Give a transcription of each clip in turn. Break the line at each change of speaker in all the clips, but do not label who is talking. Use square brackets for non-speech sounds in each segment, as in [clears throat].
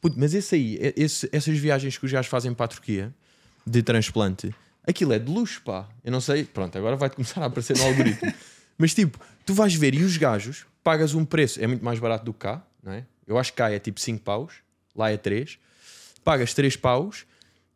Puto, Mas esse aí, é- esse- essas viagens que os gajos fazem para a Turquia de transplante, aquilo é de luxo, pá. Eu não sei, pronto, agora vai-te começar a aparecer no
[laughs]
algoritmo. Mas tipo, tu vais ver e os gajos pagas um preço, é muito mais barato do que cá, não é? Eu acho que cá é tipo 5 paus, lá é 3. Pagas 3 paus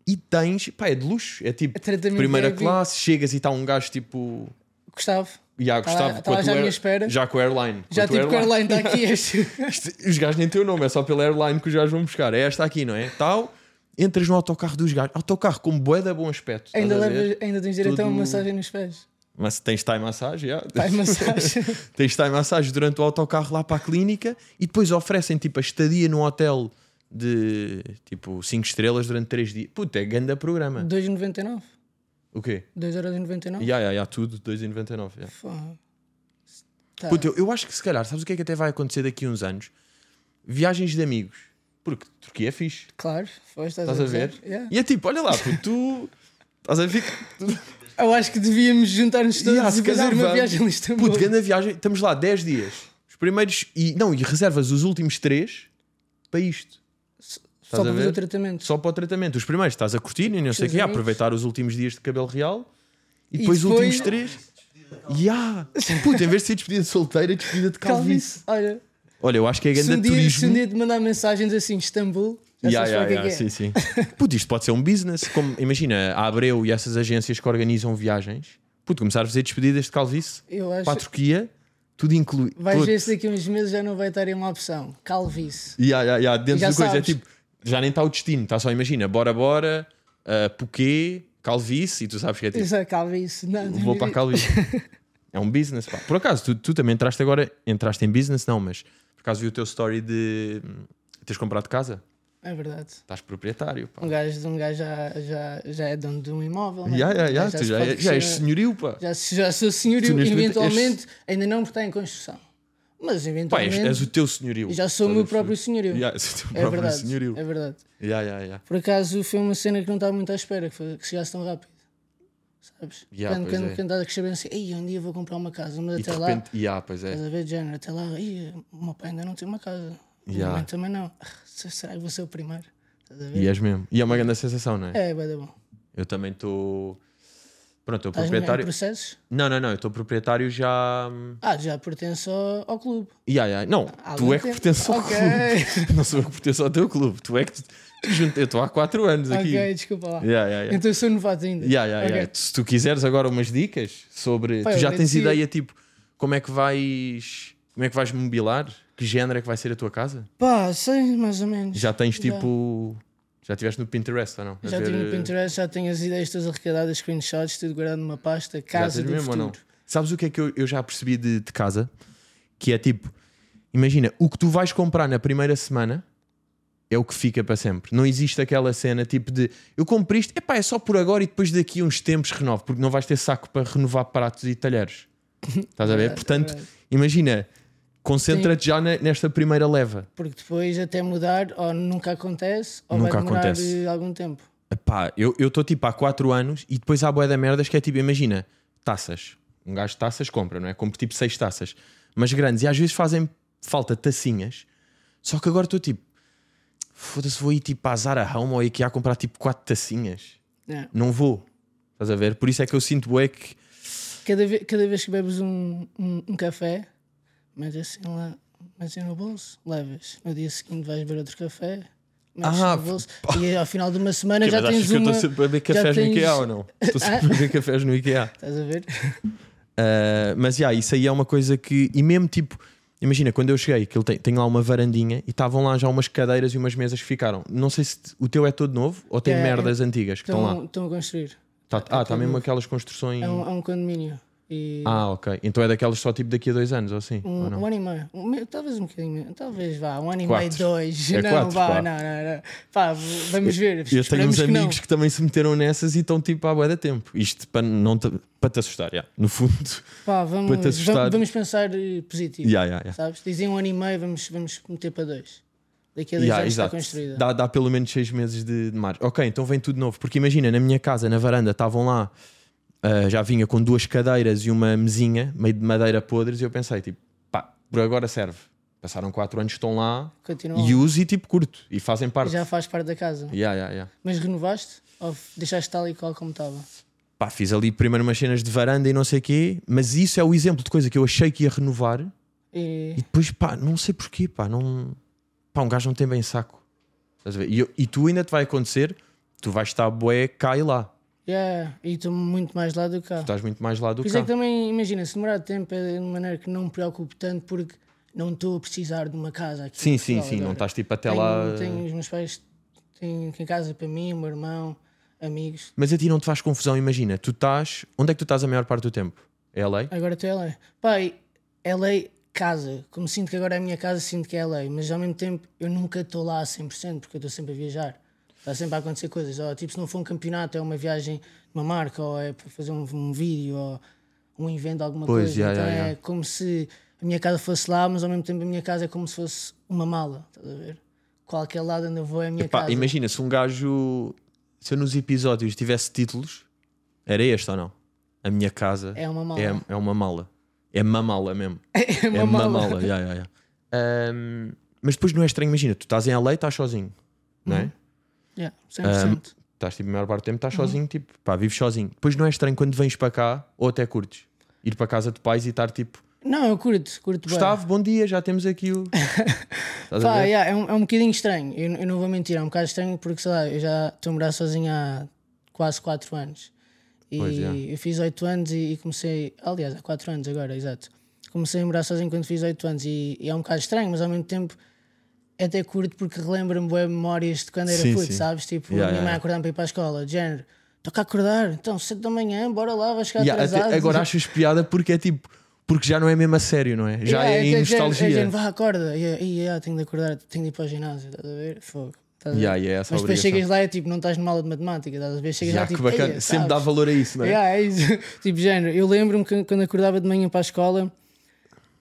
e tens, pá, é de luxo, é tipo
É tratamento
primeira
VIP.
classe, chegas e está um gajo tipo.
Gustavo.
Ya,
Tá lá-
Gustavo,
tá
com a
lá já
tua
à minha
air-
espera.
já com a airline. com
Já
a tua
tipo que o airline
[laughs]
está aqui. este-
Isto- Os gajos nem têm o nome, é só pela airline que os gajos vão buscar. É esta aqui, não é? Tal, entras no autocarro dos gajos. Autocarro com bué de bom aspecto. estás
ainda,
a ver?
levas, ainda tens direito a uma
Tudo-
massagem nos pés.
Mas tens time massagem, yeah.
Pai, massagem.
[laughs] tens time massagem durante o autocarro lá para a clínica e depois oferecem tipo a estadia num hotel de tipo 5 estrelas durante 3 dias. Puta, é ganda programa.
2,99.
O quê?
2,99€.
Ya, ya, ya, tudo 2,99. Yeah.
Fá. Tá.
Puta, eu, eu acho que se calhar, sabes o que é que até vai acontecer daqui a uns anos? Viagens de amigos. Porque Turquia é fixe.
Claro, foi, estás,
Estás a ver?
gozar? Yeah.
E é tipo, olha lá, puto, tu estás a ver?
[laughs]
que-
Eu acho que devíamos juntar-nos todos
Yeah,
e
se calhar
fazer uma
vamos.
viagem a Istambul.
Puto, grande viagem, estamos lá 10 dias. Os primeiros e não, e reservas os últimos 3 para isto.
Só
a
para fazer o
ver?
tratamento.
Só para o tratamento. Os primeiros estás a curtir e não sei o
Seus
que,
amigos.
aproveitar os últimos dias de cabelo real e
E
depois os
depois-
últimos 3.
[laughs]
Ya! Puto, em vez de ser despedida de solteira, despedida de calvície.
Calvície. Olha,
Olha, eu acho que é
se
grande
um, dia, se
turismo.
um dia te mandar mensagens assim, Istambul, já
Ya,
sabes
ya,
para o que é
ya,
que é.
sim, sim. Puto, isto pode ser um business. Como, imagina, a Abreu e essas agências que organizam viagens. Puto, começar a fazer despedidas de calvície
Eu acho
para a Turquia, tudo incluído.
vais ver se daqui a uns meses já não vai estar em uma opção. Calvície.
Ya, ya, ya, Dentro
Já
do coisa, é
sabes.
tipo, já nem está o destino, está só, imagina, bora, bora, uh, Puquê, calvície, e tu sabes que é tipo,
Isso é calvície. Não,
vou para a calvície. é um business, pá. Por acaso, tu, tu também entraste agora, entraste em business, não, mas por acaso vi o teu story de hum, teres comprado casa,
É verdade.
estás proprietário, pá.
Um gajo, um gajo já, já, já é dono de um imóvel. né?
Ya, ya,
Um
ya,
gajo
tu já,
se pode
é- já és
crescer-
senhorio, pá.
Já, se- já sou
Tu
senhorio,
neste momento
eventualmente, ainda não porque está em construção.
Pá,
Mas
és,
eventualmente.
és o teu senhorio.
Já sou o
Estás
meu
a perceber?
próprio senhorio.
Ya, [laughs] és o teu
É
próprio
verdade.
senhorio.
É verdade.
Ya, ya, ya.
Por acaso foi uma cena que não estava muito à espera, que, foi, que chegasse tão rápido. Sabes?
Yeah,
quando
pois
quando,
é.
quando estás a crescer bem assim, ei, um dia vou comprar uma casa, mas
E de
até lá,
repente, ya, pois é.
estás a ver, de género, até lá, ei, o meu pai ainda não tem uma casa. O
Yeah.
minha mãe também não. [laughs] Ah, se- Será que vou ser o primeiro? Estás a ver?
E és mesmo. E é uma grande sensação, não é?
É, vai dar bom.
Eu também estou. Pronto, eu
Estás em
proprietário.
processos?
Não, não, não, eu estou proprietário já.
Ah, já pertence ao, ao clube.
Ya, ya. Não,
Há
tu
algum
é que
tempo.
pertences ao
Ok.
clube. [laughs] Não sou eu que pertenço ao teu clube. Tu é que. tu junto- Eu estou há 4 anos aqui.
Ok, desculpa lá.
Ya, ya, ya.
Então eu sou novato ainda.
Ya, ya,
Ok.
ya. Tu- Se tu quiseres agora umas dicas sobre.
Pá,
tu
eu
já
nem
tens
sei.
ideia, tipo, como é que vais. Como é que vais mobilar? Que género é que vai ser a tua casa?
Pá, sei, mais ou menos.
Já tens
Já.
tipo. Já estiveste no Pinterest ou não? A
Já
ver,
tenho
eh,
o Pinterest, já tenho as ideias todas arrecadadas, screenshots, tudo guardado numa pasta, casa
tens
do futuro.
Sabes o que é que eu, eu já percebi de, de casa? Que é tipo, imagina, o que tu vais comprar na primeira semana é o que fica para sempre. Não existe aquela cena tipo de eu compro isto, epá, é só por agora e depois daqui a uns tempos renovo, porque não vais ter saco para renovar pratos e
[laughs]
talheres. Estás a ver?
Verdade,
Portanto,
É verdade.
imagina, concentra-te já na- nesta primeira leva.
Porque depois até mudar, ou nunca acontece, ou
Nunca
vai demorar
acontece.
eh, algum tempo.
Pá, eu estou tipo há 4 anos e depois há boé da merdas que é tipo, imagina, taças. Um gajo de taças compra, não é? Compro tipo 6 taças, mas grandes. E às vezes fazem falta tacinhas. Só que agora estou tipo, foda-se, vou ir tipo à Zara Home ou à IKEA comprar tipo 4 tacinhas.
É.
Não vou. Estás a ver? Por isso é que eu sinto bué que.
Cada, ve cada vez que bebes um, um, um café, metes assim lá, metes no bolso, levas. No dia seguinte vais beber outro café, metes
Ah,
no bolso, e ao final de uma semana
Que,
já
mas achas
tens
que eu
uma.
estou sempre a beber
já
cafés no
tens- Ah.
IKEA ou não? Estou sempre a
[laughs]
beber cafés no IKEA.
Estás a ver?
Uh, mas já, isso aí é uma coisa que. E mesmo tipo, imagina, quando eu cheguei, que ele tem, tem lá uma varandinha e estavam lá já umas cadeiras e umas mesas que ficaram. Não sei se t- o teu é todo novo ou tem
É,
merdas antigas que estão Então lá.
Estão, estão a construir.
Tá- ah, está
todo
mesmo
novo.
aquelas construções.
É um, é um condomínio. E
Ah, ok. Então é daquelas só tipo daqui a dois anos ou assim?
um,
ou não?
um ano e meio. Um me- talvez um bocadinho. menos. Talvez vá, um ano e
Quatro.
meio, dois.
É
[laughs] não,
quatro,
vá,
pá.
não, não, não. Pá, v- vamos ver.
Eu tenho
Esperamos
uns
que não.
amigos que também se meteram nessas e estão tipo à boa da tempo. Isto para, não te, para te assustar, já. no fundo. [laughs]
Pá, vamos,
Para te
vamos-
assustar.
vamos pensar eh, positivo.
Já, já, já.
Sabes? Dizem um ano e meio, vamos, vamos meter para dois. Daqui a dois
Yeah,
anos
exato.
está construída.
Dá, dá pelo menos seis meses de, de margem. Ok, então vem tudo novo. Porque imagina, na minha casa, na varanda, estavam lá, ah, já vinha com duas cadeiras e uma mesinha, meio de madeira podres, e eu pensei, tipo, pá, por agora serve. Passaram 4 anos, estão lá
Continuam.
e uso e tipo curto e fazem parte.
Já faz parte da casa.
Yeah, yeah, yeah.
Mas renovaste? Ou deixaste tal e qual como estava?
Pá, fiz ali primeiro umas cenas de varanda e não sei o quê, mas isso é o exemplo de coisa que eu achei que ia renovar
E
e depois, pá, não sei porquê, pá, não. Pá, um gajo não tem bem saco. Estás a ver? E, eu- e tu ainda te vai acontecer, tu vais estar bué cá e lá.
yeah, e estou muito mais lá do que cá.
Tu estás muito mais lá do
Por
que
isso é
cá.
que também, imagina, se demorar tempo é de uma maneira que não me preocupo tanto porque não estou a precisar de uma casa aqui.
Sim,
em
sim,
Portugal
sim, não
agora.
estás tipo até
tenho, um,
lá.
tenho os meus pais têm aqui em casa para mim, o meu irmão, amigos.
Mas a ti não te faz confusão, imagina, tu estás. Onde é que tu estás a maior parte do tempo? É a lei?
Agora estou em LA. Pai, LA é casa. Como sinto que agora é a minha casa, sinto que é LA. Mas ao mesmo tempo eu nunca estou lá a 100% porque eu estou sempre a viajar. Está sempre a acontecer coisas. Ou, tipo, se não for um campeonato, é uma viagem de uma marca, ou é para fazer um, um vídeo, ou um evento, alguma
Pois,
coisa.
já,
então
já,
é
já.
como se a minha casa fosse lá, mas ao mesmo tempo a minha casa é como se fosse uma mala. Estás a ver? Qualquer lado onde eu vou é a minha
Epá,
casa.
imagina se um gajo. Se eu nos episódios tivesse títulos, era este ou não? A minha casa
É uma mala.
É, é uma mala. É uma mala mesmo.
[laughs] É uma
é uma
mala.
mala. ya, ya, ya. Ahm, mas depois não é estranho, imagina, tu estás em LA e estás sozinho, não
Uhum.
é?
Yeah, 100%.
Estás tipo, a maior parte do tempo estás
Uhum.
sozinho, tipo, pá, vives sozinho. Depois não é estranho quando vens para cá ou até curtes. Ir para casa de pais e estar tipo,
Não, eu curto, curto bem.
Gustavo, bom dia, já temos aqui
[laughs]
o. Estás a
Pá,
ver?
yeah, é, um, é um bocadinho estranho, eu, eu não vou mentir, é um bocado estranho porque sei lá, eu já estou a morar sozinho há quase 4 anos. E
Pois, yeah.
eu fiz 8 anos e, e comecei, aliás, há 4 anos agora, exato. Comecei a morar sozinho quando fiz 8 anos e, e é um bocado estranho, mas ao mesmo tempo é até curto porque relembra-me boas memórias de quando era
Sim,
puto,
sim.
sabes? Tipo,
Yeah,
a
yeah,
minha mãe
yeah.
acordando para ir para a escola, de género, estou cá a acordar, então 7 da manhã, bora lá, vais ficar
Ya, até
atrasado.
agora achas piada porque é tipo, porque já não é mesmo a sério, não é? Já
Yeah,
é, em
até género,
nostalgia.
é género, vá, acorda. E yeah, yeah, tenho de acordar, tenho de ir para o ginásio, estás a ver? Fogo. Estás a ver?
Yeah, yeah, essa
Mas depois
obrigação.
chegas lá e tipo, não estás numa aula de matemática, estás a ver? Chegas
Ya,
lá tipo,
que bacana.
"Eia,
Sempre
sabes?"
dá valor a isso, não é?
Yeah, é isso. [laughs] tipo, género, eu lembro-me que quando acordava de manhã para a escola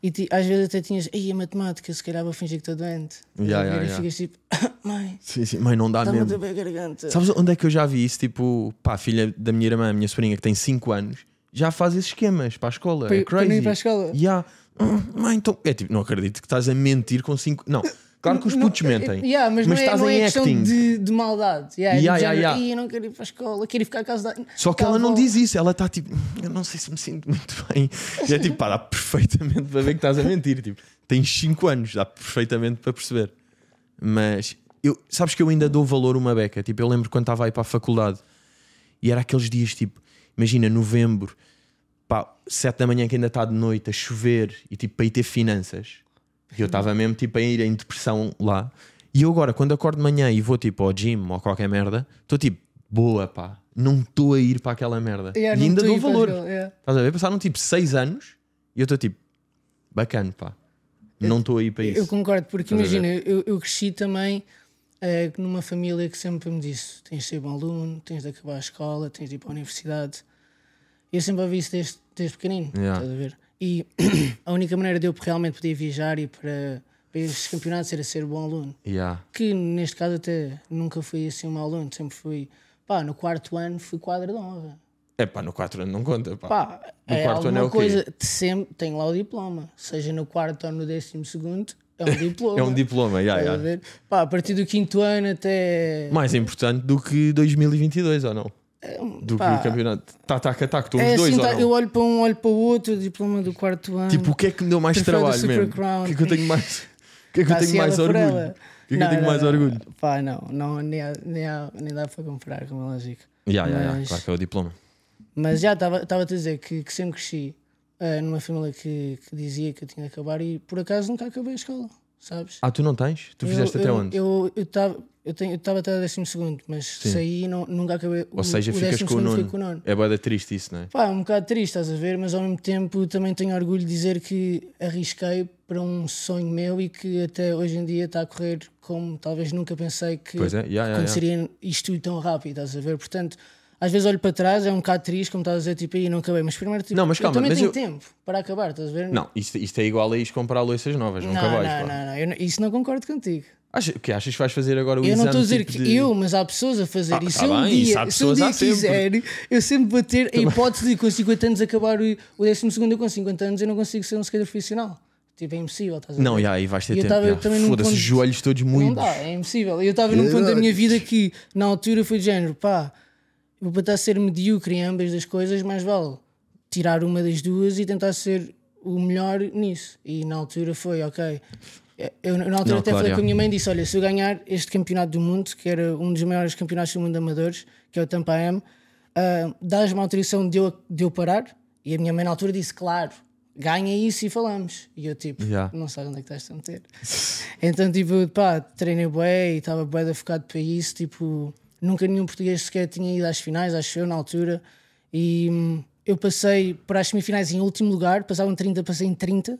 e ti- às vezes até tinhas, ei, a matemática, se calhar vou fingir que estou doente. Estás a
Yeah,
ver?
yeah,
e
yeah.
ficas tipo, [laughs] mãe,
Sim, sim, mas não dá
está-me a
mesmo.
doer a garganta.
Sabes onde é que eu já vi isso? Tipo, pá, a filha da minha irmã, a minha sobrinha que tem 5 anos, já faz esses esquemas para a escola.
Para-
é
para não
crazy.
ir para a escola?
Ya. Hum, mãe, então. É tipo, não acredito que estás a mentir com 5. Não, claro que os putos mentem.
Yeah, mas, não é,
estás
não
em
é questão
acting.
de, de maldade. Yeah, é do
Yeah, yeah,
género,
yeah.
"Ei, eu não quero ir para a escola, quero ir ficar a casa da.
Só que ela não
diz
diz isso, ela está tipo, "Hum, eu não sei se me sinto muito [laughs] bem. E é tipo, pá, dá perfeitamente para ver que estás a mentir. Tipo, tens 5 anos, dá perfeitamente para perceber. Mas eu, sabes que eu ainda dou valor uma beca. Tipo, eu lembro quando estava aí para a faculdade e era aqueles dias tipo, imagina, novembro, pá, 7 da manhã que ainda está de noite, a chover e tipo, para ir ter finanças.
Uhum.
E eu estava mesmo tipo a ir em depressão lá. E eu agora, quando acordo de manhã e vou tipo ao gym ou qualquer merda, estou tipo, boa pá, não estou a ir para aquela merda.
Yeah,
e
não
ainda
estou
dou
a ir para a
valor.
escola, yeah.
Estás a ver? Passaram tipo 6 anos e eu estou tipo, bacana pá, não estou a ir para
Eu
isso.
concordo, porque
Estás a
imagina, eu, eu cresci também eh, numa família que sempre me disse: tens de ser bom aluno, tens de acabar a escola, tens de ir para a universidade. Eu sempre ouvi isso desde, desde pequenino,
Yeah.
estás a ver? E [clears throat] a única maneira de eu realmente poder viajar e para, para esses campeonatos era ser bom aluno.
Yeah.
Que neste caso até nunca fui assim um mau aluno, sempre fui. Pá, no quarto ano fui quadra de honra.
É pá, no 4 anos não conta pá.
Pá,
No
é
quarto ano
alguma
é o quê?
coisa, de sempre, tenho lá o diploma, seja no quarto ou no décimo segundo, é
[laughs]
um diploma.
É um diploma, yeah,
Estás a
yeah.
ver? Pá, a partir do quinto ano até.
mais importante do que 2022 ou não? Do
É um pá.
que o campeonato. Tá, tá, tá, que tu os
é
dois
assim,
ou
tá,
não?
eu olho para um, olho para o outro, diploma do quarto ano.
Tipo, o que é que me deu mais
Troféu do
trabalho
Super
mesmo?
Crown.
O que é que eu tenho mais, o que é que eu
Tá-se
tenho mais
ela por
orgulho?
ela.
O que é que
Não,
eu tenho
não,
mais
não,
orgulho?
não. Pá, não, não nem, há, nem, há- nem dá para comparar, como é lógico.
Ya, ya, ya,
Mas-
claro que é o diploma.
Mas já estava estava a te dizer que, que sempre cresci ah, numa família que, que dizia que eu tinha de acabar e por acaso nunca acabei a escola, sabes?
Ah, tu não tens? Tu fizeste
eu,
até
eu,
onde?
Eu estava eu tenho- eu estava até o décimo segundo, mas saí e não, nunca acabei.
Ou seja,
o, o
ficas
décimo
com o
segundo
nono.
fico com o nono.
É boeda triste isso, não é?
Pá, é um bocado triste, estás a ver, mas ao mesmo tempo também tenho orgulho de dizer que arrisquei para um sonho meu e que até hoje em dia está a correr como talvez nunca pensei que
Pois é, yeah, yeah,
aconteceria isto tudo tão rápido, estás a ver? Portanto, às vezes olho para trás, é um bocado triste, como estás a dizer, tipo, aí não acabei, mas primeiro tipo,
Não, mas
eu
calma,
também
mas
tenho
eu-
tempo para acabar, estás a ver?
Não, isto, isto é igual a ires comprar louças novas,
não,
nunca
não,
vais.
não,
pá.
não, eu não- isso não concordo contigo.
Acha, o que achas que vais fazer agora o
Eu não
exame?
estou a dizer
tipo
que
de-
eu, mas há pessoas a fazer
Ah,
isso.
tá
se eu um
bem, isso há
dia, se um
pessoas,
dia
há sempre.
quiser, eu sempre
[laughs]
vou ter a hipótese de com 50 anos acabar o, o 12 eu com 50 anos eu não consigo ser um skater profissional. Tipo, é impossível, estás a ver?
Não, e aí vais ter
E eu
tempo.
tava- eu
já.
também num
Foda-se,
ponto-
joelhos todos
Não
moídos.
dá, é impossível. Eu estava num ponto da minha vida que, na altura, foi de género: pá, eu para estar a ser medíocre em ambas das coisas, mais vale tirar uma das duas e tentar ser o melhor nisso. E na altura foi, ok. Eu, na altura
Não,
até
claro,
falei
é.
com a minha mãe e disse: olha, se eu ganhar este campeonato do mundo, que era um dos maiores campeonatos do mundo de amadores, que é o Tampa M, ah, dás-me a autorização de eu, de eu parar? E a minha mãe na altura disse: claro, ganha isso e falamos. E eu, tipo,
Já.
não sei onde é que estás a meter. Então, tipo, pá, treinei bué e estava bué focado para isso. Tipo, nunca nenhum português sequer tinha ido às finais, acho eu, na altura. E hum, eu passei para as semifinais em último lugar, passavam 30, passei em 30.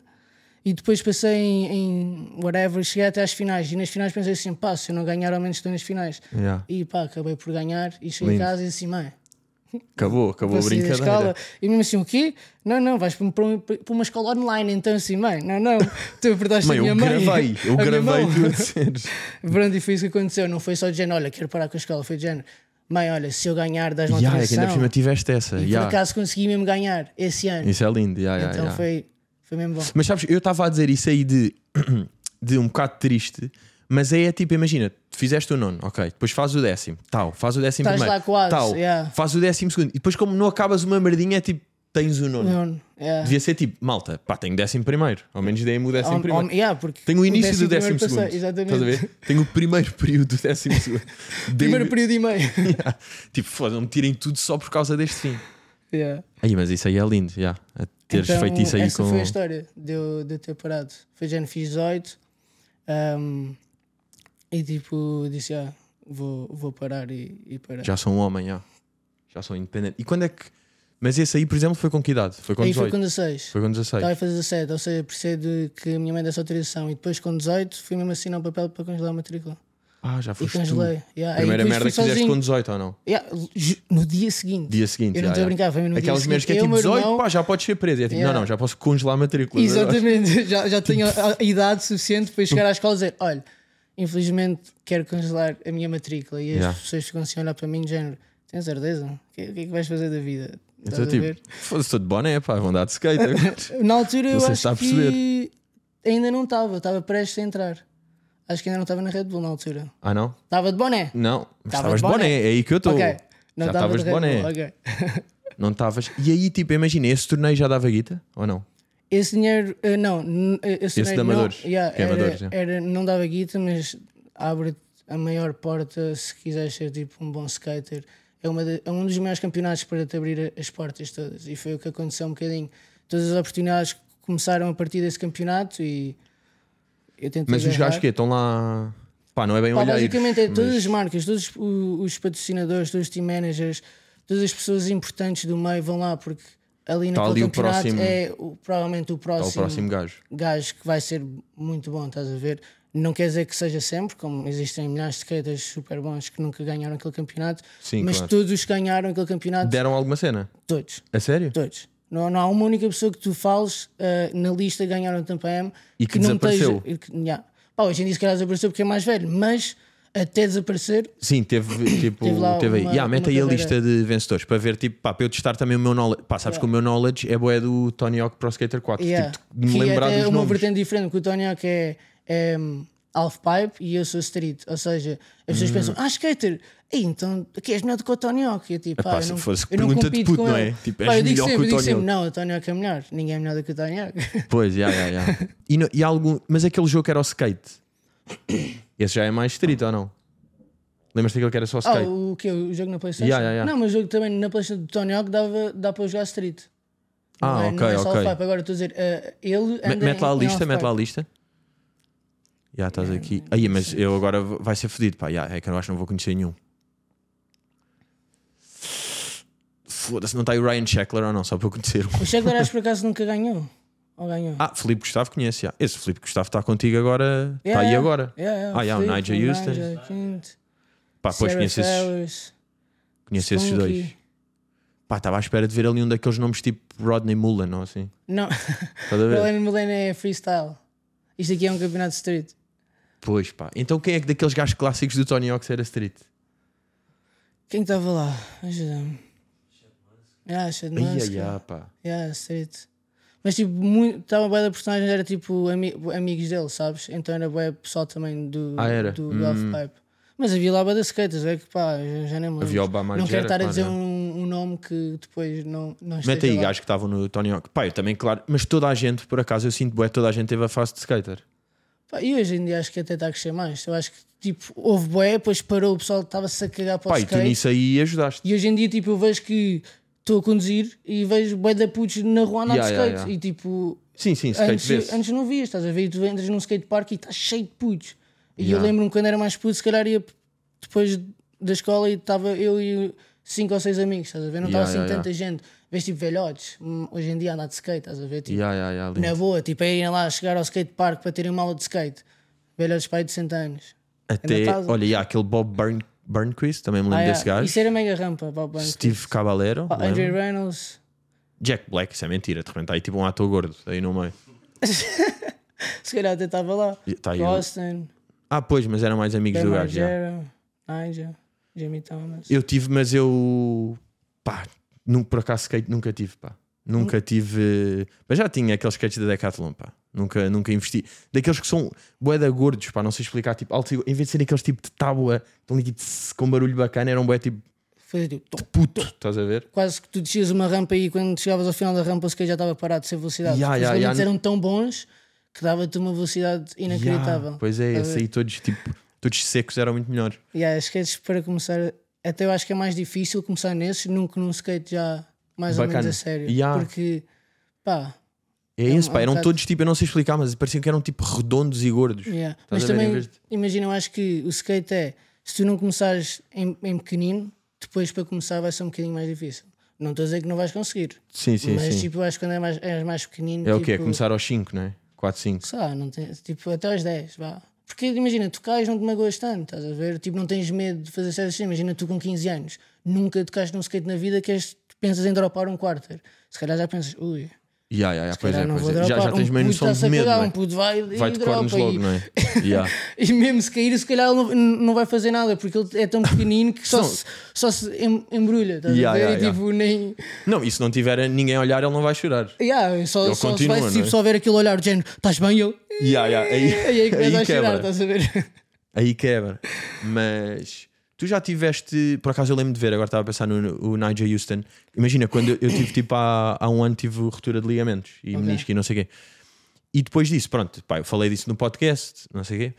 E depois passei em, em whatever, cheguei até às finais. E nas finais pensei assim, pá, se eu não ganhar, ao menos estou nas finais.
Yeah.
E pá, acabei por ganhar e cheguei
Lindo.
a casa e disse, mãe,
Acabou, acabou a
Passei da escola.
brincadeira.
E mesmo assim, o quê? Não, não, vais para, um- para um- para uma escola online. Então assim, mãe, não, não, tu apertaste
Mãe,
a minha
eu
mãe.
gravei, eu
[laughs] a minha
gravei
mão.
tu a dizeres.
Pronto, e foi isso que aconteceu. Não foi só de género, olha, quero parar com a escola. Foi de género, mãe, olha, se eu ganhar, das
Ya,
notas
é que ainda por cima tiveste essa.
E
ya.
por acaso consegui mesmo ganhar esse ano.
Isso é lindo. ya, ya,
então
ya.
Foi, foi mesmo bom.
Mas sabes, eu estava a dizer isso aí de, [clears throat] de um bocado triste, mas aí é tipo, imagina, fizeste o nono, ok, depois faz o décimo, tal, faz o décimo
Estás
primeiro,
lá quase,
tal,
yeah.
faz o décimo segundo, e depois como não acabas uma merdinha é tipo, tens o nono.
Não, é.
Devia ser tipo, malta, pá, tenho décimo primeiro, ao menos dei-me o décimo
Hom-
primeiro.
hom- yeah, porque
Tenho o início do
primeiro
décimo segundo.
passei, Exatamente.
Estás a ver? Tenho o primeiro período do décimo
[laughs]
segundo. Dei-me-
Primeiro período e meio. [laughs]
tipo, foda, não me tirem tudo só por causa deste fim.
yeah.
Aí, mas isso aí é lindo, já. A teres
Então,
feito isso aí
essa
com.
foi a história de eu, de eu ter parado. Foi já fiz 18 ahm, e tipo disse: ah, vou, vou parar e, e parar.
Já sou um homem, já. Já sou independente. E quando é que. Mas esse aí, por exemplo, foi com que idade? Foi com
aí
18?
foi com Então, 16.
Foi com 16.
Estava a fazer 17, ou seja, precisei de que a minha mãe desse autorização e depois com 18 fui mesmo assinar o papel para congelar a matrícula.
Ah, já
E
foste tu.
congelei. Yeah, aí
Primeira
depois
merda
fui
que fizeste
sozinho.
com 18 ou não?
Yeah, ju- no dia seguinte.
Dia seguinte.
Eu não
já,
estou a
já.
brincar, foi no dia
Aquelas mulheres que é
seguinte.
tipo
Eu, meu
18,
irmão-
pá, já podes ser preso. E É tipo,
Yeah.
não, não, já posso congelar a matrícula.
Exatamente, [laughs] já, já tenho a, a idade suficiente para chegar à escola e dizer: olha, infelizmente quero congelar a minha matrícula. E as
Yeah.
pessoas ficam assim a olhar para mim, de género: tens certeza? O que, o que é que vais fazer da vida? Estás
Então,
a ver?
tipo, foda-se, estou de boné, pá, vão dar de skate. agora.
[laughs] Na altura eu
sei se
acho
está a
que ainda não estava, estava prestes a entrar. Acho que ainda não estava na Red Bull na altura.
ah, não?
Estava de boné.
Não, mas
Tava
estavas
de
de boné,
boné.
é aí que eu estou.
Ok. Não
Já
estava
estavas
de
de
Red
boné.
Bull. ok.
Não estavas. E aí, tipo, imagina, esse torneio já dava guita ou não?
Esse dinheiro, eh, não, n- eh, esse,
Esse
dinheiro
de
não-
amadores,
yeah,
que é
era,
amadores, yeah.
era- não dava guita, mas abre a maior porta se quiseres ser tipo um bom skater. É, uma de- é um dos maiores campeonatos para te abrir a- as portas todas. E foi o que aconteceu um bocadinho. Todas as oportunidades começaram a partir desse campeonato e eu tentei.
Mas os
agarrar.
gajos que estão lá. Pá, não é bem
Pá,
olhar.
basicamente é todas as marcas, todos os, o- os patrocinadores, todos os team managers, todas as pessoas importantes do meio vão lá porque ali naquele
ali o
campeonato
próximo-
é o- provavelmente
É o
assim.
próximo gajo.
gajo que vai ser muito bom, estás a ver? Não quer dizer que seja sempre, como existem milhares de skaters super bons que nunca ganharam aquele campeonato,
Sim,
mas
claro.
todos os que ganharam aquele campeonato,
Deram alguma cena?
todos,
A sério?
todos. Não, não há uma única pessoa que tu fales ah, na lista que ganharam Tampa M
E que
não esteja-
desapareceu.
e que- yeah. Pá, hoje em dia se calhar desapareceu porque é mais velho, mas até desaparecer,
Sim,
[coughs]
teve, tipo,
Teve
teve,
lá
aí.
uma-
Yeah, mete
uma
aí a
cadeira.
lista de vencedores para ver, tipo, pá, para eu testar também o meu knowledge. Pá, sabes que o meu knowledge é boé do Tony Hawk Pro Skater 4.
yeah.
Tipo, de me
que é
lembrar
até
dos
uma
nomes.
vertente diferente, porque o Tony Hawk é, é hum, half-pipe e eu sou street, ou seja, as
Hum.
pessoas pensam, ah, skater, Ei, então aqui és melhor do que o Tony Hawk. E eu tipo,
Epá,
"Ah, eu
se
não,
fosse
eu não
pergunta de
compito
puto,
com
não é?
ele."
Tipo,
Pá,
és
eu digo
melhor que o
sempre, eu digo
Tony
sempre,
Hawk.
não, o Tony Hawk é melhor, ninguém é melhor do que o Tony Hawk. [laughs]
Pois, já, já, já. E no- E há algum. Mas aquele jogo que era o skate. Esse já é mais estrito ou não? Lembras-te daquele que era só
Ah,
skate?
o que? O jogo na PlayStation?
Yeah, yeah, yeah.
Não, mas o jogo também na PlayStation do Tony Hawk dava, dá para jogar Street.
ah,
não é,
ok,
não é só
ok.
half-pipe. Agora estou a dizer, eh, ele.
Me-
anda
Mete lá a
em- em
lista, mete lá a
half-pipe.
lista. Já estás aqui. Aí, mas eu agora v- vai ser fodido, pá. Já, é que eu acho que não vou conhecer nenhum. Foda-se, não está aí o Ryan Sheckler ou não, só para eu conhecer. um.
O Shackler
[laughs]
acho que por acaso nunca ganhou. Ou ganhou?
Ah, Filipe Gustavo conhece, já. Esse Filipe Gustavo está contigo agora. Está aí
Yeah.
agora.
Yeah, yeah,
Ah, yeah, o
Felipe,
Nigel
o
Houston.
Nigel Quinte,
Pá, pois
Sarah
conheço esses,
Flowers,
conheço esses
Spunky.
dois. Pá, estava à espera de ver ali um daqueles nomes tipo Rodney Mullen ou assim. [laughs]
Não,
Estás a
[laughs]
ver?
Milena Milena é freestyle. Isto aqui é um campeonato de street.
Pois pá, então quem é que daqueles gajos clássicos do Tony Hawk era Street?
Quem é estava lá? Ajuda-me. Ah,
Ai,
Shadmansky.
ai, ai, pá.
Yeah, street. Mas tipo, muito, estava boa da personagem, era tipo ami- amigos dele, sabes? Então era boa pessoal também do,
Ah, era?
do Love Pipe. Mas havia lá boa da skaters, é que pá, já, já nem me lembro.
Havia o Obama
não
Gera,
quero estar a
pá,
dizer
não.
um, um nome que depois não, não
Mete aí
lá.
gajos que estavam no Tony Hawk. Pá, eu também, claro. Mas toda a gente, por acaso, eu sinto bué, toda a gente teve a fase de skater.
Pá, e hoje em dia acho que até está a crescer mais. Eu acho que tipo, houve boé, depois parou, o pessoal estava-se a cagar para o
Pá, e tu
skate.
nisso aí ajudaste.
E hoje em dia, tipo, eu vejo que estou a conduzir e vejo bué da putos na rua andar de
Yeah,
skate.
yeah, yeah.
E tipo,
Sim, sim, skate
antes,
vê-se.
antes não vias, estás a ver? E tu entras num skatepark e estás cheio de putos. E
Yeah.
eu lembro-me quando era mais puto, se calhar ia depois da escola e estava eu e cinco ou seis amigos, estás a ver? Não estava
Yeah,
assim
yeah,
tanta gente. Vês tipo velhotes, hum, hoje em dia andar de skate, estás a ver? Tipo,
Ya, ya, ya, lindo.
na boa, tipo, é irem lá chegar ao skatepark para terem uma aula de skate. Velhotes pai de 60 anos.
Até,
Ainda estás-
olha, ya, aquele Bob Burn, Burnquist, também me lembro
um Ah,
desse
yeah.
gajo.
Isso era mega rampa, Bob Burns.
Steve Caballero,
Pá,
lembro.
Andrew Reynolds.
Jack Black, isso é mentira. De repente, há aí tipo um ator gordo, aí no meio.
Se calhar até estava lá.
E tá aí o-
Austin,
Ah, pois, mas eram mais amigos
Ben
do gajo. já.
Margera, Nigel, Jamie Thomas.
Eu tive, mas eu. pá, nu- por acaso skate nunca tive, pá.
Hum.
Nunca tive. Mas já tinha aqueles skates da Decathlon, pá. Nunca, nunca investi. Daqueles que são boeda gordos, pá, não sei explicar. Tipo, alto, em vez de serem aqueles tipo de tábua, estão ali tipo tss, com barulho bacana, eram boé tipo
Fazia tipo, tom.
puto, estás a ver?
quase que tu descias uma rampa e quando chegavas ao final da rampa o skate já estava parado sem velocidade.
Yeah,
Os
yeah,
rolamentos
yeah.
eram tão bons que dava-te uma velocidade inacreditável.
Ya, pois é,
Tá
esse
bem.
aí todos tipo, todos secos eram muito melhores.
Yeah, skates para começar, até eu acho que é mais difícil começar nesses nunca num skate já mais ou
Bacana.
menos a sério.
Yeah.
Porque pá,
É
um-
esse,
é
pá,
um
eram
bocado-
todos tipo, eu não sei explicar, mas pareciam que eram tipo redondos e gordos.
Yeah.
Estás
Mas
a ver, em
também,
vez de-
imagina, eu acho que o skate é se tu não começares em, em pequenino, depois para começar vai ser um bocadinho mais difícil. Não estou a dizer que não vais conseguir,
Sim, sim,
mas
sim.
tipo, eu acho que quando é mais, és mais pequenino,
é o
tipo,
que é? Começar aos 5, não é? 4, 5.
sei lá, não tens- tipo, até aos 10, vá. Porque imagina, tu cais, não te magoas tanto, estás a ver? Tipo, não tens medo de fazer certas coisas. Imagina, tu com 15 anos, nunca tocaste num skate na vida que és, pensas em dropar um quarter. Se calhar já pensas, ui,
Ya, ya, ya, pois
calhar
é,
não
pois
vou
é. Já,
dropar.
já tens
um
meio
puto
noção
está-se
de
a
medo,
cagar,
não é?
Um puto vai,
Vai
e
de
dropa.
cornos
e-
logo, não é? Ya.
[laughs] E mesmo se cair, se calhar ele não, não vai fazer nada, porque ele é tão pequenino que só,
Não.
se, só se em- embrulha, estás
Yeah,
a ver?
yeah,
e tipo, nem.
Não, e se não tiver a ninguém a olhar, ele não vai chorar.
Yeah, só,
Ele
só,
continua,
se vai,
não é?
tipo, só ver aquele olhar do género, estás bem? E eu.
Ya, ya,
E [laughs] aí é
Aí,
que começa
aí
a chorar,
quebra.
estás a ver?
Aí quebra. Mas tu já tiveste, por acaso eu lembro de ver, agora estava a pensar no, no- o Nigel Houston. Imagina, quando eu, eu tive tipo há, há um ano tive ruptura de ligamentos e menisco e não sei o quê. E depois disso, pronto, pá, eu falei disso no podcast, não sei o quê.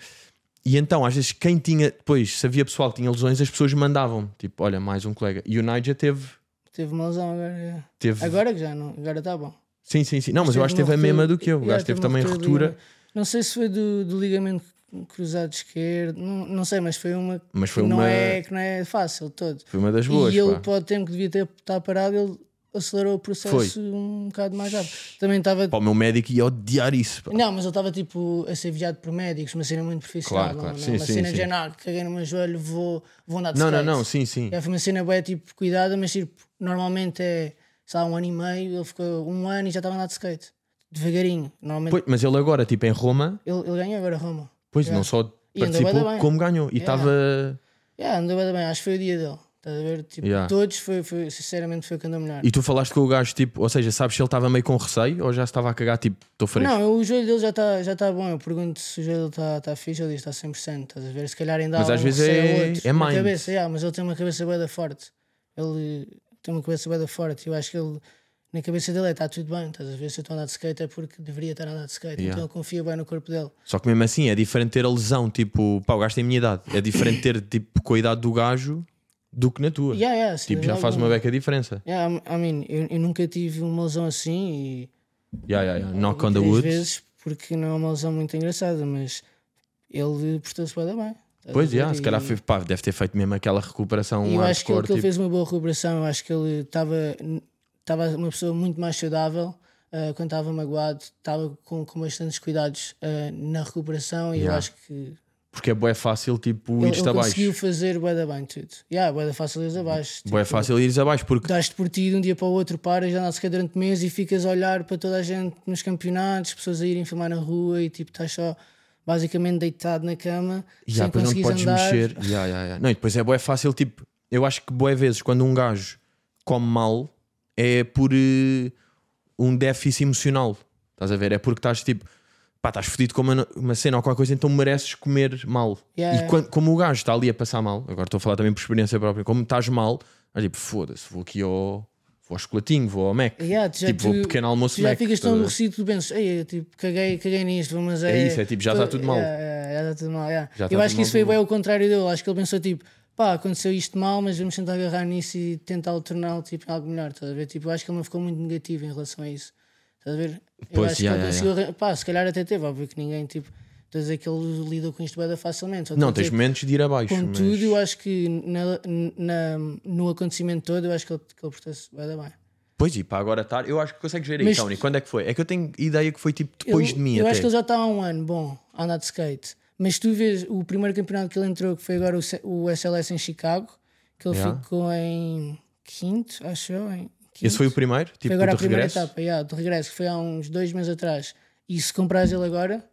E então, às vezes, quem tinha, depois, se havia pessoal que tinha lesões, as pessoas mandavam, tipo, olha, mais um colega. E o Nigel teve.
Teve uma lesão agora. yeah.
teve
Agora que já não, agora está bom.
Sim, sim, sim. Não, mas eu acho que teve a
uma
mesma
ruptura-
do que eu. O
Yeah,
gajo teve
uma
também
de
ruptura,
ligamento. Não sei se foi do, do ligamento cruzado esquerdo, não, não sei, mas foi uma,
mas foi
que não
uma,
é, que não é fácil de todo.
foi uma das boas.
E ele,
pá.
para o tempo que devia ter estar parado, ele acelerou o processo
Foi.
um bocado mais rápido. Também estava.
Pá, o meu médico ia odiar isso. pá.
Não, mas ele estava tipo a ser viajado por médicos, uma cena muito profissional.
Claro, claro.
Não, é?
Sim,
uma
sim,
cena
sim.
de genar, caguei no meu joelho, vou, vou andar de
Não, não,
skate.
não, sim, sim.
Já foi uma cena bem tipo cuidada, mas tipo, normalmente é sei lá, um ano e meio, ele ficou um ano e já estava a andar de skate. Devagarinho. Normalmente
Pois, mas ele agora, tipo, em Roma,
ele, ele ganhou agora Roma.
pois não só
E andou bué da
participou,
bem.
como ganhou. E estava.
Yeah, andou bem, bem, acho que foi o dia dele. Estás a ver? Tipo,
Yeah.
todos foi, foi, sinceramente foi o que andou melhor.
E tu falaste com o gajo, tipo, ou seja, sabes se ele estava meio com receio ou já se estava a cagar, tipo, estou fresco.
Não, o joelho dele já está já tá bom. Eu pergunto se o joelho dele está tá fixe, ele diz que está 100%. Estás a ver? Se calhar ainda há
Mas às
um
vezes
receio
é-
ou outro
é
na
mind.
cabeça, yeah, mas ele tem uma cabeça bem forte. Ele tem uma cabeça bem forte. Eu acho que ele, na cabeça dele, é está tudo bem. Estás a ver? Se eu estou a andar de skate é porque deveria estar a andar de skate.
Yeah.
Então ele confia bem no corpo dele.
Só que mesmo assim é diferente ter a lesão, tipo, pá, o gajo tem a minha idade. É diferente ter, tipo, com a idade do gajo do que na tua.
Yeah, yeah, sem
tipo,
dúvida
já faz
alguma.
uma beca diferença.
Yeah, I mean, eu, eu nunca tive uma lesão assim e
Yeah, yeah, yeah. Knock on the
três
wood.
vezes porque não é uma lesão muito engraçada, mas ele portou-se bem. bem estás a
Pois,
ver?
yeah, se calhar
E-
foi, pá, deve ter feito mesmo aquela recuperação
E eu acho que ele,
hardcore,
que ele
tipo,
fez uma boa recuperação. Eu acho que ele estava estava uma pessoa muito mais saudável ah, quando estava magoado, estava com, com bastantes cuidados ah, na recuperação. E eu
Yeah.
acho que
porque é bué fácil, tipo,
ele,
ires
ele
abaixo.
conseguiu fazer bué da bem tudo. Yeah, bué da fácil ires abaixo.
Bué
Tipo,
fácil ires abaixo, porque
Dás-te por ti de um dia para o outro, paras, já nasce durante meses e ficas a olhar para toda a gente nos campeonatos, pessoas a irem filmar na rua e tipo estás só basicamente deitado na cama
Ya,
sem
depois não te
conseguir
podes
andar.
mexer. Ya, ya, ya. Não, e depois é bué fácil, tipo, eu acho que bué vezes quando um gajo come mal é por eh, um déficit emocional. Estás a ver? É porque estás tipo, pá, estás fodido com uma, uma cena ou qualquer coisa, então mereces comer mal.
Yeah,
e
yeah.
quando- como o gajo está ali a passar mal, agora estou a falar também por experiência própria, como estás mal, é tipo, foda-se, vou aqui ao. Vou ao chocolatinho, vou ao Mac.
Yeah, tu já-
tipo, vou ao
tu-
pequeno almoço
Tu já
Mac,
ficas
estás
tão
a ver?
aborrecido que tu pensas, ei, eu, tipo, caguei, caguei nisto, mas é.
É isso, é tipo, já
tô-
está tudo mal.
É, é, já está tudo mal, yeah.
Já está
Eu
tudo
acho que isso
mal,
foi
tudo
bem o contrário dele. Acho que ele pensou, tipo, pá, aconteceu isto mal, mas vamos tentar agarrar nisso e tentar torná-lo tipo, em algo melhor, estás a ver? Tipo, eu acho que ele não ficou muito negativo em relação a isso, estás a ver? Eu
Pois, yeah,
acho que ele
yeah,
conseguiu. arran- Pá, se calhar até teve, óbvio que ninguém, tipo, estou a dizer que ele lidou com isto bem facilmente. só
Não,
estou a
tens
dizer
momentos de ir abaixo. mas-
Contudo, tipo, eu acho que na- na- no acontecimento todo, eu acho que ele, que ele portou-se bué da bem.
Pois e para agora estar, eu acho que consegues gerir.
Mas-
Mas... Tony, quando é que foi? É que eu tenho ideia que foi tipo depois
eu,
de mim
Eu
até.
acho que ele já está há um ano, bom, a andar de skate. Mas tu vês o primeiro campeonato que ele entrou, que foi agora o, C- o SLS em Chicago, que ele
Yeah.
ficou em quinto, acho eu. Em quinto.
Esse foi o primeiro? Tipo,
Foi agora
de
a primeira
regresso?
etapa, yeah, de regresso, que foi há uns dois meses atrás. E se comprares ele agora,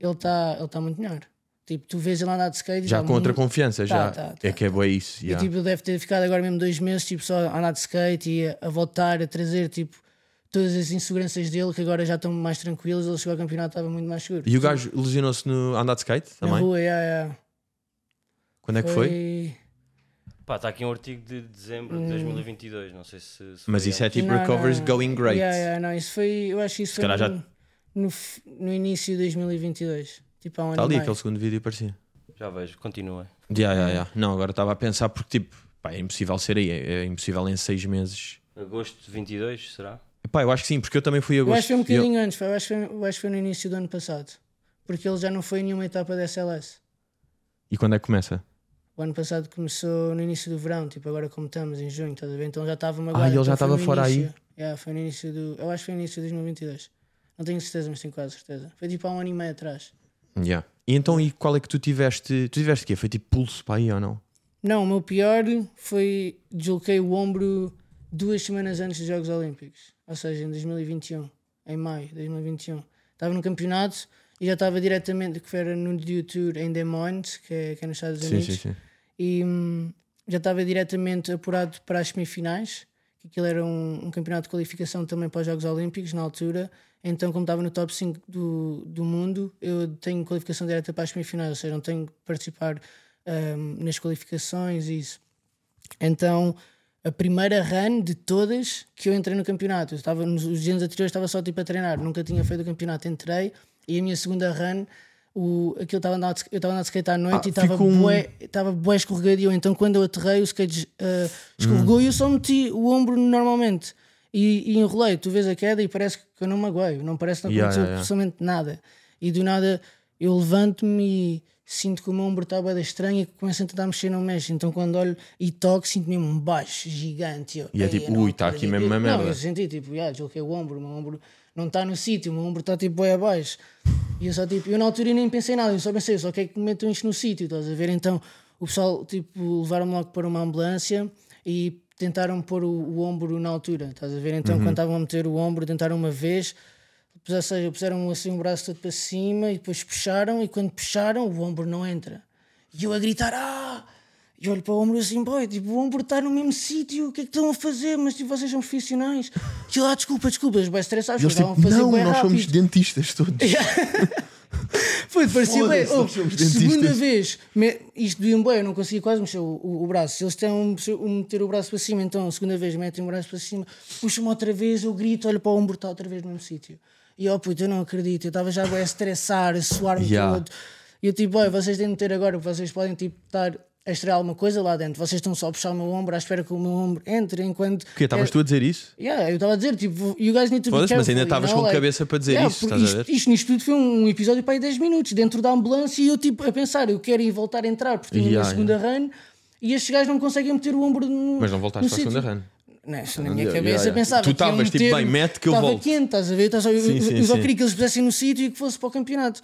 ele está ele tá muito melhor. Tipo, tu vês ele andar de skate e
Já
tá
com outra
muito...
confiança, já.
tá,
é
tá,
que é boa isso.
E
já.
tipo, ele deve ter ficado agora mesmo dois meses, tipo, só a andar de skate e a, a voltar, a trazer, tipo, todas as inseguranças dele, que agora já estão mais tranquilos. Ele chegou ao campeonato, estava muito mais seguro.
E o gajo lesionou-se no andar de skate
Na
também?
rua, yeah, yeah.
Quando é que foi?
Pá, está aqui um artigo de dezembro de 2022, não sei se. se
Mas
foi
isso é
antes.
tipo
Não,
Recovers
não.
Going Great.
Ah, Yeah, yeah, não, isso foi. Eu acho que isso foi
calhar já-
no, no, f- no início de 2022. Tipo, há um
Está Tá
ano.
ali
e meio.
aquele segundo vídeo parecia.
Já vejo, continua.
Já, já, já. Não, agora estava a pensar porque tipo, pá, é impossível ser aí. É, é impossível em seis meses.
Agosto de 22, será?
Pá, eu acho que sim, porque eu também fui a
Eu acho que
agosto.
foi
e
um
eu-
bocadinho antes, foi, eu, acho que foi, eu acho que foi no início do ano passado. Porque ele já não foi em nenhuma etapa da SLS.
E quando é que começa?
O ano passado começou no início do verão, tipo agora como estamos, em junho, estás a ver? Então já estava uma
Ah, ele já estava fora aí?
Yeah, foi no início do. Eu acho que foi no início de 2022. Não tenho certeza, mas tenho quase certeza. Foi tipo há um ano e meio atrás.
Já. E então, e qual é que tu tiveste? Tu tiveste o quê? Foi tipo pulso para aí ou não?
Não, o meu pior foi desloquei o ombro duas semanas antes dos Jogos Olímpicos, ou seja, em 2021, em maio de 2021. Estava no campeonato e já estava diretamente, que era no Dew Tour em Des Moines, que é, que é nos Estados
Sim,
Unidos,
sim, sim.
e hum, já estava diretamente apurado para as semifinais, que aquilo era um, um campeonato de qualificação também para os Jogos Olímpicos na altura. Então, como estava no top 5 do, do mundo, eu tenho qualificação direta para as semifinais, ou seja, não tenho que participar hum, nas qualificações e isso. Então, a primeira run de todas que eu entrei no campeonato. Eu estava, nos os dias anteriores estava só tipo a treinar, nunca tinha feito o campeonato. Entrei e a minha segunda run, o, aquilo estava a andar de- eu estava a andar de skate à noite
Ah,
e estava
ficou um-
bué, estava bué escorregadio. Então, quando eu aterrei, o skate ah, escorregou e eu só meti o ombro normalmente. E, e enrolei, tu vês a queda e parece que eu não me magoei, não parece que não
Yeah,
aconteceu
yeah, yeah.
absolutamente nada. E do nada eu levanto-me e sinto que o meu ombro está bué da estranha e começo a tentar mexer não mexe. Então quando olho e toco, sinto mesmo um baixo gigante. Eu,
E é
"Ei,
tipo,
eu não
ui, tá aqui
acredito."
mesmo uma merda.
Não, eu senti tipo, ah, desloquei o ombro, o meu ombro não está no sítio, o meu ombro está tipo bué abaixo. E eu só tipo, eu na altura nem pensei nada, eu só pensei, eu só quero que me metam isto no sítio, estás a ver? Então o pessoal tipo levaram-me logo para uma ambulância e tentaram pôr o, o ombro na altura, estás a ver? Então
Uhum.
quando estavam a meter o ombro, tentaram uma vez, ou seja, puseram assim um braço todo para cima e depois puxaram e quando puxaram o ombro não entra. E eu a gritar, ah! E olho para o ombro assim, boy, tipo, o ombro está no mesmo sítio, o que é que estão a fazer? Mas tipo, vocês são profissionais. E lá, desculpa, desculpa, os bem estressados,
Eles
mas
tipo,
estavam a fazer
não,
bué
nós
rápido.
somos dentistas todos.
Foi, parecia bem.
Foda-se,
Oh,
nós somos
segunda
dentistas.
vez, me, isto doía bem, eu não conseguia quase mexer o, o- o braço. Eles têm um, um meter o braço para cima, então a segunda vez metem o braço para cima, puxam-me outra vez, eu grito, olho para o ombro, está outra vez no mesmo sítio. E oh puto, eu não acredito, eu estava já bué a estressar, a suar-me
Yeah.
todo. E eu tipo, olha, vocês têm de meter agora, vocês podem tipo estar a estrear alguma coisa lá dentro, vocês estão só a puxar o meu ombro à espera que o meu ombro entre enquanto.
Porque estavas
É-
tu a dizer isso?
Yeah, eu estava a dizer, tipo, you guys need to be
Foda-se,
careful.
mas ainda
you
estavas
know,
com cabeça para dizer isso,
porque
estás a
isto,
ver?
isto nisto tudo foi um episódio para aí 10 minutos, dentro da ambulância, e eu tipo a pensar, eu quero ir voltar a entrar, porque tinha a minha
Yeah,
segunda run, e estes gajos não conseguem meter o ombro no
Mas não voltaste
no
para a segunda
sítio.
run.
Não, isso na minha
Yeah, yeah,
cabeça
yeah.
pensava
Tu
que iam
estavas, tipo,
meter-
bem, mete que eu
estava
volto.
quente, estás a ver? Estás a- eu,
Sim,
eu-
sim,
eu só
sim.
queria que eles pusessem no sítio e que fosse para o campeonato.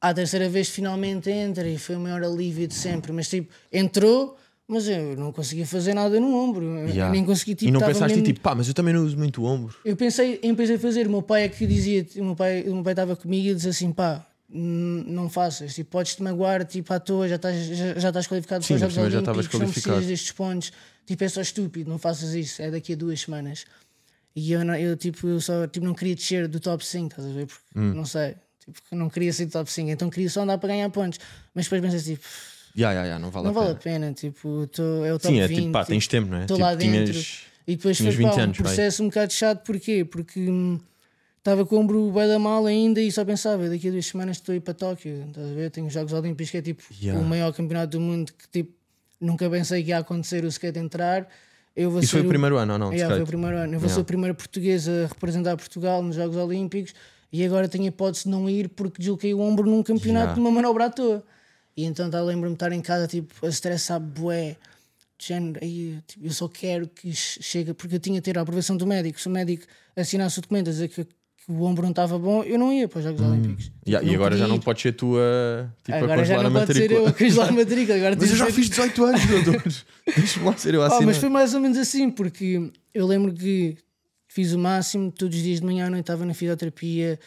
À terceira vez finalmente entra e foi o maior alívio de sempre, mas tipo, entrou, mas eu não conseguia fazer nada no ombro, eu
Yeah.
nem consegui tipo,
e não
estava
pensaste
mesmo-
tipo, pá, mas eu também não uso muito o ombro.
eu pensei em vez de fazer, o meu pai é que dizia, o meu pai o meu pai estava comigo e ele dizia assim, pá, n- não faças, tipo, podes-te magoar, tipo, à toa, já estás, já, já estás qualificado
Sim,
para
ainda
tipo, os
por
Jogos
cima já estavas
Olímpicos, não
qualificado.
precisas destes pontos, tipo, é só estúpido, não faças isso, é daqui a duas semanas. E eu, não- eu, tipo, eu só tipo, não queria descer do top 5, estás a ver? Porque
Hum.
não sei, tipo, que não queria ser do top 5, então queria só andar para ganhar pontos. Mas depois pensei tipo,
Ya, ya, ya, não vale
não
a pena.
vale a pena, tipo, tô- é o top
Sim, é
20.
tipo, pá, tens tempo, não é?
tô
Tipo,
lá dentro.
tinhas-
E depois foi
Tinhas
pá,
20
um
anos, vai.
processo um bocado chato, porquê? Porque hum, estava com o ombro bem da mal ainda e só pensava, daqui a duas semanas estou a ir para Tóquio, estás a ver? Tenho os Jogos Olímpicos que é tipo
Yeah.
o maior campeonato do mundo que tipo nunca pensei que ia acontecer o skate entrar. Eu vou
Isso foi
ser
o primeiro ano ou não? de
Yeah, foi o
skate?
primeiro ano. Eu vou ser o primeiro português a representar Portugal nos Jogos Olímpicos e agora tenho a hipótese de não ir porque desloquei o ombro num campeonato
Yeah.
de uma manobra à toa. E então tá, lembro-me de estar em casa tipo, a estressar bué. de Género, aí, tipo, eu só quero que che- chegue, porque eu tinha de ter a aprovação do médico. Se o médico assinasse o documento a dizer que, que o ombro não estava bom, eu não ia para os Jogos Olímpicos.
Ya,
Não
e agora já
podia
não
ir.
podes ser tu a, Hum. tipo, a
Agora já
congelar a
não pode ser eu
matrícula.
a congelar a matrícula. Agora
Mas
tenho
eu já
de-
fiz 18 anos, doutor. Deixa-me lá ser eu a
Pá,
assinar.
mas foi mais ou menos assim, porque eu lembro que fiz o máximo, todos os dias de manhã à noite estava na fisioterapia,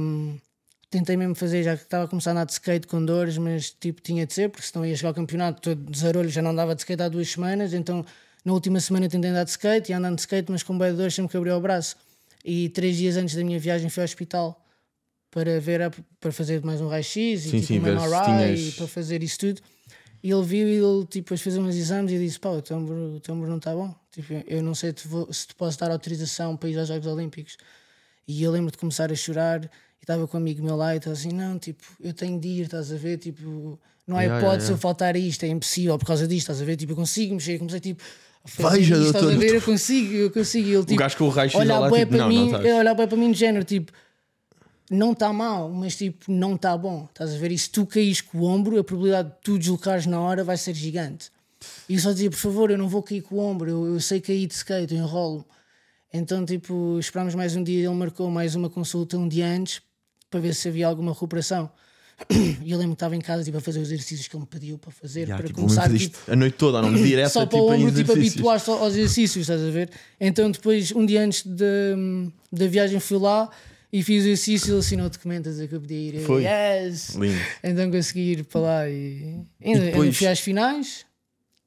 hum, tentei mesmo fazer, já que estava a começar a andar de skate com dores, mas tipo tinha de ser, porque senão ia chegar ao campeonato todo desarolho, já não andava de skate há duas semanas, então na última semana tentei andar de skate, ia andando de skate, mas com bué de dores sempre que abria o braço. E três dias antes da minha viagem fui ao hospital para ver a- para fazer mais um raio-x e
Sim,
tipo,
sim,
um
ver se
MRI e
tinhas-
para fazer isso tudo. E ele viu e ele tipo, depois fez uns exames e disse: Pá, o teu ombro, o teu ombro não está bom. Tipo, eu não sei te vou- se te posso dar autorização para ir aos Jogos Olímpicos. E eu lembro de começar a chorar e estava com um amigo meu lá e estava assim: Não, tipo, eu tenho de ir, estás a ver? Tipo, não há
Yeah,
hipótese
yeah,
eu faltar a isto, é impossível por causa disto, estás a ver? Tipo, eu consigo mexer. Comecei tipo: a fazer
Veja,
isto, estás a
doutor,
ver? Eu consigo, eu consigo. E ele, tipo,
o gajo com o raio X
olhar
lá,
bué
tipo,
para
não, não
mim,
estás.
é olhar bué para mim de género, tipo, não está mal, mas tipo, não está bom. Estás a ver? E se tu caís com o ombro, a probabilidade de tu deslocares na hora vai ser gigante. E eu só dizia, por favor, eu não vou cair com o ombro, eu, eu sei cair de skate, eu enrolo. Então, tipo, esperámos mais um dia, ele marcou mais uma consulta um dia antes para ver se havia alguma recuperação. E eu lembro que estava em casa tipo, a fazer os exercícios que ele me pediu para fazer,
Ya,
para
tipo, vou-me
começar
fazer
tipo,
isto a noite toda, não me direto
só para
tipo,
o
em
ombro tipo,
exercícios.
habituar-se aos exercícios, estás a ver? Então depois, um dia antes de- da viagem, fui lá e fiz o exercício e ele assinou o documento a dizer que eu podia ir. Eu,
Foi.
Yes!
Lindo.
Então consegui ir para lá e. Ainda, ainda
depois-
fui às finais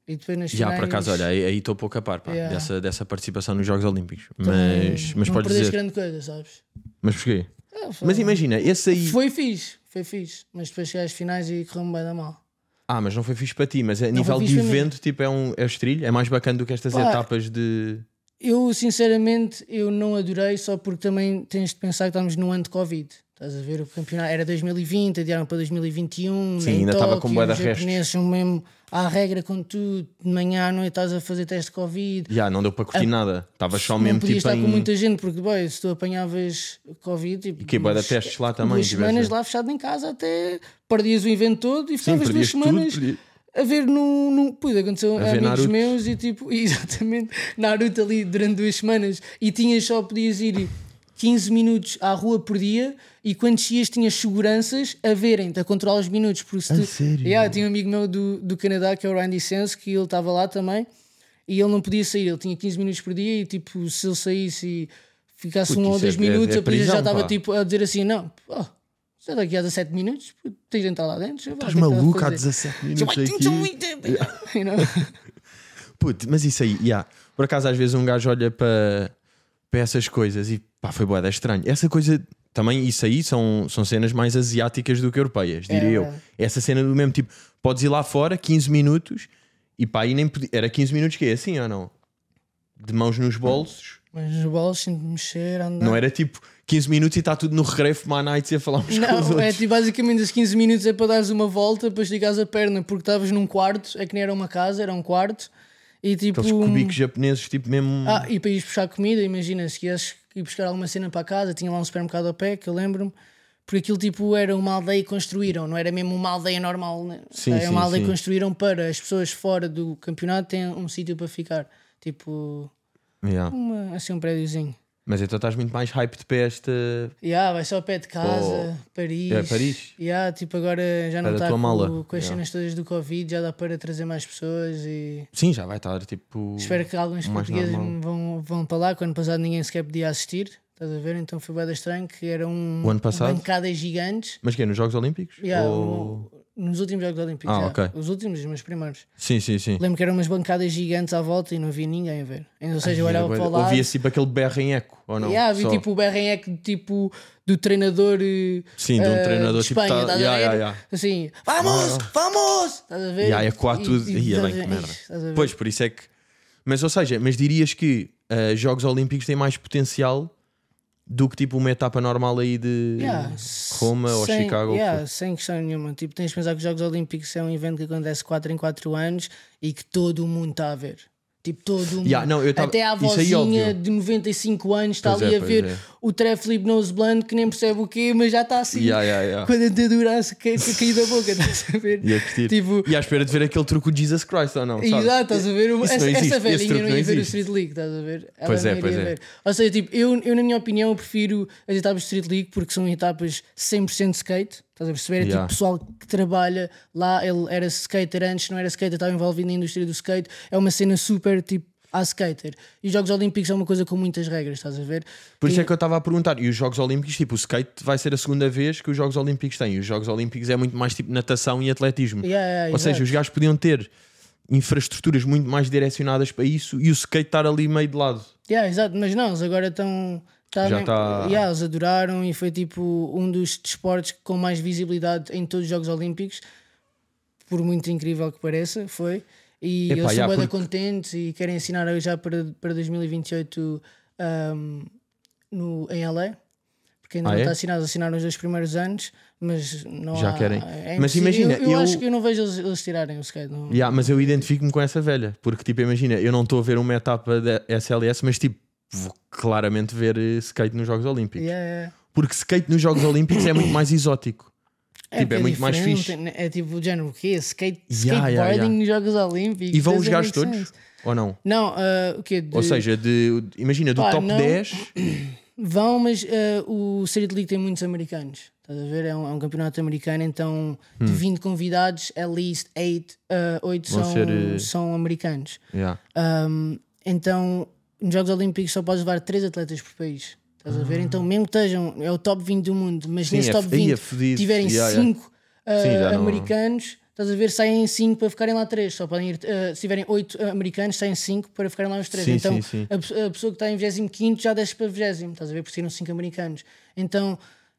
e depois nas
Já,
finais.
por acaso, olha, aí aí estou pouco a par pá,
Ya.
dessa, dessa participação nos Jogos Olímpicos.
também
Mas, mas
não
podes
perdeste
dizer.
grande coisa, sabes?
Mas porquê?
Ah, foi-
Mas imagina, esse aí.
Foi fixe, foi fixe. Mas depois cheguei às finais e correu-me bem da mal.
Ah, mas não foi fixe para ti, mas a nível
foi
de
fixe para mim.
evento, tipo, é um é estrilho, é mais bacana do que estas
Pá.
etapas de.
Eu, sinceramente, eu não adorei, só porque também tens de pensar que estamos no ano de Covid. Estás a ver? O campeonato era 2020, adiaram para 2021.
Sim,
em
ainda estava
um, Tóquio,
com bué de
Os
restos.
japoneses são mesmo à regra com tudo. De manhã à noite estás a fazer teste de Covid.
Já, ah, não deu para curtir nada. Estavas só
Não
mesmo
podias
tipo
estar
em.
com muita gente, porque, boy, se tu apanhavas Covid... tipo,
E que é bué de
umas-
testes lá também,
Duas
tiveste-
semanas lá fechado em casa até... Perdias o evento todo e
Sim,
ficavas duas
perdias tudo.
semanas
perdi-
a ver num. num pois aconteceu a
ver
amigos
Naruto.
meus e tipo, [laughs] exatamente, Naruto ali durante duas semanas e tinhas só, podias ir 15 minutos à rua por dia e quando chias tinhas seguranças a verem-te, a controlar os minutos. Porque se
A
tu-
sério?
Yeah, tinha um amigo meu do, do Canadá que é o Randy Sense que ele estava lá também e ele não podia sair, ele tinha 15 minutos por dia e tipo, se ele saísse e ficasse
Puto,
um ou
isso é-
dois minutos,
é- é
a polícia já
prisão,
estava
pá.
tipo a dizer assim: não, pô, já daqui a 17 minutos, puto, tens de entrar lá dentro. já vai,
Estás
o que é que
maluco
a
há
fazer?"
17
Tchau,
minutos
vai, tchau,
aqui. [laughs]
muito bem. You know?
Puto, mas isso aí, já. Por acaso, às vezes um gajo olha para, para essas coisas e pá, foi boa, é estranho. Essa coisa. Também isso aí são, são cenas mais asiáticas do que europeias, diria
É,
eu.
é.
Essa cena do mesmo tipo, podes ir lá fora 15 minutos e pá, aí nem podia. Era 15 minutos que é assim ou não? De mãos nos bolsos.
Mas os bolos sinto mexer, andar.
Não era tipo 15 minutos e está tudo no recreio fumar nights e a falar uns com os
Não,
outros.
é tipo, basicamente os 15 minutos é para dares uma volta, para estigares a perna, porque estavas num quarto, é que nem era uma casa, era um quarto, e tipo.
Aqueles cubicos japoneses, tipo mesmo.
Ah, e para ir buscar comida, imagina, se quisesse ir buscar alguma cena para casa, tinha lá um supermercado a pé, que eu lembro-me, porque aquilo tipo era uma aldeia que construíram, não era mesmo uma aldeia normal, né?
Sim,
era
sim,
uma aldeia
sim.
que construíram para as pessoas fora do campeonato terem um sítio para ficar, tipo,
Yeah.
uma, assim, um prédiozinho.
Mas então estás muito mais hyped para esta.
Yeah, vai só ao pé de casa, Paris.
É, Paris.
Yeah, tipo, agora já
Pé
não
da
está
tua
com,
mala.
com as
Yeah.
cenas todas do Covid, já dá para trazer mais pessoas e
Sim, já vai estar tipo.
espero que alguns
mais
portugueses
normal.
vão, vão para lá. Quando passado ninguém sequer podia assistir, estás Estás a ver? Então foi bem estranho que era um
O ano passado?
bancadas gigantes.
Mas que é, Nos Jogos Olímpicos?
Yeah,
Ou-
um- nos últimos Jogos Olímpicos,
Ah,
já.
ok.
os últimos, os meus primeiros.
Sim, sim, sim.
Lembro que eram umas bancadas gigantes à volta e não havia ninguém a ver. Ou seja, eu
Era
olhava
bué-
para o lado.
Ouvia tipo aquele berro em eco, ou não?
Yeah, vi
Só.
tipo o BREC tipo do treinador eh,
Sim, de um
eh,
treinador
de
tipo,
Espanha,
tá-
estás
yeah,
a ver?
yeah, yeah.
Assim, vamos, vamos! Estás a ver?
E aí ecoar tudo. E, é
estás
bem
a
que
ver?
merda.
Ixi, estás a ver?
Pois, por isso é que. Mas, ou seja, mas dirias que ah, Jogos Olímpicos têm mais potencial do que tipo uma etapa normal aí de
Yeah,
Roma ou
sem-
Chicago. ou o que
yeah,
for.
sem questão nenhuma. Tipo, tens de pensar que os Jogos Olímpicos é um evento que acontece 4 em 4 anos e que todo o mundo está a ver. Tipo, todo o mundo.
Yeah, não, eu tava-
Até a
isso aí é
avózinha
óbvio.
de 95 anos está
Pois
ali
é,
a
pois
ver
é.
o Treflip Nose Blunt que nem percebe o quê, mas já está assim.
Yeah, yeah, yeah.
Quando a dedura se cai, cai da boca, estás a ver?
E a curtir.
Tipo,
E à espera de ver aquele truque de Jesus Christ ou não? sabes?
Exato, estás a ver?
Isso
Essa,
não existe,
essa
esse
velhinha
truque
não
não
ia ver o
existe.
Street League, estás a ver? Ela
Pois é,
não iria
pois é.
ver. Ou seja, tipo, eu, eu, na minha opinião, eu prefiro as etapas de Street League porque são etapas 100% skate, estás a perceber? É
Yeah.
tipo pessoal que trabalha lá, ele era skater antes, não era skater, estava envolvido na indústria do skate, é uma cena super tipo. À skater. E os Jogos Olímpicos é uma coisa com muitas regras, estás a ver?
Por isso é que eu estava a perguntar. E os Jogos Olímpicos, tipo, o skate vai ser a segunda vez que os Jogos Olímpicos têm. E os Jogos Olímpicos é muito mais tipo natação e atletismo.
Yeah, yeah,
Ou seja,
exato.
os gajos podiam ter infraestruturas muito mais direcionadas para isso e o skate estar ali meio de lado.
Yeah, exato, mas não, eles agora estão. Tá
Já
mesmo-
tá-
Yeah, eles adoraram e foi tipo um dos desportos com mais visibilidade em todos os Jogos Olímpicos, por muito incrível que pareça, foi. E
Epá,
eles são
yeah,
bué da
porque-
contentes e querem ensinar aí já para, para 2028 ahm, um, no, em LA. Porque ainda
Ah,
não
é?
está assinado, assinaram os dois primeiros anos, mas não
Já
há-
querem.
é
Mas
impossível.
imagina,
eu, eu
eu-
acho que eu não vejo eles, eles tirarem o skate. Não...
Yeah, mas eu identifico-me com essa velha, porque tipo, imagina, eu não estou a ver uma etapa da SLS, mas tipo, vou claramente ver eh, skate nos Jogos Olímpicos.
Yeah, yeah.
Porque skate nos Jogos Olímpicos é muito mais exótico. tipo, é,
porque
muito mais
diferente,
fixe.
É tipo o género, o quê? Skate,
Yeah,
skateboarding
yeah, yeah.
nos Jogos Olímpicos.
E vão
does
os
it
gajos
make
todos?
sense?
Ou não?
Não, ah, o quê? De-
Ou seja, de, imagina, do
Pá,
top
não.
10,
Vão, mas ah, o Street League tem muitos americanos. Estás a ver? É um, é um campeonato americano, então de 20 convidados, at least 8,
Hum. Vão
são,
ser, eh,
são americanos.
yeah.
Ahm, então, nos Jogos Olímpicos só podes levar 3 atletas por país. Estás a ver? Então, mesmo que estejam, é o top 20 do mundo, mas
Sim,
nesse
é
top
f- aí é
20
fodido.
tiverem
Yeah,
5
Sim, já não-
americanos, estás a ver? Saem 5 para ficarem lá 3. Só podem ir, ah, se tiverem 8 americanos, saem 5 para ficarem lá os 3.
Sim,
então,
sim, sim.
A, pe- a pessoa que está em 25 já desce para 20, estás a ver? Por serem 5 americanos. Então.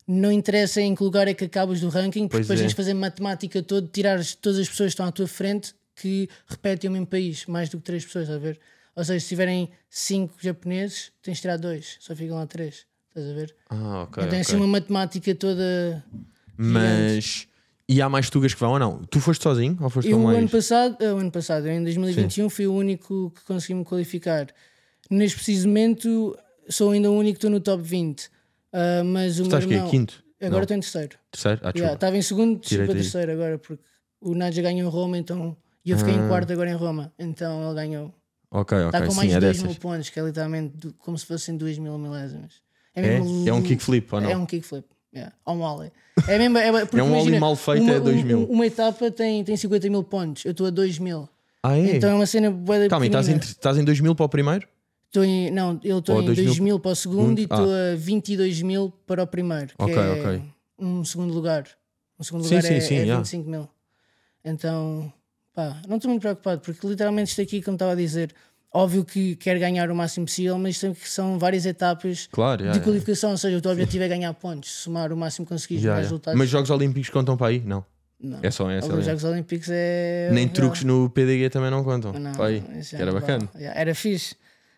Não interessa em que lugar é que acabas do ranking, porque
Pois
depois
é.
tens de fazer matemática toda, tirares todas as pessoas que estão à tua frente que repetem o mesmo país, mais do que três pessoas, estás a ver? Ou seja, se tiverem cinco japoneses, tens de tirar dois, só ficam lá três, estás a ver?
Ah, ok.
então é assim
ok.
uma matemática toda.
Mas. E há mais tugas que vão ou não? Tu foste sozinho ou foste
Eu,
com
o
mais?
ano passado, ah, o ano passado, eu em 2021, fui um o único que consegui me qualificar. Neste preciso momento, sou ainda o único que estou no top 20. Ah, mas o meu
Estás o quê?
irmão-
Quinto?
Agora
Não.
estou em terceiro.
Terceiro? Ah,
Yeah,
desculpa.
Estava em segundo,
Tirei-te
desci para
aí.
terceiro agora, porque o Nádia ganhou em Roma, então. E eu fiquei em quarto agora em Roma, então ele ganhou.
Ok,
Está
Ah. ok.
tá com
Sim,
mais
é
de 2
dessas.
mil pontos, que é literalmente do- como se fossem 2 mil milésimas.
É?
mesmo
É um
lu-
kickflip ou não?
É um kickflip. Yeah. Ou um ollie. É, mesmo, é, porque
É um ollie
imagina,
mal feito,
uma,
é 2 mil.
um- Uma etapa tem, tem 50 mil pontos, eu estou a 2 mil.
Ah, é?
Então é uma cena boa da
Calma, e estás em, estás em 2000 para o primeiro?
Não, eu
Ou
estou em
2 mil
2 mil para o segundo e
Ah.
estou a 22 mil para o primeiro. Que
Ok,
é
ok.
Um segundo lugar. Um segundo
Sim,
lugar
sim,
é,
sim,
é
yeah.
25 mil. Então, pá, não estou muito preocupado, porque literalmente isto aqui, como estava a dizer, óbvio que quero ganhar o máximo possível, mas tem que são várias etapas
Claro, yeah,
de
yeah.
qualificação, ou seja, o teu objetivo é ganhar pontos, somar o máximo que conseguires,
Já, já.
mais resultados.
Mas Jogos Olímpicos contam para aí? Não.
Não.
É só essa.
Agora os
ali.
Jogos Olímpicos é.
Nem
yeah.
truques no PDG também não contam.
Não,
para aí.
isso
que
é
era
muito
bacana.
bom. Yeah, Era fixe.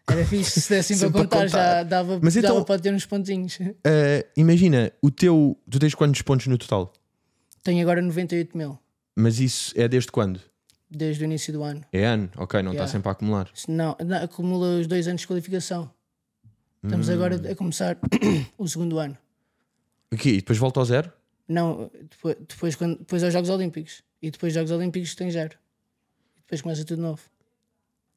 Era fixe,
[laughs]
se dessem para
Sempre para
contar,
contar.
já dava,
Mas
dava
então-
para ter uns pontinhos. [laughs]
Ah, imagina, o teu. Tu tens quantos pontos no total?
Tenho agora 98 mil,
Mas isso é desde quando?
desde o início do ano.
É ano, ok, não está
Yeah.
sempre a acumular.
Se Não, não, acumula os dois anos de qualificação. Estamos
Hum.
agora a começar [coughs] o segundo ano.
O quê? E depois volta ao zero?
Não, depois, depois, quando, depois aos Jogos Olímpicos. E depois dos Jogos Olímpicos tem zero. E depois começa tudo de novo.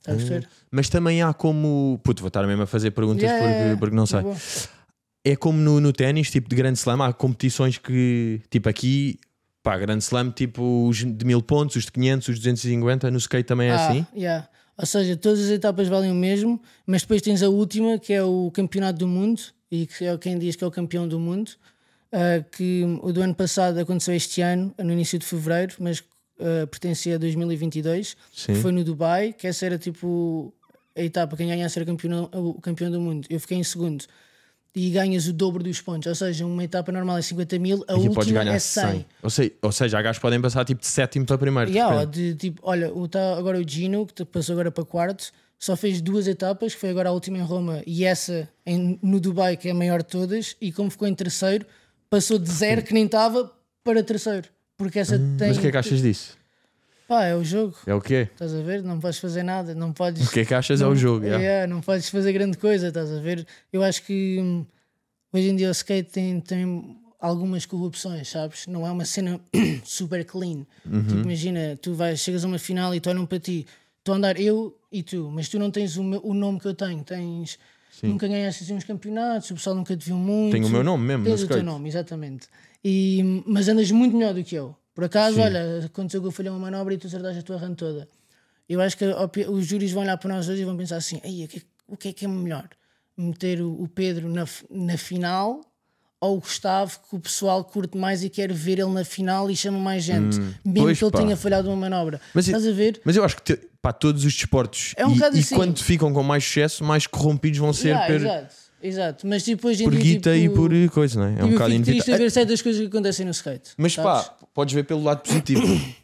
Está a
Hum,
perceber?
Mas também há como. Puto, vou estar mesmo a fazer perguntas
Yeah,
porque,
yeah, yeah.
porque não sei.
Tá bom.
É como no, no ténis, tipo de grande slam, há competições que, tipo aqui, pá, grande slam, tipo os de mil pontos, os de 500, os 250, no skate também é
Ah,
assim.
yeah. Ou seja, todas as etapas valem o mesmo, mas depois tens a última, que é o Campeonato do Mundo, e que é quem diz que é o campeão do mundo, ah, que o do ano passado aconteceu este ano, no início de fevereiro, mas ah, pertencia a 2022,
Sim.
que foi no Dubai, que essa era tipo a etapa, quem ganhasse era campeão, o campeão do mundo. Eu fiquei em segundo. E ganhas o dobro dos pontos, ou seja, uma etapa normal é 50 mil, a
Aqui podes
última
ganhar
é 100.
100. Ou, sei, ou seja, há gajos que podem passar tipo de sétimo para primeiro. de
Yeah,
repente.
de, tipo, olha, o, tá, agora o Gino, que te- passou agora para quarto, só fez duas etapas, que foi agora a última em Roma e essa em- no Dubai, que é a maior de todas, e como ficou em terceiro, passou de zero que nem estava para terceiro. Porque essa tem.
Mas o que é que achas disso?
Pá, é o jogo.
É o quê?
Estás a ver? Não podes fazer nada, não podes.
O que é que achas é o jogo. yeah.
Yeah, não podes fazer grande coisa, estás a ver? Eu acho que hum, hoje em dia o skate tem, tem algumas corrupções, sabes? Não é uma cena [clears throat] super clean.
Uhum.
Tipo, imagina, tu vais, chegas a uma final e tu olham para ti, tu andar eu e tu, mas tu não tens o, meu- o nome que eu tenho, tens. Nunca ganhaste assim uns campeonatos, o pessoal nunca te viu muito.
Tenho o meu nome mesmo no
Tens o teu
skate.
nome, exatamente. E, mas andas muito melhor do que eu. Por acaso, olha, aconteceu que eu falhei uma manobra e tu acertaste a tua run toda. Eu acho que a opi- os júris vão olhar para nós dois e vão pensar assim: Ei, o, que, é- o que é que é melhor? Meter o, o Pedro na, f- na final ou o Gustavo, que o pessoal curte mais e quer ver ele na final e chama mais gente, mesmo
Hum, pois
que ele
pá.
tenha falhado uma manobra.
Mas e-
Estás a ver?
Mas eu acho que te- pá, todos os desportos
É um bocado
e, e
assim.
quando ficam com mais sucesso, mais corrompidos vão ser
Yeah,
per-
exato, exato. Mas tipo, hoje em
por
dia.
guita
tipo,
e por eh, coisa, não é? É um
tipo, eu
bocado
fico triste a
inevitável.
ver certas coisas que acontecem no skate.
Ah, Mas pá,
sabes?
podes ver pelo lado positivo.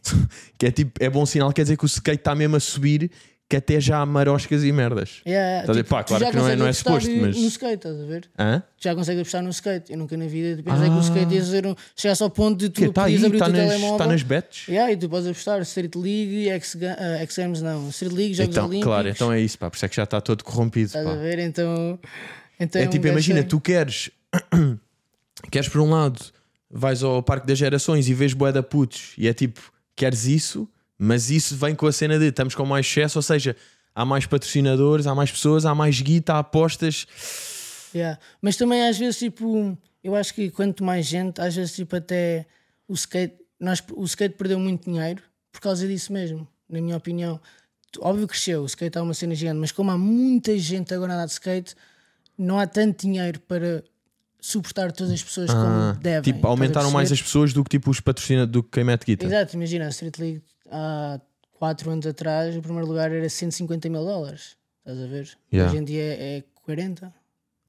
[coughs] que é tipo, é bom sinal, quer dizer que o skate está mesmo a subir, que até já há maroscas e merdas.
Yeah,
Estás a
tipo,
dizer, pá,
tu
claro
já
que não é- não é
consegues apostar
suposto, mas-
No skate, estás a ver?
Hã?
Tu já consegues apostar no skate. Eu nunca na vida pensei que
Ah.
o skate ia ser um... chegasse ao ponto de tu
Que está aí,
podias abrir o
está
teu
nas,
telemóvel.
tá nas bets.
Yeah, e tu podes apostar Street League, X, Ga- ah, X Games não, Street League, Jogos
Então,
Olímpicos.
claro, então é isso, pá, por isso é que já está todo corrompido.
Estás
pá.
a ver? Então. então
É
um
tipo,
gajo
imagina,
tem-
tu queres, [coughs] queres por um lado, vais ao Parque das Gerações e vês boé da putos, e é tipo, queres isso, mas isso vem com a cena de estamos com mais excesso, ou seja, há mais patrocinadores, há mais pessoas, há mais guita, há apostas.
Yeah. Mas também às vezes, tipo, eu acho que quanto mais gente, às vezes, tipo, até o skate, nós, o skate perdeu muito dinheiro por causa disso mesmo, na minha opinião. Tu- Óbvio que cresceu, o skate é uma cena gigante, mas como há muita gente agora a andar de skate, não há tanto dinheiro para suportar todas as pessoas
Ah,
como devem.
tipo,
estás a
aumentaram mais
perceber?
as pessoas do que tipo os patrocinadores, do que quem mete guita.
Exato, imagina, a Street League há 4 anos atrás, o primeiro lugar era 150 mil dólares. Estás a ver?
Yeah.
Hoje em dia é 40.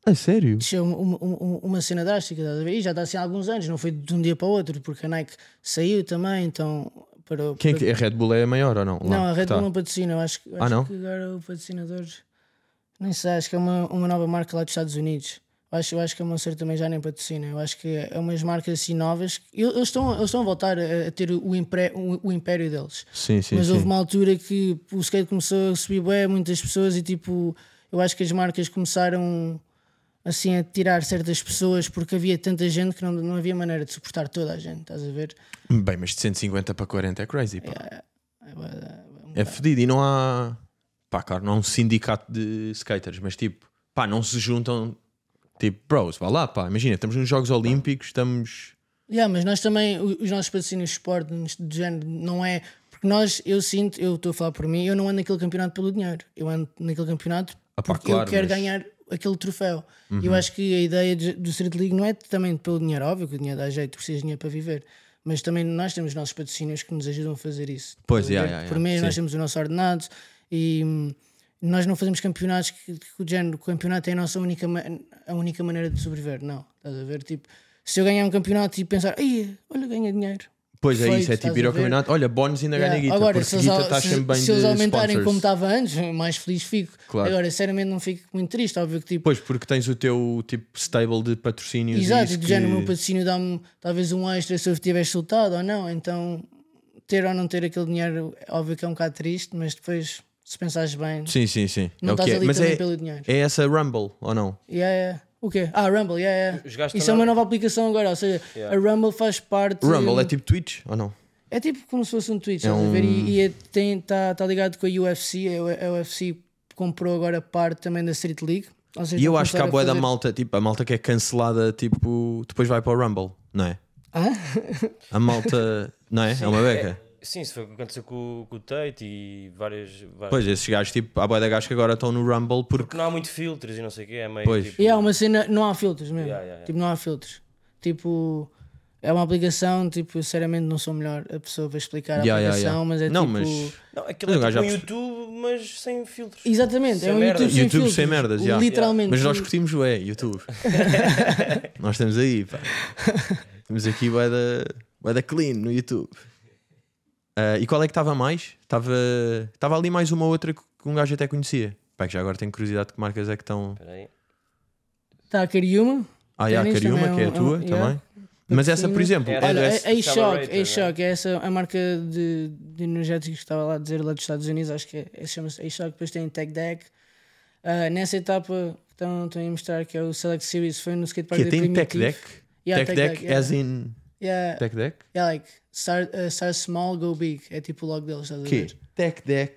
É sério?
Isto é uma, uma- uma- uma cena drástica, estás a ver? E já está assim há alguns anos, não foi de um dia para o outro, porque a Nike saiu também, então. Para,
Quem é que, a Red Bull é a maior ou não? Lá,
Não, a Red
tá. Ah,
Bull não patrocina, eu acho, que- acho
não?
que agora o patrocinador. Nem sei, acho que é uma, uma nova marca lá dos Estados Unidos. Eu acho, eu acho que a Monster também já nem patrocina. Eu acho que é umas marcas assim novas. que- Eles eles estão, eles estão a voltar a, a ter o, impre- o- o império deles.
Sim, sim,
Mas
sim.
houve uma altura que o skate começou a subir bem, muitas pessoas, e tipo, eu acho que as marcas começaram assim a tirar certas pessoas porque havia tanta gente que não, não havia maneira de suportar toda a gente, estás a ver?
Bem, mas de 150 para 40 é crazy, pá.
É bué da-
É fedido e não há. Pá, claro, não há um sindicato de skaters, mas tipo, pá, não se juntam. Tipo, bros, vá lá, pá, imagina, estamos nos Jogos Olímpicos, estamos.
Yeah, mas nós também, o- os nossos patrocínios de esporte, do género, não é. Porque nós, eu sinto, eu estou a falar por mim, eu não ando naquele campeonato pelo dinheiro. Eu ando naquele campeonato
Ah pá,
porque
claro,
eu quero
mas- Uhum.
ganhar aquele troféu. E Eu acho que a ideia de- do Street League não é também pelo dinheiro, óbvio que o dinheiro dá jeito, precisas de dinheiro para viver. Mas também nós temos os nossos patrocínios que nos ajudam a fazer isso.
Pois,
Estás a
yeah,
ver?
yeah,
Por
yeah,
mês
sim.
nós temos o nosso ordenado e hum, nós não fazemos campeonatos que, que o género, o campeonato é a nossa única, ma- a única maneira de sobreviver, não. Estás a ver? Tipo, se eu ganhar um campeonato e pensar, "Ai, olha, ganha dinheiro.
Pois é
Perfeito,
isso, é tipo
estás
ir
a
ao
ver?
campeonato, olha, bónus ainda ganha
Yeah.
guita,
Agora,
porque
se eles,
guita
au-
estás
se-
sempre bem
se
de
eles aumentarem
sponsors.
como tá- estava antes, [laughs] mais feliz fico.
Claro.
Agora, sinceramente, não fico muito triste. Óbvio que tipo,
Pois, porque tens o teu tipo stable de patrocínios. e
exato,
isso
e do
que-
género, o meu patrocínio dá-me talvez um extra se eu tiver soltado ou não. Então, ter ou não ter aquele dinheiro, óbvio que é um bocado triste, mas depois, se pensares bem,
Sim, sim, sim.
Não
é o
estás
que é.
ali
Mas
também
é,
pelo dinheiro.
é essa Rumble, ou não?
Yeah, yeah. O quê? Ah, Rumble, yeah, yeah.
Os gajos
Isso é
estão
uma
na-
nova aplicação agora, ou seja,
Yeah.
a Rumble faz parte.
Rumble é tipo Twitch, ou não?
É tipo como se fosse um Twitch,
É
estás a ver?
um-
E está tá ligado com a UFC, a U- a UFC comprou agora parte também da Street League. Ou seja,
E eu
vão
acho que há
Então começar a
boa da
fazer-
malta, tipo, a malta que é cancelada, tipo, depois vai para o Rumble, não é?
Hã?
A malta, não é? É uma beca.
Sim, se foi o que aconteceu com, com o Tate e várias. várias-
Pois, esses gajos, tipo, há boia de gajos que agora estão no Rumble porque.
Porque não há muito filtros e não sei o quê, é meio.
Pois.
Tipo,
E há uma cena, não há filtros mesmo.
Yeah, yeah, yeah.
Tipo, não há filtros. Tipo, é uma aplicação, tipo, sinceramente não sou melhor a pessoa para explicar a
Yeah, yeah,
aplicação,
yeah.
mas é
Não,
tipo.
mas-
Não, aquilo
Mas o
é
gajo
tipo um
já
YouTube, mas sem filtros.
Exatamente,
Sem
é um
merda.
YouTube sem
YouTube
filtros.
sem merdas, yeah.
Literalmente.
Mas nós curtimos, ué,
[laughs]
YouTube. nós estamos aí, pá. Temos aqui bué da, bué da clean no YouTube. Ah, e qual é que estava mais? Estava estava ali mais uma outra que um gajo até conhecia. Pá, que já agora tenho curiosidade de que marcas é que estão.
Espera aí.
Está a Cariúma.
Ah, e há a
Ténis também
Cariúma,
é
que é a
um-
tua
é um- yeah.
também. Mas essa, por exemplo,
Era-
é
Olha,
desse-
a a
Accelerator,
shock,
né?
a shock, é essa a marca de, de energéticos que estava lá a dizer lá dos Estados Unidos, acho que é, é- chama-se a shock, depois tem Tech Deck. Ah, nessa etapa que estão, estão a mostrar que é o Select Series, foi no skatepark
que
da
tem Tech
Primitive.
Deck.
Yeah,
tech Deck,
yeah.
as in
Yeah,
Tech Deck.
yeah, like, start, uh, start small, go big. É tipo o logo deles, estás a
Que?
ver?
Tech Deck,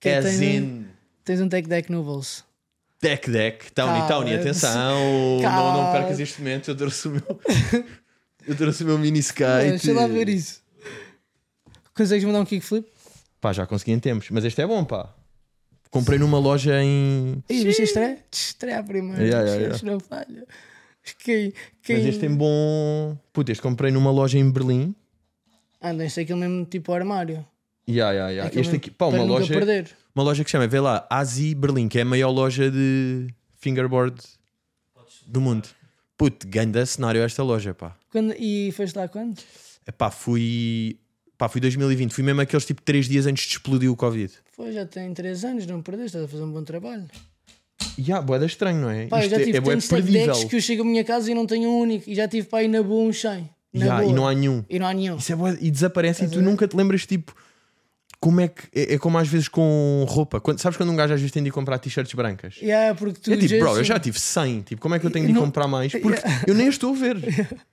Que é
as
tem-
in. Tá
Tens um Tech Deck no bolso.
Deck, deck, Tony,
Calma.
Tony,
[laughs]
atenção, não, não
Calma.
percas este momento. Eu trouxe o meu, [laughs] eu trouxe o meu mini
Olha,
skate.
Deixa lá ver isso. Consegues mandar um kickflip?
Pá, já consegui em tempos, mas este é bom, pá. Comprei numa loja em.
Ih, viste a estreia? Estreia primeiro.
Yeah, yeah, yeah.
Não falha. Quem,
Mas
quem...
este é tem bom. Puta, este comprei numa loja em Berlim.
Anda, isto é aquele mesmo tipo armário.
Ya, ya, ya.
Aquele
Ah, Este
mesmo,
aqui, pá,
é para
uma
nunca
loja, é-
perder.
uma loja que se chama, vê lá, Asi Berlim, que é a maior loja de fingerboard do mundo. Puto, ganda cenário esta loja, pá.
Quando, e foste lá quando?
Epá, fui. Pá, fui 2020, fui mesmo aqueles tipo 3 dias antes de explodir o Covid.
Foi, já tem 3 anos, não perdeste, estás a fazer um bom trabalho.
Ya, boeda estranho, não é?
Pá, eu
Isto
já
é-
tive
é bué
tantos stack
perdível.
decks que eu chego à minha casa e não tenho um único. E já tive para ir na boa um 100. Na
Ya,
boa.
e não há nenhum.
E não há nenhum.
Isso é bué- e desaparece e tu nunca te lembras, tipo, como é que. É, é como às vezes com roupa. Quando, sabes quando um gajo às vezes tem de ir comprar t-shirts brancas?
Yeah, porque tu
É tipo, bro, eu
assim-
já tive 100. Tipo, como é que eu tenho de ir
Eu não-
comprar mais? Porque eu nem as estou a ver.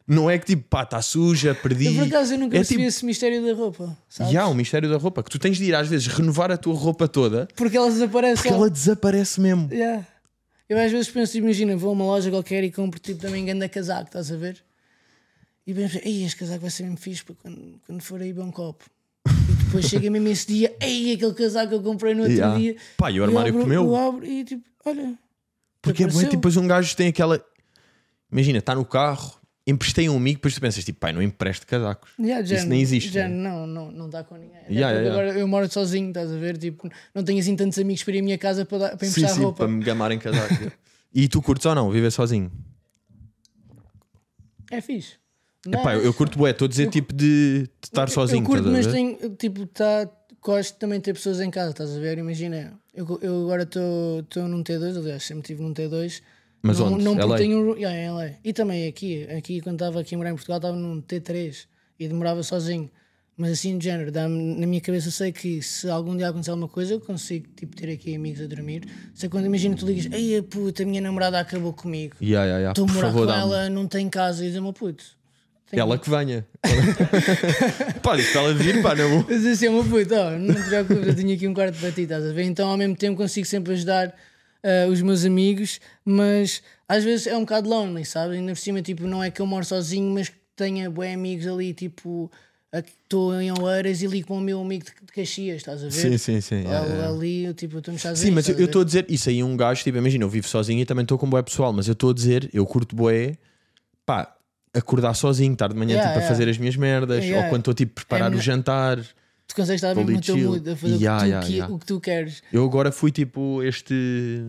Não é que tipo, pá, está suja, perdi.
Eu, por acaso eu nunca
é
percebi
tipo,
esse mistério da roupa, sabes?
ya, um o mistério da roupa. Que tu tens de ir às vezes renovar a tua roupa toda
Porque elas desaparecem.
porque ela desaparece mesmo.
Yeah. Eu às vezes penso, imagina, vou a uma loja qualquer e compro tipo também ganda casaco, estás a ver? E penso, ei, este casaco vai ser mesmo fixe para quando, quando for aí beber um copo. E depois chega mesmo esse dia, ei, aquele casaco que eu comprei no outro
Ya.
dia.
Pá, e o armário
eu abro,
comeu.
Eu abro e tipo, olha.
Porque é bué,
Apareceu.
tipo, depois um gajo tem aquela. Imagina, está no carro, emprestei a um amigo, depois tu pensas, tipo, pai, não empresto casacos.
Ya, já
Isso
não-
nem existe.
Já
né?
não, não, não dá com ninguém. Até
Ya, ya,
porque
ya.
Agora eu moro sozinho, estás a ver? Tipo, não tenho assim tantos amigos para ir à minha casa para, dar- para
Sim,
emprestar
sim,
roupa.
para me gamar em casaco. e tu curtes ou não, viver sozinho?
É fixe.
Epá, eu, eu curto bué, estou a dizer tipo de, de estar sozinho.
Eu curto,
estás
mas
a ver?
tenho, tipo, tá, gosto de também de ter pessoas em casa, estás a ver? Imagina, eu, eu agora estou num T2, aliás, sempre estive num T2.
Mas
não,
onde?
Não porque
LA?
tenho. um- Yeah, em LA. E também aqui, aqui quando estava aqui a morar em Portugal, estava num T3 e demorava sozinho. Mas assim, de género, dá-me- na minha cabeça eu sei que se algum dia acontecer alguma coisa, eu consigo tipo, ter aqui amigos a dormir. Sei quando imagina, tu ligas, ei a puta, a minha namorada acabou comigo.
Ya, ya, ya,
Estou a
Por
morar
favor,
com
dá-me.
ela, não tem casa, e diz-me, puto. tenho-
Ela que venha. [laughs] pá, diz para ela vir, pá, não vou.
Mas assim, é uma puta, ó, não te preocupes, eu tenho aqui um quarto para ti, estás a ver? Então, ao mesmo tempo, consigo sempre ajudar ah, os meus amigos, mas às vezes é um bocado lonely, sabes? Ainda por cima, tipo, não é que eu moro sozinho, mas que tenha bué amigos ali, tipo, a que estou em Oeiras e ligo para o meu amigo de, de Caxias, estás a ver?
Sim, sim, sim. É.
Ou
ya, ya, ya.
Ali, eu, tipo, estamos a
Sim, mas eu- eu estou a dizer, isso aí é um gajo, tipo, imagina, eu vivo sozinho e também estou com boé pessoal, mas eu estou a dizer, eu curto boé, pá, acordar sozinho, estar de manhã
Yeah,
tipo, a
yeah.
fazer as minhas merdas,
Yeah.
ou quando estou tipo a preparar
É
o
melhor-
jantar.
Tu consegues estar
Tô
mesmo no
ali
teu
chill.
mood, a fazer o que
Ya,
tu
ya,
que-
ya.
o que tu queres.
Eu agora fui tipo este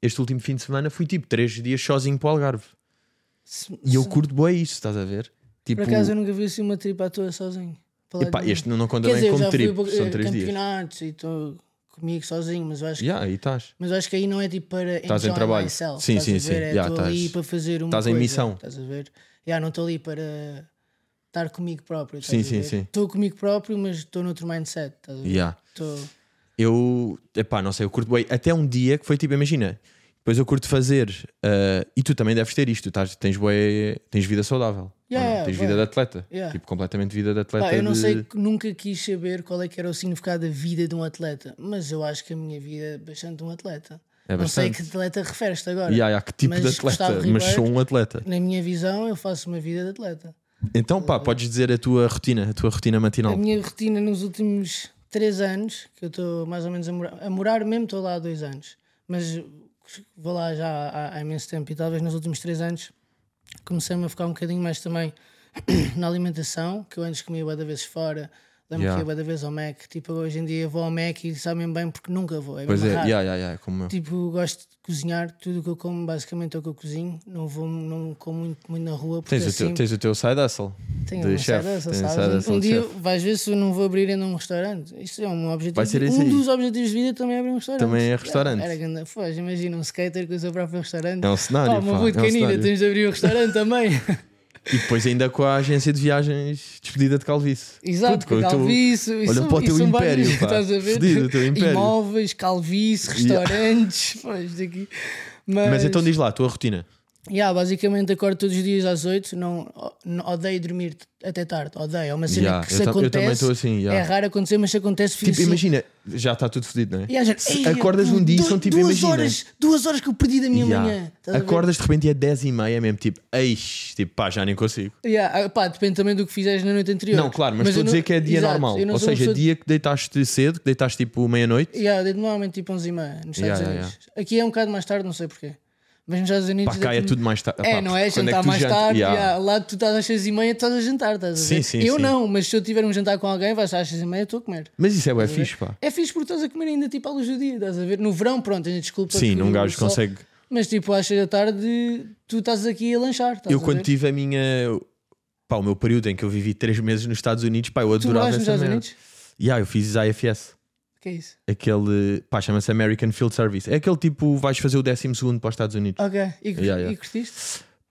este último fim de semana fui tipo três dias sozinho para o Algarve.
Se-
E eu curto boé isso, estás a ver? Tipo,
Por acaso, eu nunca vi assim uma tripa à toa sozinho. Para lá
epá,
de mim.
este não, não conta
Quer dizer,
bem
eu
como
já fui
trip,
a
são três dias.
campeonatos e estou comigo sozinho, mas eu acho que
Yeah, aí estás.
Mas eu acho que aí não é tipo para
Estás em
enjoy
trabalho.
myself,
Sim,
estás
sim,
a
sim.
ver? É,
Já,
estou ali
estás-
para fazer uma
estás em
coisa,
missão.
Estás a ver? Já, não estou ali para estar comigo próprio. estás
Sim,
a
sim,
ver?
sim.
Estou comigo próprio, mas estou noutro mindset. Estás a ver?
Yeah.
Estou-
Eu, epá, não sei, eu curto bem. Até um dia que foi tipo, imagina, depois eu curto fazer, ah, e tu também deves ter isto, tu estás- tens, bué, tens vida saudável,
Yeah,
ou não?
yeah,
tens
bué.
vida de atleta,
Yeah.
tipo, completamente vida de atleta.
Pá, eu não
de-
sei, que nunca quis saber qual é que era o significado da vida de um atleta, mas eu acho que a minha vida é bastante de um atleta.
É
não sei a
bastante.
que atleta referes-te agora.
Yeah, yeah, que tipo
Mas
de atleta,
Gustavo
mas
Ribeiro-
sou um atleta.
Na minha visão, eu faço uma vida de atleta.
Então, pá, podes dizer a tua rotina, a tua rotina matinal.
A minha rotina nos últimos 3 anos, que eu estou mais ou menos a morar, a morar mesmo, estou lá há 2 anos, mas vou lá já há, há imenso tempo e talvez nos últimos 3 anos comecei-me a focar um bocadinho mais também [clears throat] na alimentação, que eu antes comia bué de vezes fora, lembro
Yeah.
que ia bué de vezes ao Mac, tipo hoje em dia vou ao Mac e sabem bem porque nunca vou, é
Pois é,
mesmo raro.
yeah, yeah, yeah, como eu.
Tipo, gosto de cozinhar, tudo o que eu como basicamente é o que eu cozinho, não vou não como muito, muito na rua porque
Tens, o
assim
teu, tens o teu side hustle
tenho
de
uma
chefe.
side hustle,
Tens
sabes?
side
Um-
hustle
um
de
dia
chefe.
vais ver se eu não vou abrir ainda um restaurante. Isto é um objetivo.
Vai ser
de-
isso
um
aí.
dos objetivos de vida também é abrir um restaurante.
Também é
Ah,
restaurante.
Era grande. Foz, imagina um skater com o seu próprio restaurante.
É um
Pá,
cenário.
uma
pá,
boa
é um
canina,
cenário.
tens de abrir um restaurante também.
[laughs]
[laughs]
E depois ainda com a agência de viagens despedida de calvície.
Exato,
Puto,
com
eu tô-
calvície. isso-
olha para o
isso
teu
são vários, [laughs]
império, pá.
Estás a ver?
Fedido, o teu império.
Imóveis, calvície,
Yeah.
restaurantes. [laughs] Foz, daqui.
Mas então diz lá, a tua rotina.
Yeah, basicamente acordo todos os dias às 8, não, o- não- odeio dormir t- até tarde, odeio. É uma cena
Yeah,
que
eu
se
ta- eu também
acontece.
tô assim, yeah.
É raro acontecer, mas se acontece, fica
Tipo,
assim.
imagina, já está tudo fodido, não é?
E há gente,
Se
"Ei,
acordas um dia e
du-
são tipo,
duas
imagina.
Horas, duas horas que eu perdi da minha
Yeah.
manhã. Estás a ver?
Acordas de repente e é 10 e meia mesmo, tipo, eixe, tipo, pá, já nem consigo.
Yeah, ah, pá, depende também do que fizeres na noite anterior.
Não, claro, mas,
eu
estou a
não-
dizer que é dia
Exato,
normal.
eu não
Ou
sou uma
seja,
pessoa-
dia que deitaste cedo, que deitaste tipo meia-noite.
Yeah, eu deito normalmente tipo 11 e meia nos Estados
Yeah, yeah,
Unidos. Aqui é um bocado mais tarde, não sei porquê. Mas nos Estados Unidos.
Pá, cá é
tipo-
tudo mais tarde.
É,
Pá,
não é?
porque quando
Jantar
que tu
mais
jantas?
tarde.
Yeah.
yeah. Lá tu estás às 6 e meia estás a jantar, estás a
Sim,
ver?
sim,
eu
sim.
não, mas se eu tiver um jantar com alguém, vais às 6 e meia, estou a comer.
Mas isso é bué fixe, pá.
É fixe porque estás a comer ainda tipo à luz do dia, estás a ver? No verão, pronto, ainda desculpa.
Sim,
que
um
o
gajo
sol-
consegue.
Mas tipo, às 6 da tarde, tu estás aqui a lanchar. Estás
Eu
a
quando
ver?
tive a minha. Pá, o meu período em que eu vivi 3 meses nos Estados Unidos, pá, eu
Tu moras
adorava
nos
essa
Estados
merda.
Unidos?
Yeah, eu fiz IFS.
Que é isso?
Aquele. Pá, chama-se American Field Service. É aquele tipo, vais fazer o 12 para os Estados Unidos.
Ok. E,
Yeah,
cur-
yeah.
e curtiste?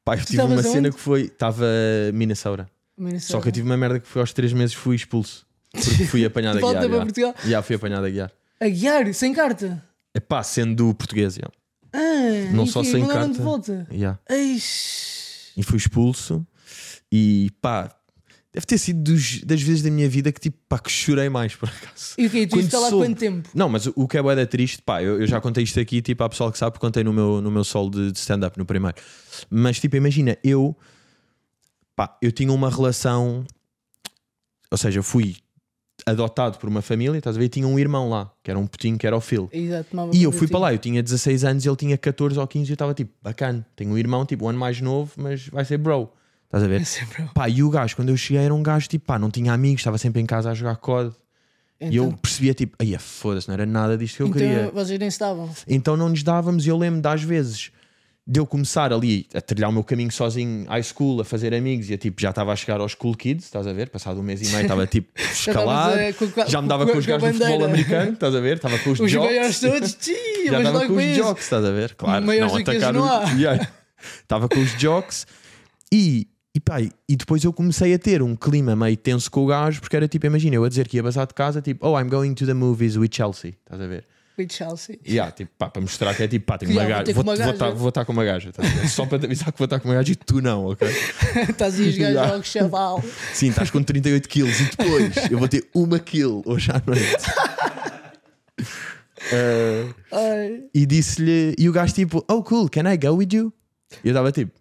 Pá, eu tive uma
Ah, estavas
cena
aonde?
que foi. Estava Minnesota.
Minnesota.
Só que eu tive uma merda que foi aos 3 meses fui expulso. Porque fui
[laughs]
apanhado a
Volta
guiar.
para
já.
Portugal.
Já, fui apanhado a guiar.
A guiar, sem carta.
É pá, sendo português, já.
Ah,
Não
e
só
que-
sem carta.
mandaram-te de volta.
Já.
Eish.
E fui expulso. E pá, deve ter sido dos- das vezes da minha vida que tipo, pá, que chorei mais, por acaso.
E o que Tu
Quando
está lá há
soube-
quanto tempo?
Não, mas o- o que é bué da triste, pá, eu, eu já contei isto aqui, tipo, há pessoal que sabe, porque contei no meu, no meu solo de, de stand-up, no primeiro. Mas, tipo, imagina, eu, pá, eu tinha uma relação, ou seja, eu fui adotado por uma família, estás a ver, e tinha um irmão lá, que era um putinho, que era o Phil.
Exato, tomava
E eu
conta
fui
de
para
ti. [laughs]
lá, eu tinha 16 anos, ele tinha 14 ou 15, e eu estava tipo, bacana, tenho um irmão, tipo, um ano mais novo, mas vai ser bro, estás a ver?
Sempre.
Pá, e o gajo, quando eu cheguei, era um gajo tipo, pá, não tinha amigos, estava sempre em casa a jogar COD. E eu
Então-
percebia tipo, ai, foda-se, não era nada disto que eu
então
queria.
vocês nem estavam.
Então não nos dávamos, e eu lembro das vezes de eu começar ali a trilhar o meu caminho sozinho, high school, a fazer amigos, e eu, tipo, já estava a chegar aos cool kids, estás a ver? Passado um mês e
[laughs]
meio, estava tipo escalado,
estavas, eh, com- com-
já me dava
com-
com os
com a
gajos do futebol
bandeira.
americano, estás a ver? Estava com os,
Os
jocks.
maiores todos, tia,
Já
mas
estava
logo
com os
para isso.
jocks, estás a ver? Claro,
Maiores
não
do que eles
atacar
não
o-
há.
Yeah. Estava com os jocks e, e, pá, e depois eu comecei a ter um clima meio tenso com o gajo, porque era tipo, imagina, eu a dizer que ia bazar de casa, tipo, oh, I'm going to the movies with Chelsea, estás a ver?
Foi Chelsea. [laughs]
E há, tipo, pá, para mostrar que é tipo, pá, tenho
Que
uma
já, vou
gaja,
ter
vou,
com uma
vou
gaja.
estar- vou estar com uma gaja, estás a ver? só para te avisar que vou estar com uma gaja e tu não, ok?
Estás a jogar
Yeah.
jogos, chaval.
Sim, estás com 38 quilos e depois eu vou ter uma kill hoje à
[laughs]
noite. Ah,
Ai,
E disse-lhe, e o gajo tipo, oh cool, can I go with you? E eu estava tipo,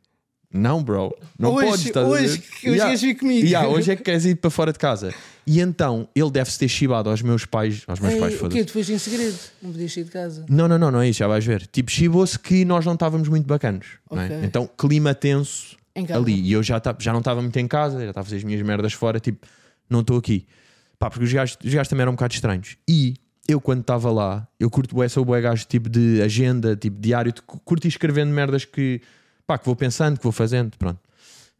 não, bro, não
Hoje-
podes. estás a
hoje
ver?"
que- hoje queres vir comigo.
Yeah, hoje é que queres ir para fora de casa. E então ele deve-se ter chibado aos meus pais, aos meus
Ei,
pais,
o quê?
foda-se.
Tu foste em segredo? Não podias sair de casa.
Não, não, não, não é isso, já vais ver. Tipo, chibou-se que nós não estávamos muito bacanos. não é?
Ok.
Então, clima tenso
Em casa.
ali. E eu já, ta- já não estava muito em casa, já estava a fazer as minhas merdas fora, tipo, não estou aqui. Pá, porque os gajos, os gajos também eram um bocado estranhos. E eu, quando estava lá, eu curto bué, sou bué gajo tipo de agenda, tipo diário, de cu- curto ir escrevendo merdas que, pá, que vou pensando, que vou fazendo, pronto.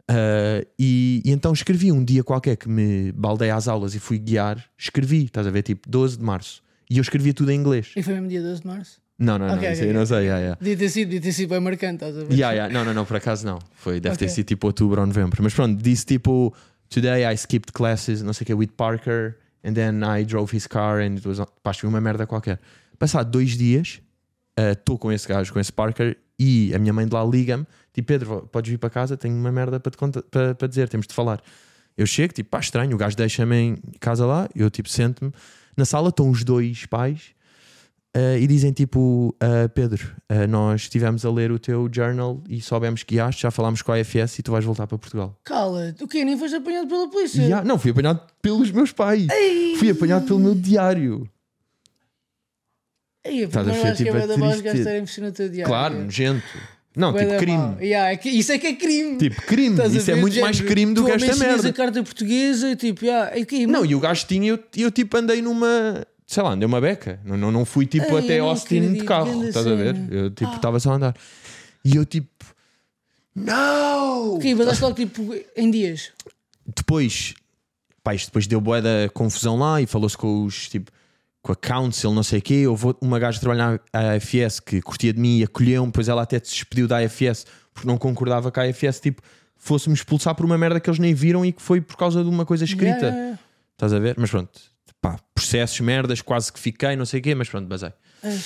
Ah, e, e então escrevi um dia qualquer que me baldei às aulas e fui guiar, escrevi, estás a ver, tipo 12 de março. E eu escrevia tudo em inglês.
E foi mesmo dia 12 de março.
Não, não,
Ok,
não, isso
ok,
aí não sei. Yeah, yeah.
Podia ter sido, podia ter sido bem marcante, estás a ver?
Yeah, yeah. Não, não, não, por acaso não. Foi, deve ter
Ok.
sido tipo outubro ou novembro. Mas pronto, disse tipo: Today I skipped classes, não sei o que, with Parker, and then I drove his car, and it was. on-" Pá, escrevi uma merda qualquer. Passado dois dias, estou com esse gajo, com esse Parker, e a minha mãe de lá liga-me: Tipo, Pedro, podes vir para casa, tenho uma merda para te conta- para- para dizer, temos de falar. Eu chego, tipo, pá, estranho, o gajo deixa-me em casa lá, eu tipo, sento-me. Na sala estão os dois pais eh, e dizem tipo: "Ah, Pedro, ah, nós estivemos a ler o teu journal e soubemos que guiaste, já falámos com a AFS e tu vais voltar para Portugal.
Cala-te, o quê? Nem foste apanhado pela polícia?
E, ah, não, fui apanhado pelos meus pais. Fui apanhado pelo meu diário.
Ei,
Estás a
porque não
ver,
acho que é
tipo,
bué da
a
voz
triste-
gastarem por no teu diário.
Claro, nojento. Não,
Bué
tipo
da
crime.
mau. Yeah, é que- isso é que é crime.
Tipo crime.
Estás a
Isso é
ver,
muito
género,
mais crime do
tu
que
ao
esta
menos tinhas
merda.
a carta portuguesa, tipo, yeah, é que,
Não, e o gajo tinha, eu, eu tipo andei numa, sei lá, andei uma beca. Não, não, não fui tipo
Ei,
até
eu não
Austin de
acredito,
carro,
grande
estás a ver?
cena. Ah.
Eu tipo estava só a andar. E eu tipo, não!
Ok, mas acho logo tipo em dias.
Depois, pá, isto depois deu boa da confusão lá e falou-se com os tipo. Com a council, não sei o quê, eu vou uma gaja trabalhar na AFS que curtia de mim e acolheu-me, depois ela até se despediu da AFS porque não concordava que a AFS tipo, fosse-me expulsar por uma merda que eles nem viram e que foi por causa de uma coisa escrita.
Yeah, yeah, yeah.
Estás a ver? Mas pronto, pá, processos, merdas, quase que fiquei, não sei o quê, mas pronto, basei.
Ai.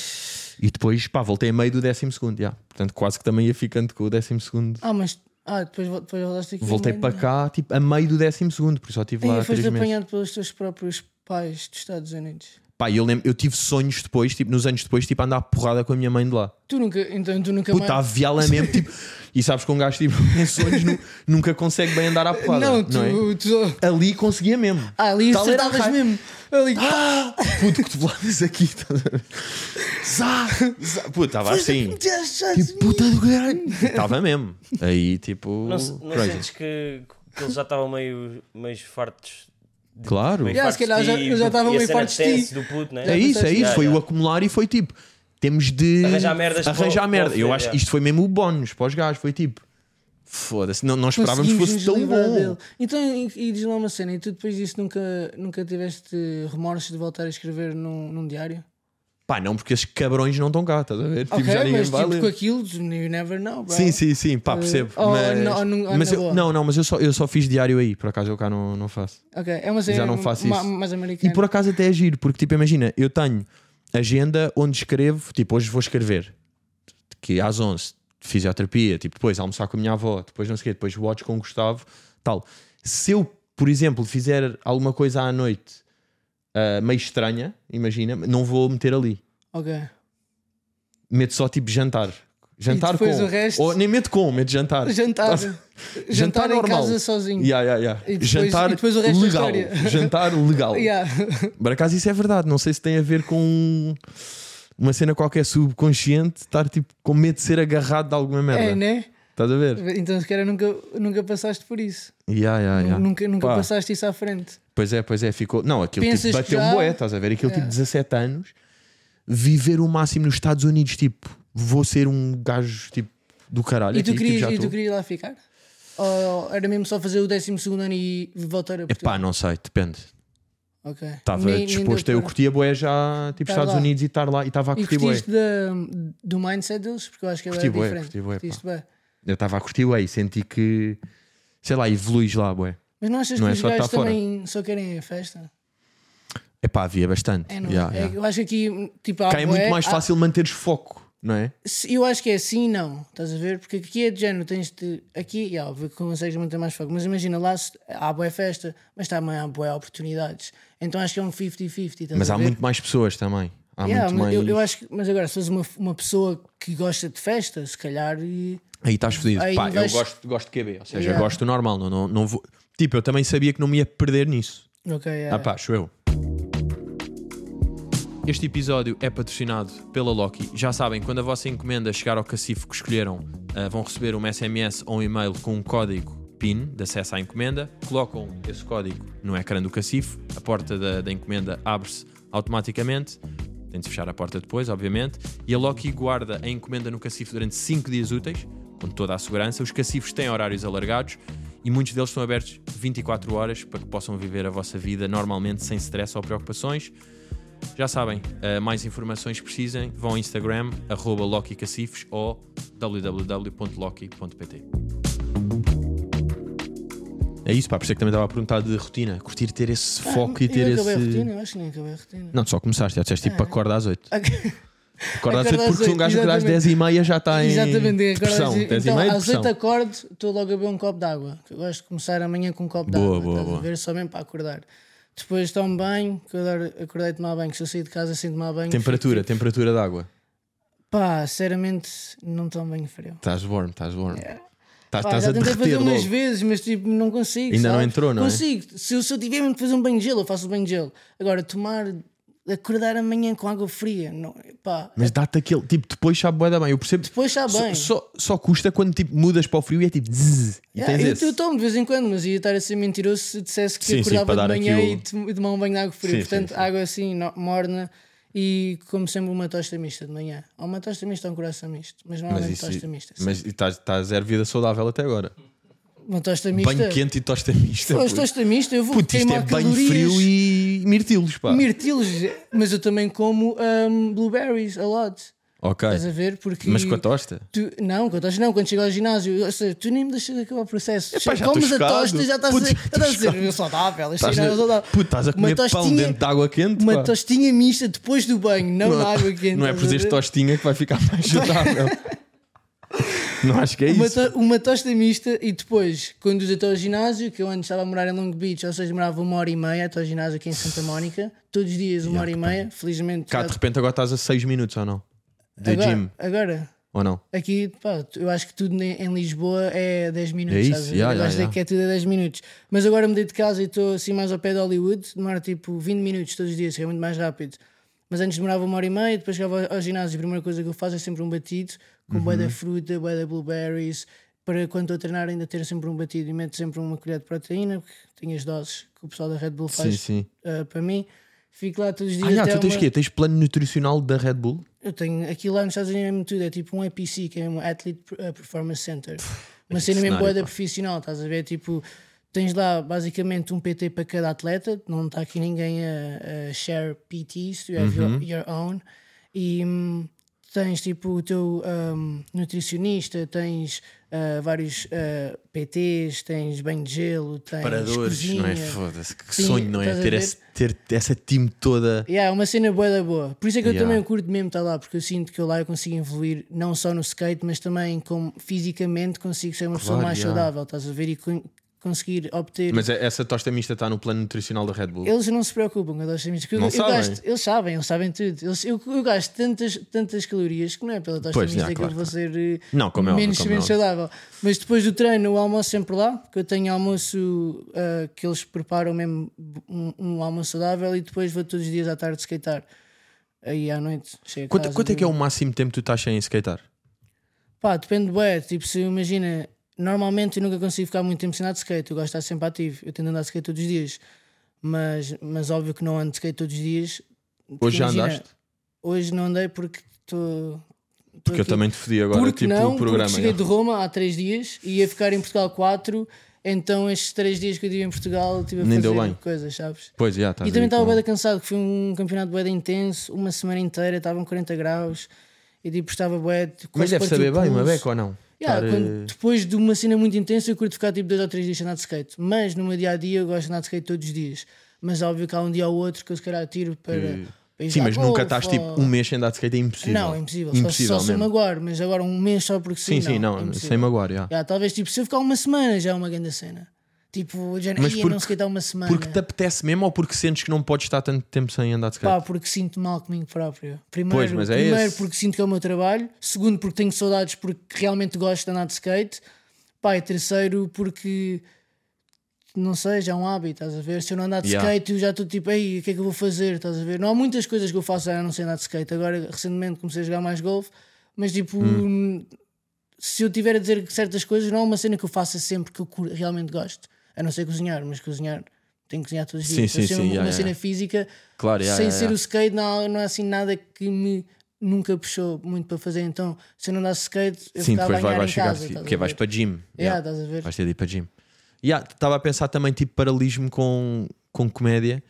E depois, pá, voltei a meio do décimo segundo, já. Portanto, quase que também ia ficando com o décimo segundo.
Ah, mas ah, depois, vol- depois voltaste aqui.
Voltei
Não,
para
não.
cá, tipo, a meio do décimo segundo, por isso só estive lá
Aí
três
foste
meses.
apanhado pelos teus próprios pais dos Estados Unidos.
Pá, eu lembro, eu tive sonhos depois, tipo, nos anos depois, tipo, a andar a porrada com a minha mãe de lá.
Tu nunca, então tu nunca
Puta, a
mais.
viá-la mesmo, tipo, e sabes que um gajo, tipo, [laughs] em sonhos nu- nunca consegue bem andar à porrada.
Não, tu,
é?
tu-
Ali conseguia mesmo.
Ah, ali
Tal era a
acertavas
raiva.
mesmo. Ali.
Ah! Puto, cotoveladas aqui. estás a ver? Zá! Zá! Puto, estava
um
assim. Tipo, puta do caralho. Estava mesmo. Aí, tipo.
Não, se- não
crazy.
sentes que, que eles já estavam meio, meio fartos?
Claro.
Meio
É
Yeah,
fartos
se calhar
de
já-
ti,
eu já
do-
estava
e a
meio
cena
fartos de ti.
tense do puto, né?
É isso, é
Yeah,
isso. Foi o
yeah.
acumular e foi tipo. Temos de.
Arranjar merdas
Arranjar
para o-
merda.
para o
Eu
fazer,
acho
é.
que isto foi mesmo o bónus para os gajos. Foi tipo. Foda-se. Não, não esperávamos Tipo, que
Conseguimos
fosse
nos
tão
livrar
bom.
dele. Então, e, e diz lá uma cena, e tu depois disso nunca, nunca tiveste remorsos de voltar a escrever num, num diário?
Pá, não, porque esses cabrões não estão cá, estás a ver? tipo,
ok,
já ninguém
mas
vai
tipo
ler.
com aquilo, you never know, bro.
Sim, sim, sim, pá, percebo.
ou
mas
não- ou não- ou
mas
na
eu,
boa.
não, não, mas eu só, eu só fiz diário aí, por acaso eu cá não, não faço.
Ok, é uma cena
Já não faço
ma-
isso.
mais americana.
E por acaso até é giro, porque tipo, imagina, eu tenho agenda onde escrevo, tipo, hoje vou escrever, que às 11, fisioterapia, tipo, depois almoçar com a minha avó, depois não sei o quê, depois watch com o Gustavo, tal. Se eu, por exemplo, fizer alguma coisa à noite ah, meio estranha, imagina, não vou meter ali.
Ok.
Meto só tipo jantar. Jantar
depois
com.
o resto?
Ou, nem meto com, meto jantar.
[laughs] Jantar.
Tá-
jantar,
Jantar
em
normal.
casa sozinho.
Yeah, yeah, yeah.
E depois-
jantar
e depois o resto da
legal.
história.
Jantar
[laughs]
legal. [laughs]
Yeah.
Por acaso isso é verdade, não sei se tem a ver com uma cena qualquer subconsciente estar tipo com medo de ser agarrado de alguma merda.
é, né?
Estás a ver?
Então, se calhar, nunca, nunca passaste por isso.
Yeah, yeah, yeah.
Nunca, nunca
Pá,
passaste isso à frente.
Pois é, pois é, ficou. Não, aquilo
Pensas
tipo,
que
bateu um
já- É.
boé, estás a ver? Aquilo tipo 17 anos, viver o máximo nos Estados Unidos, tipo, vou ser um gajo tipo do caralho.
E tu,
aqui, tipo, já
querias, e
estou.
tu querias lá ficar? Ou era mesmo só fazer o 12 ano e voltar a Portugal?
Epá, não sei, depende.
Ok.
Estava
Nem- nem
disposto,
deu
eu
para-
curtia boé já, tipo,
Estar
Estados
lá.
Unidos e estar lá, e estava a
E
curtir boé.
curtiste da, do mindset deles? Porque eu acho que ele é
Curti bué,
diferente.
curti bué, pá.
Curtiste bué.
Eu estava a curtir bué e senti que, sei lá, evoluís lá, bué.
Mas não achas
Não
que
é
os
só estar
gajos
fora.
também só querem a festa?
Epá, havia bastante.
É, não
Yeah,
é?
yeah.
Eu acho que aqui, tipo, há
Cá é muito
bué-
mais
há-
fácil manteres foco, não é?
Se- Eu acho que é assim e não, estás a ver? Porque aqui é de género, tens de. Aqui, é óbvio que consegues manter mais foco, mas imagina lá se- há boa festa, mas também há boa oportunidades. Então acho que é um 50-50. estás
Mas
a
há
ver?
muito mais pessoas também. Há
é- Yeah,
muito
mas
mais.
eu, eu acho que- mas agora, se fores uma, uma pessoa que gosta de festa, se calhar. E...
Aí estás fodido.
Aí
Pá, eu
vais-
gosto, gosto de QB, ou seja,
Yeah.
gosto do normal. Não, não, não vou... Tipo, eu também sabia que não me ia perder nisso.
Ok, é.
Ah pá, acho eu. Este episódio é patrocinado pela Loki. Já sabem, quando a vossa encomenda chegar ao cacifo que escolheram, ah, vão receber uma SMS ou um e-mail com um código PIN de acesso à encomenda. Colocam esse código no ecrã do cacifo, a porta da, da encomenda abre-se automaticamente. Tem de se fechar a porta depois, obviamente. E a Loki guarda a encomenda no cacifo durante 5 dias úteis, com toda a segurança. Os cacifos têm horários alargados e muitos deles estão abertos 24 horas para que possam viver a vossa vida normalmente, sem stress ou preocupações. Já sabem, eh, mais informações precisem, vão ao Instagram, arroba Loki Cacifes ou www.loki.pt É isso, pá, por isso é que também estava a perguntar de rotina, curtir ter esse foco e ter
eu Ah, acabei
esse...
a rotina, eu acho que nem acabei a rotina.
Não, tu só começaste, já disseste tipo acorda às 8. Acorda às
Acorda
8
às
porque se um
oito,
gajo acordar às
exatamente.
10 e meia já está em
Exatamente, agora
depressão. 10
então,
e meia
às 8
depressão.
acordo, estou logo a beber um copo de água. que Eu gosto de começar amanhã com um copo de
Boa,
água.
boa,
estás a
boa.
ver? Só mesmo para acordar. Depois tomo banho, que eu adoro, acordei de tomar banho. Se eu sair de casa sem tomar banho.
Temperatura, temperatura de água.
Pá, sinceramente, não tomo banho frio.
Estás warm, estás warm. Estás
Pá,
Ah, estás
já
a
tentei fazer
derreter logo.
umas vezes, mas tipo, não consigo.
Ainda não
sabes?
entrou, não é?
consigo. Se, eu- se eu tiver mesmo de fazer um banho de gelo, eu faço o banho de gelo. Agora, tomar, acordar amanhã com água fria, não, pá.
Mas dá-te aquele. Tipo, depois sabe bué da bem. Eu percebo.
Depois está
só,
bem.
só, só custa quando tipo, mudas para o frio e é tipo. zzz, e
Ah,
tens
eu,
esse.
eu tomo de vez em quando, mas ia estar a ser mentiroso se dissesse que
Sim, sim,
acordava
para
de
dar
manhã
aqui o-
e tom- e tomar um banho de água fria.
Sim,
Portanto,
sim, sim.
água assim, no- morna e como sempre uma tosta mista de manhã. Ou uma tosta mista ou um coração misto, mas
Mas
normalmente
isso. é-
tosta mista. sim.
Mas estás estás zero vida saudável até agora.
Uma tosta mista.
Banho quente e tosta mista.
Pô,
puto.
tosta mista, eu vou
Puto, isto é
queimar
banho
calorias.
frio e mirtilos, pá.
Mirtilos, mas eu também como hum, blueberries a lot.
Ok.
Estás a ver? Porque.
Mas com a tosta?
Tu, não, quando estás, não, quando chego ao ginásio, ou seja, tu nem me deixas acabar o processo.
Epá, já
Comes
estou
a tosta e
chocado.
já estás
Puto,
a,
já estou
já estás a dizer,
chocado.
eu saudável, isto
Estás
não é
a,
saudável.
puto, estás a
Uma
comer pão
tostinha-
dentro de água quente?
Uma
pá.
tostinha mista depois do banho, não, na água quente.
Não é por
estás a
dizeres
ver?
tostinha que vai ficar
[laughs]
mais saudável. não acho que é
uma,
isso.
to- uma tosta mista e depois conduz até ao ginásio, que eu antes estava a morar em Long Beach, ou seja, morava uma hora e meia até ao ginásio aqui em Santa Mónica, todos os dias uma hora e meia, felizmente.
Cá
já-
de repente agora estás a 6 minutos ou não? De
agora,
gym,
agora,
ou não?
aqui, pá, tu- eu acho que tudo ne- em Lisboa é 10 minutos.
É isso,
estás a ver?
yeah,
eu
yeah,
gosto de dizer
yeah.
que é tudo a 10 minutos. Mas agora mudei de casa e estou assim mais ao pé de Hollywood, demora tipo 20 minutos todos os dias, que é muito mais rápido. Mas antes demorava uma hora e meia, depois chegava ao, ao ginásio e a primeira coisa que eu faço é sempre um batido com bué
Uhum.
da fruta, bué da blueberries. Para quando estou a treinar, ainda ter sempre um batido e meto sempre uma colher de proteína, porque tenho as doses que o pessoal da Red Bull
Sim,
faz
sim.
ah, para mim. Fico lá todos os dias.
Ah, já,
até
tu tens
uma-
quê? Tens plano nutricional da Red Bull?
eu tenho aqui lá nos Estados Unidos é mesmo tudo, é tipo um APC, que é um Athlete eh, Performance Center. Uma cena mesmo
cenário,
boa da
pá.
profissional, estás a ver? Tipo, tens lá basicamente um PT para cada atleta, não está aqui ninguém a, a share PTs, you have
Uhum.
your, your own. E hum, tens tipo o teu hum, nutricionista, tens ah, vários ah, PTs, tens banho de gelo, tens cozinha.
não é? Foda-se, que
Sim,
sonho, não é?
estás a
Ter,
ver?
esse- ter essa time toda.
Yeah, é uma cena boa da boa. Por isso é que eu
Yeah.
também curto mesmo estar lá, porque eu sinto que eu lá eu consigo evoluir não só no skate, mas também como fisicamente consigo ser uma pessoa
Claro,
mais
yeah.
saudável, estás a ver? E con- conseguir obter.
Mas é- essa tosta mista está no plano nutricional da Red Bull.
Eles não se preocupam com as tosta mista. porque
Não
eu, eu
sabem.
gasto- eles sabem, eles sabem tudo. Eles- eu, eu gasto tantas, tantas calorias que não é pela tosta
Pois,
mista
yeah,
que
claro,
eu vou ser eh,
Não, como é óbvio,
menos,
como é
menos
óbvio.
saudável. Mas depois do treino, o almoço sempre lá, porque eu tenho almoço ah, que eles preparam mesmo um, um almoço saudável e depois vou todos os dias à tarde skatear. Aí à noite chego a
Quanto,
casa,
quanto é que é
durmo.
o máximo tempo que tu estás sem skatear?
Pá, depende bem. Tipo, se imagina, normalmente eu nunca consigo ficar muito tempo sem andar de skate. Eu gosto de estar sempre ativo. Eu tento andar de skate todos os dias. Mas, mas óbvio que não ando de skate todos os dias. Porque
Hoje já
imagina,
andaste?
Hoje não andei porque estou.
Porque eu também te fodi agora,
Porque
tipo
não,
o programa.
porque cheguei
já.
de Roma há três dias e ia ficar em Portugal quatro. Então, estes três dias que eu tive em Portugal, estive a
Nem deu
fazer
bem.
coisas, sabes?
Pois, já, estás
E também
aí
estava
com-
bem cansado, que foi um campeonato bem intenso, uma semana inteira, estavam 40 graus e tipo, estava bem.
Mas deve saber bem, uma beca ou não?
Yeah,
Estar,
tipo quando-
eh,
depois de uma cena muito intensa, eu curto ficar tipo dois ou três dias sem andar de skate. Mas no meu dia a dia eu gosto de andar de skate todos os dias. Mas óbvio que há um dia ou outro que eu se calhar tiro para. para ir
Sim,
jogar
mas nunca
golfe
estás
ou-
tipo um mês sem andar de skate, é impossível.
Não, é impossível. Só-
impossível
só se eu
mesmo.
magoar, mas agora um mês só porque
Sim, sim, não,
é impossível.
sem magoar, já.
Yeah, talvez tipo, se eu ficar uma semana já é uma grande cena. Tipo, já
Mas
ia
porque-
não é. skatear uma semana.
Porque te apetece mesmo ou porque sentes que não podes estar tanto tempo sem andar de skate?
Pá, porque sinto mal comigo próprio. Primeiro,
Pois, mas é
primeiro
esse.
porque sinto que é o meu trabalho. Segundo, porque tenho saudades porque realmente gosto de andar de skate. Pá, e terceiro, porque não sei, já é um hábito, estás a ver? Se eu não andar de
Yeah.
skate, eu já estou tipo, ei, o que é que eu vou fazer? Estás a ver? Não há muitas coisas que eu faço, ah, não sei andar de skate. Agora, recentemente, comecei a jogar mais golfe, mas tipo,
Hum.
se eu tiver a dizer certas coisas, não há uma cena que eu faça sempre que eu cur- realmente gosto. A não ser cozinhar, mas cozinhar, tenho que cozinhar todos os
Sim,
dias.
sim,
Mas se é
sim,
uma,
yeah,
uma
yeah.
cena física,
Claro, yeah,
sem
yeah,
ser
yeah.
o skate, não, há- não há assim nada que me nunca puxou muito para fazer. Então, se eu não andasse skate, eu
Sim, depois
ficava a
vai,
banhar
vai
em
chegar,
casa. estás a
porque vais
ver?
para gym.
Yeah,
já.
estás a ver?
Vais ter de ir para gym. Já, Estava a pensar também tipo paralelismo com, com comédia,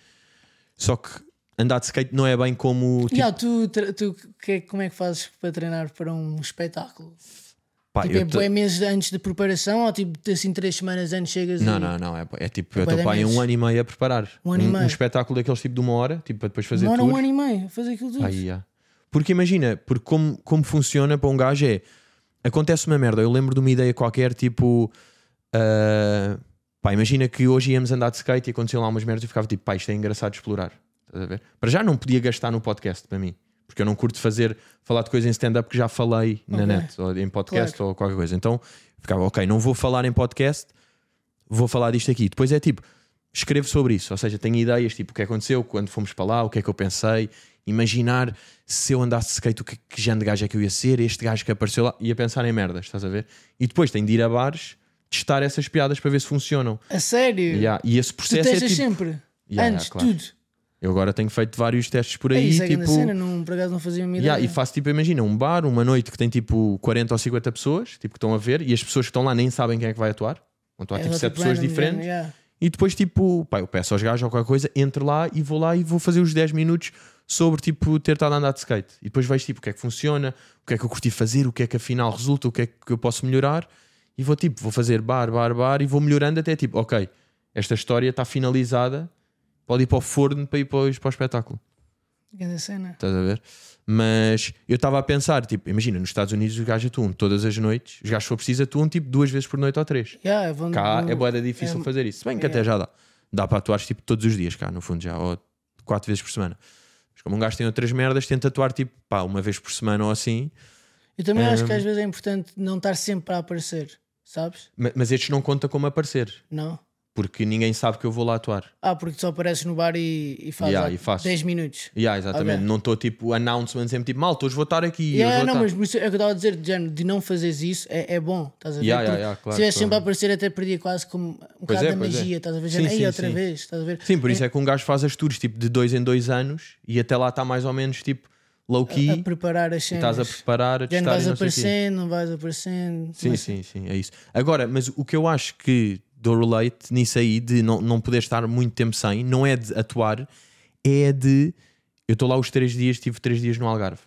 só que andar de skate não é bem como tipo,
Yeah, tu, tra- tu que- como é que fazes para treinar para um espetáculo?
pá,
tipo,
eu
é
te-
bué meses antes de preparação ou tipo assim três semanas antes chegas
Não,
e...
não, não. É, é tipo, eu
bué
estou
de
para aí um
meses.
ano e meio a preparar
Um ano e meio.
espetáculo daqueles tipo de uma hora, tipo para depois fazer
Demora
tour.
um ano e meio a fazer aquilo tudo.
Aí, já. Porque imagina, porque como, como funciona para um gajo é acontece uma merda. Eu lembro de uma ideia qualquer, tipo ah, Pá, imagina que hoje íamos andar de skate e aconteciam lá umas merdas e eu ficava tipo, pá, isto é engraçado de explorar. Estás a ver? Para já não podia gastar no podcast para mim, porque eu não curto fazer, falar de coisa em stand-up que já falei na
Ok.
net, ou em podcast ou qualquer coisa. Então ficava, ok, não vou falar em podcast, vou falar disto aqui. Depois é tipo, escrevo sobre isso, ou seja, tenho ideias, tipo, o que aconteceu, quando fomos para lá, o que é que eu pensei, imaginar se eu andasse de skate, o que, que género de gajo é que eu ia ser, este gajo que apareceu lá, ia pensar em merdas, estás a ver? E depois tenho de ir a bares, testar essas piadas para ver se funcionam.
A sério?
Yeah, E esse
Tu
processo é
testas
tipo,
sempre.
Yeah,
Antes,
yeah, claro.
tudo.
eu agora tenho feito vários testes por
É
aí,
isso, é
tipo,
grande cena, não, por acaso não fazia uma ideia.
Yeah, e faço tipo, imagina, um bar, uma noite que tem tipo 40 ou 50 pessoas tipo, que estão a ver e as pessoas que estão lá nem sabem quem é que vai atuar. Vão atuar
É
tipo
outro
7
plano,
pessoas
me engano,
diferentes
yeah.
e depois tipo, pá, eu peço aos gajos ou qualquer coisa, entro lá e vou lá e vou fazer os 10 minutos sobre tipo ter estado a andar de skate. E depois vejo tipo o que é que funciona, o que é que eu curti fazer, o que é que afinal resulta, o que é que eu posso melhorar e vou tipo, vou fazer bar, bar, bar e vou melhorando até tipo, ok, esta história está finalizada, pode ir para o forno para ir para, o- para o espetáculo.
Grande cena.
Estás a ver? Mas eu estava a pensar, tipo, imagina, nos Estados Unidos os gajos atuam todas as noites, os gajos, se for preciso, atuam tipo duas vezes por noite ou três.
Yeah, vão-
Cá
vão-
é boeda difícil
é-
fazer isso. Se bem que até já dá. Dá para atuar tipo todos os dias cá, no fundo, já, ou quatro vezes por semana. Mas como um gajo tem outras merdas, tenta atuar tipo pá, uma vez por semana ou assim.
Eu também acho que às vezes é importante não estar sempre a aparecer, sabes?
Ma- Mas estes não conta como aparecer,
Não?
porque ninguém sabe que eu vou lá atuar.
Ah, porque só apareces no bar e, e fazes
Yeah,
lá
e faço.
10 minutos.
Yeah, ah, exatamente.
Ok.
Não estou tipo announcement sempre tipo malta, hoje vou estar aqui. hoje
Yeah,
vou
não,
estar.
mas por isso é o que eu estava a dizer, de, género, de não fazeres isso é, é bom, estás a ver?
Yeah, yeah,
Porque
yeah, claro,
se estivesse sempre a
claro.
aparecer, até perdia quase como um
Pois
bocado
é,
da
pois é.
magia, estás a ver?
Sim,
Género,
sim,
Ei, outra
sim.
vez, estás a ver?
Sim, por isso é que um gajo faz as tours tipo de dois em dois anos e até lá está mais ou menos tipo low key.
A preparar as
e estás a
cenas.
preparar, a testar
Já não
e
vais
não sei o quê.
aparecendo, não vais aparecendo.
Sim,
mas-
sim, sim, é isso. Agora, mas o que eu acho que dou relate nisso aí de não, não poder estar muito tempo sem, não é de atuar, é de. Eu estou lá os três dias, tive três dias no Algarve.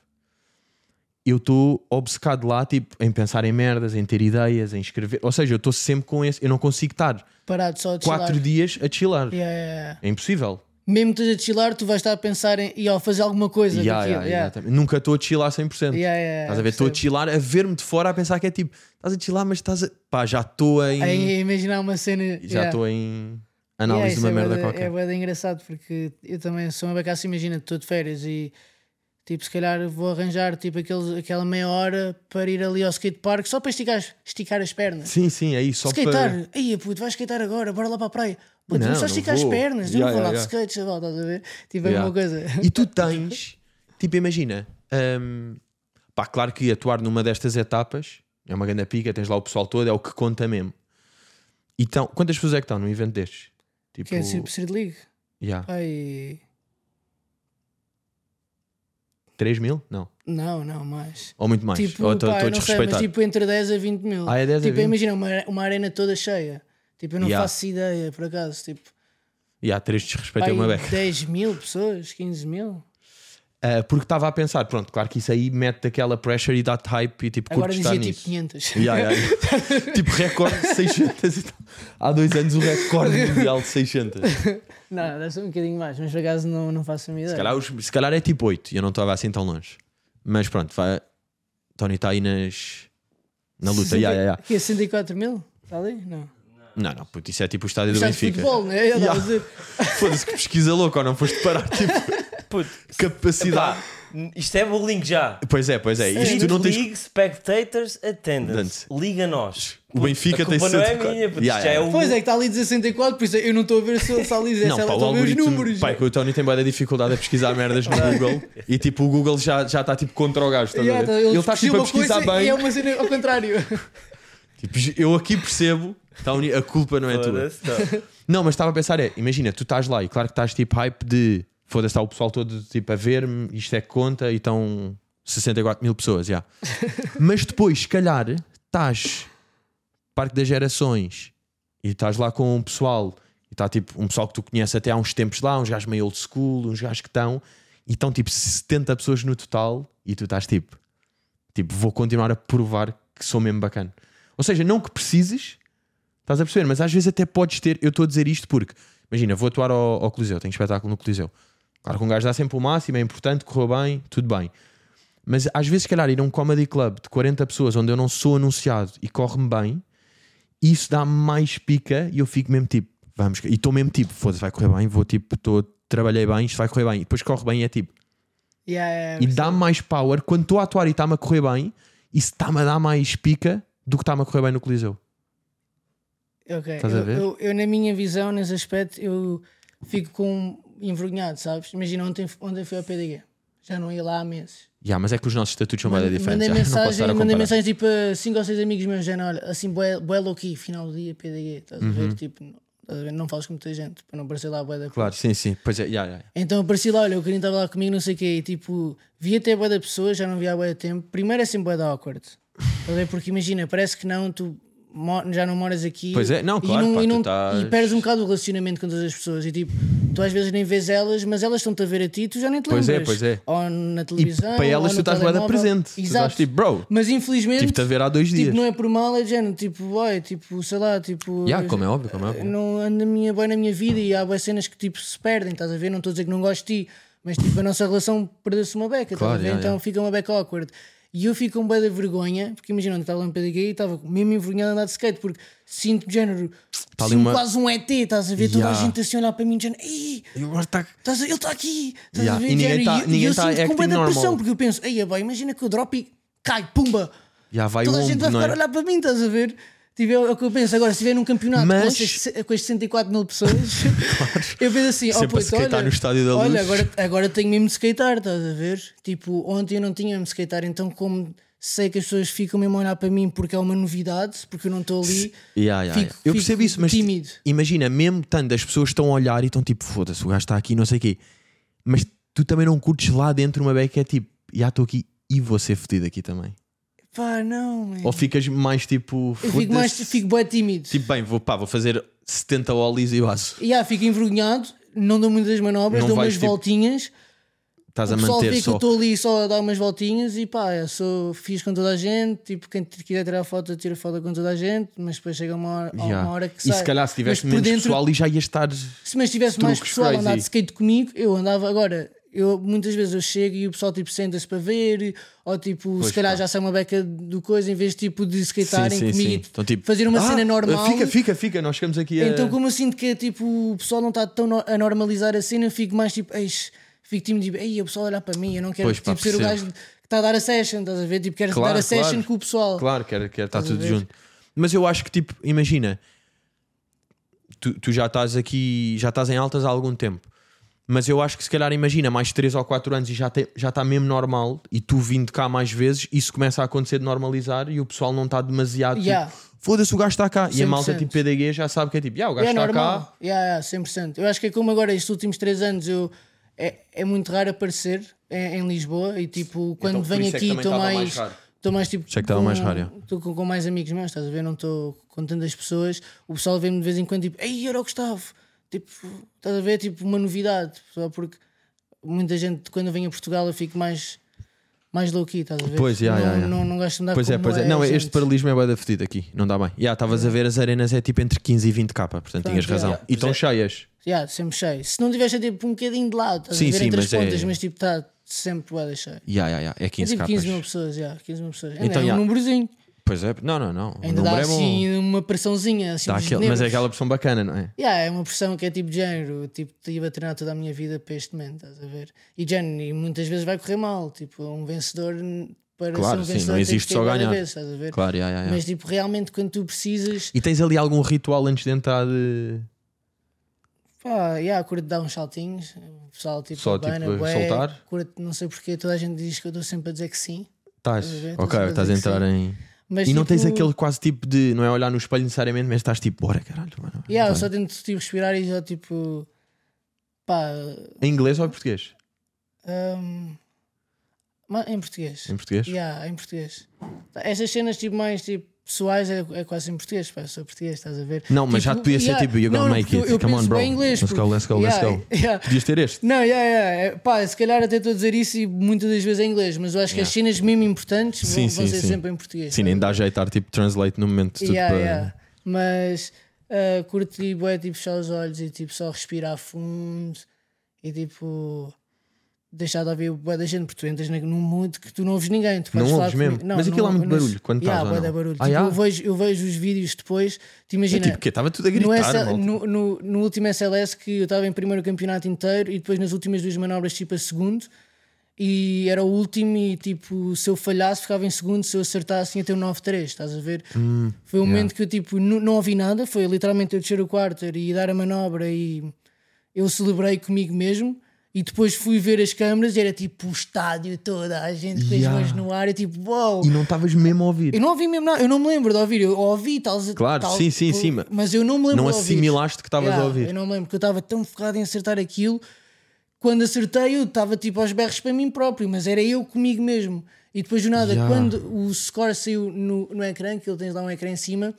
Eu estou obcecado lá, tipo, em pensar em merdas, em ter ideias, em escrever. Ou seja, eu estou sempre com esse. Eu não consigo estar
Parado só a chilar.
quatro dias a chilar.
Yeah, yeah, yeah.
É impossível.
Mesmo que estejas a chilar, tu vais estar a pensar em e ao fazer alguma coisa.
Yeah,
é daquilo,
yeah, exatamente. Nunca estou a chilar 100%.
Yeah, yeah,
Estás a ver? Estou a
percebo.
chilar, a ver-me de fora, a pensar que é tipo, estás a chilar, mas estás a. pá, já estou em.
Aí imaginar É, uma cena.
já
yeah.
estou em
Yeah,
análise de
isso
uma
é
merda
bué de- É
qualquer.
bem engraçado porque eu também sou uma becaça, imagina, estou de férias e tipo, se calhar vou arranjar tipo, aqueles, aquela meia hora para ir ali ao skatepark só para esticar, as- esticar as pernas.
Sim, sim, é isso. Só
skatear,
para.
aí puto, vais skatear agora, bora lá para a praia. Puto,
Não,
vamos só
não
esticar
vou.
as pernas, eu
Yeah,
não vou
yeah,
lá de
yeah.
skate, chaval, estás a ver? Tipo, é
Yeah.
uma coisa.
E tu tens, tipo, imagina, hum, pá, claro que atuar numa destas etapas é uma grande pica, tens lá o pessoal todo, é o que conta mesmo. Então, quantas pessoas é que estão num evento destes? Tipo,
Que é Super Street League.
yeah,
Ai,
3 mil? Não.
não, não, mais.
Ou muito mais.
Tipo,
Ou estou
pá,
estou a
eu não sei, mas
desrespeitar.
tipo entre 10 a 20 mil.
Ah, é 10 a
tipo,
20?
imagina uma, uma arena toda cheia. Tipo, eu não
Yeah.
faço ideia, por acaso. Tipo,
E há 3 desrespeitei
pá,
uma
aí
beca.
10 mil pessoas, 15 mil.
Ah, porque estava a pensar, pronto, claro que isso aí mete daquela pressure e dá-te hype e tipo,
Agora
curto estar
dizia
nisso.
tipo 500.
Yeah, yeah. [laughs] tipo recorde de 600 e tal. Há dois anos o
[laughs]
recorde mundial de 600. Se
[laughs] Não, deve ser um bocadinho mais, mas por acaso não, não faço uma ideia.
calhar, os- se calhar é tipo 8 e eu não estava assim tão longe. Mas pronto, vai. Tony está aí nas, na luta.
Sessenta-
Yeah, yeah, yeah.
Que é 64 mil? Está ali? Não.
Não, não, puto, isso é tipo o estádio do
Está de
Benfica.
futebol, né? Eu estava
Yeah.
a dizer.
Foda-se que pesquisa louca ou não foste parar,
[laughs]
tipo,
Puto,
capacidade.
pá, isto é bullying já.
Pois é, pois é. Isto tu não tens.
League, spectators, attendance.
Dance.
Liga nós.
O Benfica
a
tem
culpa não é
104.
minha, puto,
Yeah,
isto já é
yeah.
o...
Pois é, que está ali 64, por isso é, eu não estou a ver se se ali
Não,
dissesse,
pá, o
estou a ver os números.
algoritmo. Pá, é que o Tony tem boa dificuldade a pesquisar merdas no
[laughs]
Google e tipo o Google já já está tipo contra o gajo. estás a
Yeah,
ver?
tá,
Ele está
pesquisam
tipo a
uma coisa
pesquisar bem.
E é uma cena ao contrário. [laughs]
Tipo, eu aqui percebo, tá, uni- a culpa não é tua.
Foda-se, tá.
Não, mas estava a pensar, é, imagina, tu estás lá e claro que estás tipo hype de foda-se, está o pessoal todo tipo a ver-me, isto é que conta e estão 64 mil pessoas, já. mas depois, se calhar, estás Parque das Gerações e estás lá com um pessoal e está tipo um pessoal que tu conheces até há uns tempos lá, uns gajos meio old school, uns gajos que estão e estão tipo 70 pessoas no total e tu estás tipo, tipo, vou continuar a provar que sou mesmo bacana. Ou seja, não que precises, estás a perceber, mas às vezes até podes ter, eu estou a dizer isto porque, imagina, vou atuar ao, ao Coliseu, tenho espetáculo no Coliseu. Claro que um gajo dá sempre o máximo, é importante, correu bem, tudo bem. Mas às vezes, se calhar, ir a um comedy club de 40 pessoas onde eu não sou anunciado e corre-me bem, E isso dá mais pica e eu fico mesmo tipo, vamos, e estou mesmo tipo, foda-se, vai correr bem, vou tipo, estou, trabalhei bem, isto vai correr bem, e depois corre bem e é tipo,
Yeah, yeah,
e
yeah.
dá mais power quando estou a atuar e está-me a correr bem, isso está-me a dar mais pica do que está-me a correr bem no Coliseu.
Ok,
Estás a
eu-
ver?
Eu, eu, na minha visão, nesse aspecto, eu fico com um envergonhado, sabes? Imagina ontem, ontem fui ao PDG, já não ia lá há meses.
Yeah, mas é que os nossos estatutos são bem
Mandei
diferentes.
mandei
já, [laughs] não posso estar
mensagem,
a
mandei
comparar.
mensagem tipo a 5 ou 6 amigos meus, já olha, assim, bué bué low key, final do dia, PDG, estás a ver? Tipo, não, estás a ver? Não falas com muita gente, para não parecer lá bué da
Uhum. Claro, sim, sim. Pois é, yeah, yeah.
Então apareci lá, olha, o Carino estava lá comigo, não sei o quê, e tipo, vi até boa da pessoa, já não vi a boa de tempo. Primeiro é sempre boa da awkward. Estás a ver? Porque imagina, parece que não, tu mo- já não moras aqui.
Pois é, não,
e
claro, pá,
e,
tu estás-
e perdes um bocado o relacionamento com todas as pessoas. E tipo, tu às vezes nem vês elas, mas elas estão-te a ver a ti, tu já nem te
Pois é,
lembras.
pois é.
Ou na
E
televisão.
para
ou
elas tu
no
estás bué da
telemóvel.
presente. Tu
Exato.
estás tipo, bro,
mas infelizmente.
tive-te a ver há dois
tipo,
dias.
não é por mal, é de género, tipo, oi, tipo, sei lá, tipo.
Yeah, como é óbvio, como é óbvio.
Não anda minha boa na minha vida e há boas cenas que tipo se perdem, estás a ver? Não estou a dizer que não gosto de ti, mas tipo a nossa relação perdeu-se uma beca, estás a
Claro,
ver?
yeah,
então
yeah.
fica uma beca awkward. E eu fico com um da vergonha, porque imagina, onde estava lá no PDG e estava mesmo envergonhado a andar de skate, porque sinto de género,
Tá ali
sinto
uma-
quase um ET, estás a ver? Toda
Yeah.
a gente assim a olhar para mim, de género, "Ei,
E agora está.
Estás a- ele está aqui, estás
Yeah,
a ver?
e ninguém
Jerry?
tá-
E eu- e
ninguém
eu
tá
sinto
acting
com bué da
normal.
pressão, porque eu penso, ei, bem, imagina que eu drop e cai, pumba.
Já vai
Toda
o
a gente
ombro,
vai
não
ficar a
é?
olhar para mim, estás a ver? Tipo, é o é o que eu penso. Agora, se estiver num campeonato com,
Mas-
estes, se- com estes 64 mil
[laughs]
pessoas, [laughs] eu penso assim: ó,
Sempre a
puto,
skatear
olha,
no Estádio da Luz.
olha agora, agora tenho mesmo de skatear, estás a ver? Tipo, ontem eu não tinha mesmo de skatear, então, como sei que as pessoas ficam mesmo a olhar para mim porque é uma novidade, porque eu não estou ali,
Yeah, yeah, yeah.
fico,
Eu percebo
fico
isso, mas
tímido.
imagina, mesmo tanto as pessoas estão a olhar e estão tipo, foda-se, o gajo está aqui, não sei o quê. Mas tu também não curtes lá dentro uma beca que é tipo, já estou aqui e vou ser fedido aqui também.
Pá, não, man.
Ou ficas mais tipo,
Uhum. Eu fico, mais,
Oh, foda-se.
fico bem tímido.
Tipo, bem, vou, pá, vou fazer 70 ollies e vaso.
Yeah, fico envergonhado, não dou muitas manobras,
Não
dou
vais,
umas
tipo,
voltinhas.
Estás
o
a
pessoal
manter
vê que eu
só.
estou ali só a dar umas voltinhas e pá, eu sou fiz com toda a gente. Tipo, quem te- quiser tirar foto, tira foto com toda a gente, mas depois chega uma hora, há
Yeah.
Oh, uma hora que
e
sai.
se calhar se tivesse
Mas por
menos
dentro,
pessoal e já ia estar.
Se mas tivesse mais
truques
pessoal a andar de
crazy.
skate comigo, eu andava agora. Eu, muitas vezes eu chego e o pessoal tipo, senta-se para ver, ou tipo, se calhar já sai uma beca do coisa, em vez tipo, de skatearem comigo e
Então, tipo,
fazer uma
"Ah,
cena normal.
Fica, fica, fica, nós chegamos aqui a.
Então, como eu sinto que tipo, o pessoal não está tão no- a normalizar a cena, eu fico mais tipo, eis, fico tímido, tipo, ei, o pessoal olhar para mim, eu não quero
Pois, pá,
tipo, ser o
percebo.
gajo que está a dar a session, estás a ver? Tipo, quero
Claro,
dar a session
claro.
com o pessoal.
Claro, quer, quer, está
Estás a
tudo
ver?
junto. Mas eu acho que, tipo, imagina, tu, tu já estás aqui, já estás em altas há algum tempo. Mas eu acho que se calhar, imagina, mais 3 ou 4 anos e já te- já está mesmo normal, e tu vindo cá mais vezes, isso começa a acontecer de normalizar e o pessoal não está demasiado
Yeah.
tipo, foda-se, o gajo está cá. E a malta
100%.
tipo PDG já sabe que é tipo, yeah, o gajo
É
está cá.
normal. Yeah, yeah, 100%. Eu acho que é como agora, estes últimos três anos, eu, é, é muito raro aparecer em, em Lisboa e tipo, quando
por
venho
isso é que
aqui
também
estou
estava mais
mais.
raro.
Estou mais tipo.
Achei que estava mais raro, é.
Estou com, com mais amigos meus, estás a ver? Não estou com tantas pessoas. O pessoal vê-me de vez em quando tipo, ei, era o Gustavo. Tipo, estás a ver? Tipo, uma novidade. Só porque muita gente, quando vem a Portugal, eu fico mais. Mais low key, estás a ver?
Pois, yeah,
não,
yeah, yeah.
Não, não gosto de andar
Pois é,
como
pois é.
a
Não, este
gente.
paralelismo é bué da fedido aqui, não dá bem. Já estavas a ver as arenas é tipo entre 15 e 20 k portanto tinhas
Pronto,
razão.
yeah.
E estão cheias.
Yeah, sempre cheio. Se não tivesse tipo um bocadinho de lado, estás
Sim,
a ver
sim,
entre
mas
as
é-
pontas, mas tipo está sempre bué de cheio.
Yeah, yeah, yeah. É
É
15
tipo
capas.
15 mil pessoas, yeah, 15 mil pessoas. Ainda
Então,
é um
yeah.
númerozinho.
Pois é, não, não, não. O
Ainda
número
dá
é bom.
assim uma pressãozinha. Assim,
Dá
dos
aquele- mas é
nervos.
aquela pressão bacana, não é?
Yeah, é uma pressão que é tipo de género, tipo, estive a treinar toda a minha vida para este momento, estás a ver? E de género, e muitas vezes vai correr mal, tipo, um vencedor n- para
Claro,
ser um
sim,
vencedor
não
tem que
existe
ter
só
bué de
ganhar.
vezes, estás a ver?
Claro, é. yeah, yeah, yeah.
Mas tipo, realmente quando tu precisas,
E tens ali algum ritual antes de entrar de.
Pá, yeah, curto dar uns saltinhos, o pessoal tipo,
Só,
bana,
tipo,
bué,
soltar?
Curto, não sei porque toda a gente diz que eu estou sempre a dizer que sim.
Estás.
Estás a ver?
Ok,
Estás a
estás a
dizer que
entrar em.
assim. Mas,
e não
tipo,
tens aquele quase tipo de. Não é olhar no espelho necessariamente, mas estás tipo, bora caralho, mano.
Yeah, eu
Vai.
só tento tipo, respirar e já tipo. Pá.
Em inglês ou em português?
hum, mas em português.
Em português?
Yeah, em português. Estas cenas tipo, mais tipo, pessoais é, é quase em português, pá, eu sou português, estás a ver?
Não, mas já
Tipo,
te podia ser
yeah,
tipo, you're gonna
não,
make it.
porque eu
Come on,
penso
bro.
bem em Inglês,
Let's go,
porque-
let's go, let's
[laughs] yeah,
go.
yeah.
Podias ter este.
Não, yeah, yeah. é, Pá, se calhar até estou a dizer isso e muitas das vezes em inglês, mas eu acho que as cenas mesmo importantes vão,
Sim,
vão
sim,
ser
sim.
sempre em português.
Sim,
tá?
nem dá jeito a estar, tipo translate no momento de tudo
Yeah,
para.
yeah. Mas ah, curto e bué, tipo, fechar os olhos e tipo, só respirar fundo e tipo. deixar de ouvir bué da gente, porque tu entras na- num mood que tu não ouves ninguém. Tu podes
Não
falar
ouves
comigo.
mesmo? Mas aquilo há muito
eu não-
barulho quando
Yeah,
estás, ou
bué da
não?
barulho.
Ah,
Tipo,
yeah?
eu, vejo, eu vejo os vídeos depois,
É
te imagina.
tipo, que estava tudo a
no,
gritar,
S-
malta.
no, no- no último SLS que eu estava em primeiro o campeonato inteiro e depois nas últimas duas manobras tipo a segundo e era o último e tipo se eu falhasse ficava em segundo, se eu acertasse ia ter um 9-3, estás a ver?
Hum,
foi um momento que eu tipo nu- não ouvi nada, foi literalmente eu descer o quarter e dar a manobra e eu celebrei comigo mesmo e depois fui ver as câmaras e era tipo o estádio toda, a gente com
Yeah.
as mãos no ar e tipo uau!
E não estavas mesmo a ouvir.
Eu não ouvi mesmo nada, eu não me lembro de ouvir, eu ouvi tal.
Claro,
tal-
sim, sim, sim, mas-
Mas eu não me lembro
Não
de ouvir.
assimilaste que estavas
Yeah,
a ouvir.
Eu não me lembro, porque eu estava tão focado em acertar aquilo. Quando acertei, eu estava tipo aos berros para mim próprio, mas era eu comigo mesmo. E depois do nada,
Yeah.
quando o score saiu no, no ecrã, que ele tens lá um ecrã em cima,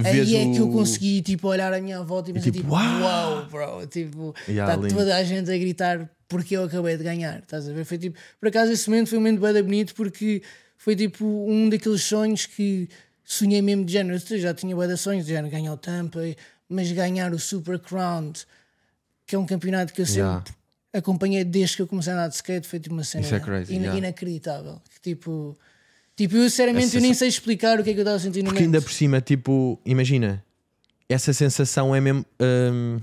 Vês
aí é que eu
o-
consegui tipo, olhar à minha volta e pensei
tipo,
tipo,
"Uau!"
uau, bro, tipo, está
Yeah, lindo.
toda a gente a gritar porque eu acabei de ganhar, estás a ver? Foi tipo, por acaso esse momento foi um momento bem bonito porque foi tipo um daqueles sonhos que sonhei mesmo de género, eu já tinha bué de sonhos de género, ganhar o Tampa, mas ganhar o Super Crown, que é um campeonato que eu sempre
Yeah.
acompanhei desde que eu comecei a andar de skate, foi tipo uma cena
Isso é crazy,
ina-
yeah.
inacreditável, que tipo... Tipo, eu sinceramente
Essa
eu nem sei explicar o que é que eu estava sentindo no
Porque ainda
momento.
por cima, tipo, imagina, essa sensação é mesmo. hum,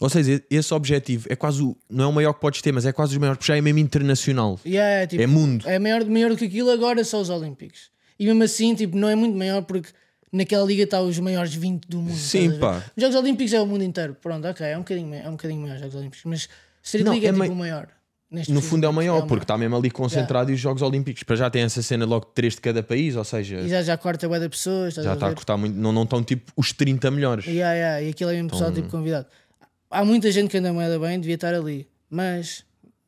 ou seja, esse objetivo é quase o. Não é o maior que podes ter, mas é quase os maiores, porque já é mesmo internacional.
Yeah, é, tipo,
É mundo.
É maior, maior do que aquilo, agora são os Olímpicos. E mesmo assim, tipo, não é muito maior porque naquela liga está os maiores 20 do mundo.
Sim,
estás a ver?
pá.
Os Jogos Olímpicos é o mundo inteiro. Pronto, ok, é um bocadinho, ma- é um bocadinho maior os Jogos Olímpicos. Mas Street
Não,
League é,
é
tipo
mai-
o maior. neste
No
preciso
fundo é o
momento,
maior, porque está mesmo ali concentrado e os Jogos Olímpicos. Para já tem essa cena logo de 3 de cada país, ou seja,
E já, já corta a da pessoas, estás
já tá
a
está a
ver?
cortar muito. Não, não estão tipo os 30 melhores.
Yeah, yeah, e aquilo é mesmo pessoal tipo
Então-
convidado. Há muita gente que anda moeda bem, devia estar ali, mas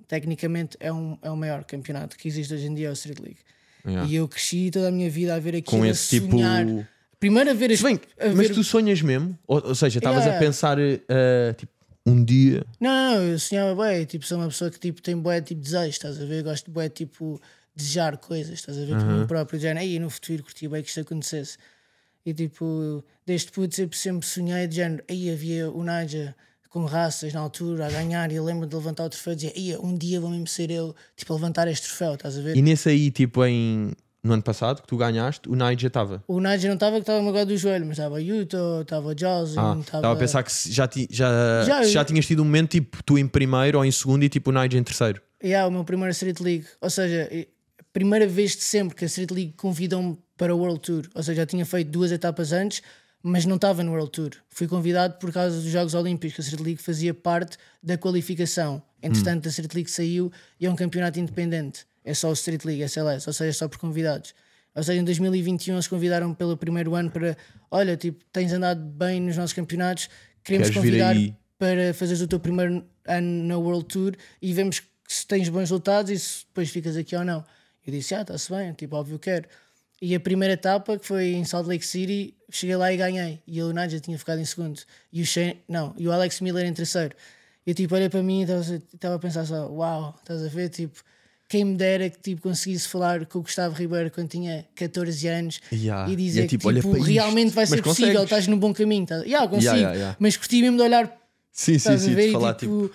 tecnicamente é, um, é o maior campeonato que existe hoje em dia, é o Street League.
Yeah.
E eu cresci toda a minha vida a ver aquilo,
Com
a
esse tipo-
sonhar. Primeiro a ver as
Se bem,
a
mas
ver-
tu sonhas mesmo? Ou, ou seja, estavas
Yeah.
a pensar, eh, tipo, um dia.
Não, não, eu sonhava bem, tipo, sou uma pessoa que tipo, tem bué tipo desejo, estás a ver? Eu Gosto de bué tipo desejar coisas, estás a ver? Por mim próprio, dizendo, aí no futuro curti bem que isto acontecesse. E tipo, desde puto sempre, sempre sonhei de género, aí havia o Naja com raças na altura a ganhar e eu lembro de levantar o troféu e dizer, aí um dia vou mesmo ser eu, tipo, a levantar este troféu, estás a ver?
E nesse aí, tipo, em, no ano passado, que tu ganhaste, o Nigel estava.
O Naja não estava que estava magoado do joelho, mas estava Yuto, estava o Josin,
Ah,
estava.
estava a pensar que se já, ti- já,
Hum, Já,
se já
eu-
tinhas tido um momento tipo tu em primeiro ou em segundo e tipo o Nigel em terceiro.
Yeah, o meu primeiro Street League. Ou seja, e- a primeira vez de sempre que a Street League convidou-me para o World Tour. Ou seja, já tinha feito duas etapas antes, mas não estava no World Tour. Fui convidado por causa dos Jogos Olímpicos, que a Street League fazia parte da qualificação. Entretanto, a Street League saiu e é um campeonato independente. É só o Street League, SLS, ou seja, é só por convidados. Ou seja, em 2021 eles convidaram pelo primeiro ano para: olha, tipo, tens andado bem nos nossos campeonatos, queremos
Queres vir
convidar
aí?
para fazeres o teu primeiro ano na World Tour e vemos que se tens bons resultados e se depois ficas aqui ou não. Eu disse, ah, está-se bem, tipo, óbvio que quero. E a primeira etapa, que foi em Salt Lake City, cheguei lá e ganhei. E o Nadia tinha ficado em segundo. E o Shane, não, e o Alex Miller em terceiro. Eu tipo, olhei para mim e estava- estava a pensar só, uau, estás a ver, tipo, quem me dera que tipo, conseguisse falar com o Gustavo Ribeiro quando tinha 14 anos
Yeah.
e
E
dizer
é tipo,
que
olha
tipo,
para isto,
realmente vai
mas
ser possível,
consegues.
estás no bom caminho. Estás... Yeah, consigo,
yeah, yeah.
mas curti mesmo de olhar
Sim,
Estás a ver? E, tipo,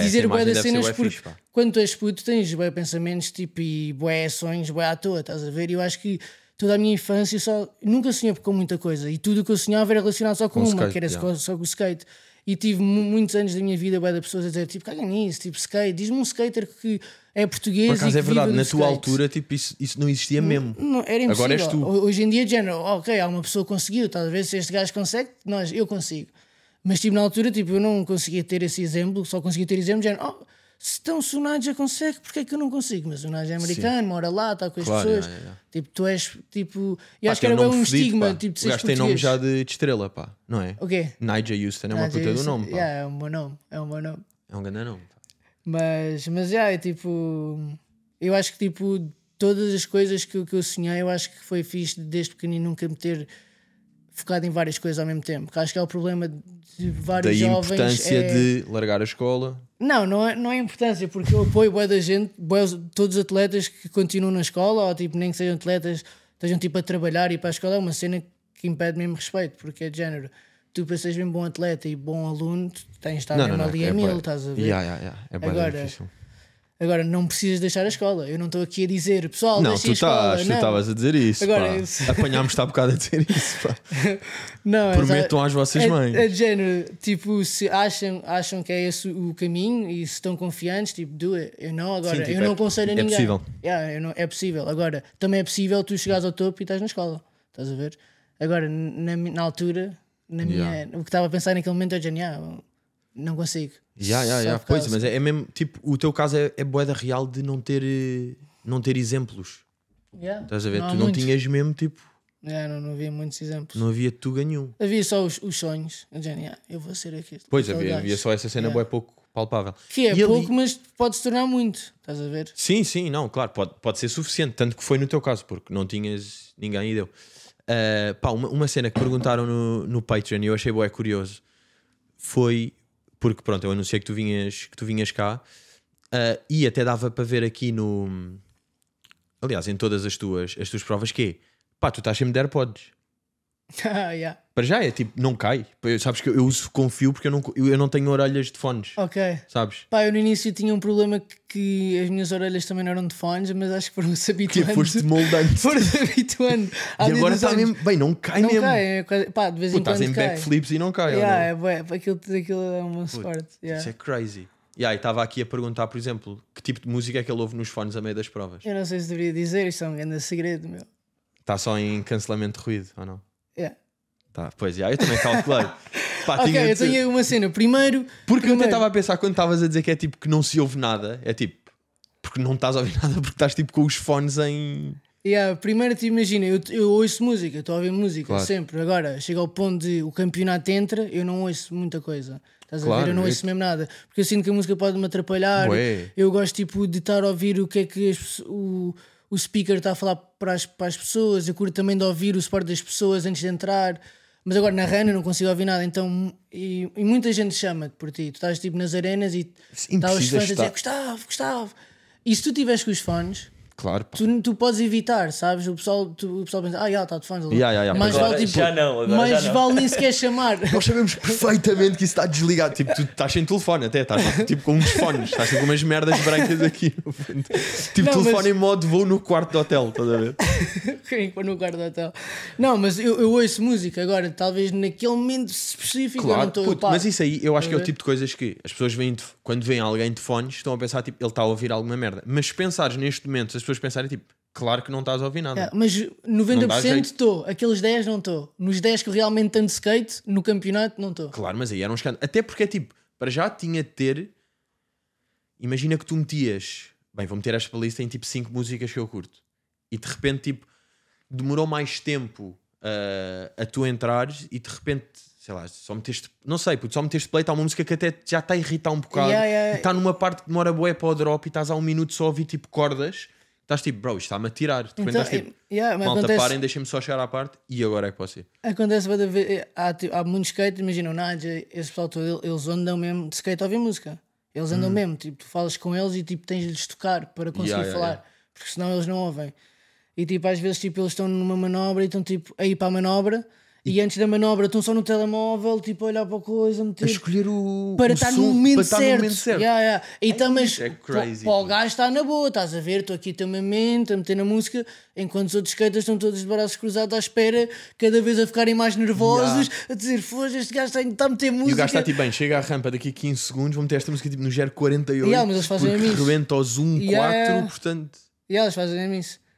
dizer bué das
ah, deve ser
cenas
bué
porque
fixe, pá.
quando tu és puto tens bué pensamentos tipo e bué sonhos, bué à toa, estás a ver? E eu acho que toda a minha infância eu só nunca sonhei com muita coisa e tudo o que eu sonhava era relacionado só com,
Com
uma,
skate,
que era
yeah.
só, só com o skate. E tive mu- muitos anos da minha vida bué de pessoas a dizer tipo, caga nisso, tipo skate, diz-me um skater que é português
Por
e
acaso
que
é verdade,
vive do
na
skate.
tua altura tipo, isso, isso não existia mesmo.
Não, era impossível.
Agora és tu.
Ho- Hoje em dia, de género, ok, há uma pessoa que conseguiu, talvez se este gajo consegue, nós, eu consigo. Mas, tipo, na altura, tipo, eu não conseguia ter esse exemplo, só conseguia ter exemplo, de género, oh, se tão se o Nadia consegue, porque é que eu não consigo? Mas o Nadia é americano, mora lá, está com as
Claro,
pessoas.
é, é, é.
Tipo, tu és, tipo, eu
Pá,
acho que
tem
era bem um
nome fedido,
estigma,
pá.
tipo, de
O
seres
gajo tem nome
português.
já de, de estrela, pá, não é?
O quê?
Nigel Houston é uma
Nadia,
puta do
isso-
nome, pá.
yeah, é um bom nome, é um bom nome.
É um grande nome. pá.
Mas, mas já, é tipo. Eu acho que, tipo, todas as coisas que, eu- que eu sonhei, eu acho que foi fixe desde pequenino nunca me ter focado em várias coisas ao mesmo tempo. Porque acho que é o problema de vários
Daí a
jovens.
importância
é-
de largar a escola.
Não, não é, não é importância, porque eu apoio boa da gente, bué os- todos os atletas que continuam na escola, ou tipo, nem que sejam atletas, estejam tipo a trabalhar e ir para a escola, é uma cena que impede mesmo respeito, porque é de género. Tu para seres mesmo bom atleta e bom aluno, tu tens de estar
Não,
mesmo
não, não.
ali a
é bué-
mil, estás a ver?
Yeah, yeah, yeah. É bué
Agora,
difícil.
Agora, não precisas deixar a escola. Eu não estou aqui a dizer, pessoal,
Não,
deixem
tu
a escola.
estás, tu
não.
estavas a dizer isso.
Agora,
pá.
isso-
Apanhámos-te há bocado a dizer isso. [laughs] Pá.
Não, é só-
Prometam às vossas
é,
mães.
É de género, tipo, se acham, acham que é esse o caminho e se estão confiantes, tipo, do it. Eu não, agora,
Sim, tipo,
eu não
é-
aconselho a
é
ninguém.
possível.
Yeah, eu não- é possível. Agora, também é possível tu chegares ao topo e estás na escola. Estás a ver? Agora, na, mi- na altura, na
Yeah.
minha, o que estava a pensar naquele momento é de género, yeah, não consigo.
Já, já,
Só
já.
por
Pois,
causa-
mas é, é mesmo, tipo, o teu caso é, é boeda real de não ter, eh, não ter exemplos.
Yeah,
Estás a ver?
há
tu não
muitos.
tinhas mesmo, tipo,
Yeah, não, não havia muitos exemplos.
não havia tu ganhou.
Havia só os, os sonhos. Eu, dizia, "Yeah, eu vou ser aqui.
Pois,
aquele
havia,
gajo."
havia só essa cena
Yeah.
boa pouco palpável.
Que é
E ali-
pouco, mas pode se tornar muito. Estás a ver? [laughs]
Sim, sim, não, claro, pode, pode ser suficiente. Tanto que foi no teu caso, porque não tinhas ninguém e deu. Ah, pá, uma, uma cena que perguntaram no, no Patreon e eu achei boé curioso foi porque, pronto, eu anunciei que tu vinhas, que tu vinhas cá ah, e até dava para ver aqui no. Aliás, em todas as tuas, as tuas provas, que é pá, tu estás sempre de AirPods.
ah, yeah.
Para já é tipo, não cai. Eu- sabes que eu, eu uso, confio porque eu não, eu, eu não tenho orelhas de fones,
Ok.
sabes?
Pá, eu no início tinha um problema que, que as minhas orelhas também não eram de fones, mas acho que foram-se [laughs]
Que
habituando.
foste moldando.
Foram-se habituando.
[laughs]
À
E
medida
agora
dos
está
anos.
mesmo. Bem, não cai
Não
mesmo.
cai. é quase- Pá, de vez
Pô,
em
estás
quando
em
cai.
backflips e não cai. ou
Yeah,
não?
é bué, aquilo, aquilo é uma sorte. yeah.
Isso é crazy. Yeah, e estava aqui a perguntar, por exemplo, que tipo de música é que ele ouve nos fones a meio das provas?
Eu não sei se deveria dizer, isto é um grande segredo, meu.
Está só em cancelamento de ruído ou não?
Yeah.
Tá, pois yeah, eu também
[laughs]
calculei. Pá, Ah,
Ok,
tinha-
eu tenho uma cena. Primeiro,
Porque eu até
primeiro-
estava a pensar quando estavas a dizer que é tipo que não se ouve nada, é tipo porque não estás a ouvir [laughs] nada porque estás tipo com os fones em.
Yeah, primeiro te imagina, eu, eu ouço música, estou a ouvir música
Claro.
sempre. Agora, chega ao ponto de o campeonato entra, eu não ouço muita coisa. Estás a
Claro,
ver? Eu não
é
ouço
que-
mesmo nada. Porque eu sinto que a música pode me atrapalhar.
Bué.
Eu gosto tipo, de estar a ouvir o que é que as pesso- o, o speaker está a falar para as, para as pessoas. Eu curto também de ouvir o suporte das pessoas antes de entrar. Mas agora na RAN eu não consigo ouvir nada. Então, e, e muita gente chama-te por ti. Tu estás tipo nas arenas e
Sim,
está os
precisas
fãs a dizer
estar.
Gustavo, Gustavo. E se tu tiveres com os fones
Claro, pá.
tu, tu podes evitar, sabes? O pessoal, tu- o pessoal pensa, ah, já está de fãs. ele-
Ya, ya, ya,
mais
agora
vale, tipo,
já não, agora
mais
já não.
vale nem sequer chamar. [laughs]
Nós sabemos perfeitamente que isso está desligado. Tipo, tu estás sem telefone até, estás tipo com uns fones, estás tipo com umas merdas brancas aqui no fundo. Tipo,
Não, mas-
telefone em modo vou no quarto do hotel, estás a ver?
Quem pôr no quarto do hotel. Não, mas eu, eu ouço música agora, talvez naquele momento específico eu não
Claro,
estou
puto,
pá,
mas isso aí eu acho que é o
Estás a ver?
tipo de coisas que as pessoas veem de- quando veem alguém de fones estão a pensar tipo, ele está a ouvir alguma merda. Mas se pensares neste momento, se as pessoas pensarem tipo, claro que não estás a ouvir nada.
É, mas
Não dá
90%
jeito.
estou, aqueles 10 não estou. Nos 10 que eu realmente ando de skate, no campeonato, não estou.
Claro, mas aí era um escândalo. Até porque é tipo, para já tinha de ter. Imagina que tu metias. Bem, vou meter esta lista em tipo 5 músicas que eu curto. E de repente, tipo, demorou mais tempo ah, a tu entrares e de repente, sei lá, só meteste. Não sei, puto, só meteste play, está uma música que até já está a irritar um bocado.
Yeah, yeah.
E está numa parte que demora boé para o drop e estás há um minuto só a ouvir tipo cordas. Estás tipo, bro, isto está-me a tirar. De repente
Então,
estás tipo,
é- yeah, mas
malta,
acontece-
parem, deixem-me só chegar à parte e agora é que posso ir.
Acontece bué da vez- há, ti- há muitos skate, imagina o Nadja, esse pessoal todo, eles andam mesmo de skate a ouvir música. Eles andam mesmo, tipo, tu falas com eles e tipo tens de lhes tocar para conseguir
Hum. Yeah, yeah,
falar,
yeah.
porque senão eles não ouvem. E tipo, às vezes tipo, eles estão numa manobra e estão tipo a ir para a manobra e, antes da manobra estão só no telemóvel, tipo a olhar para a coisa,
A
meter
escolher o.
para
o
estar
som,
no momento
para estar
certo.
momento certo.
Yeah, yeah. Então, mas
isso é crazy,
para o
pô.
gajo está na boa, estás a ver? Estou aqui a ter uma mente, a meter na música, enquanto os outros skaters estão todos de braços cruzados à espera, cada vez a ficarem mais nervosos, a dizer: Foge, este gajo está- está a meter música.
E o gajo está tipo, bem, chega à rampa daqui a 15 segundos, vou meter esta música tipo no gero 48,
Yeah, mas eles fazem
porque
isso.
rebenta aos 1,
Yeah,
4,
yeah.
portanto,
E elas fazem mesmo isso.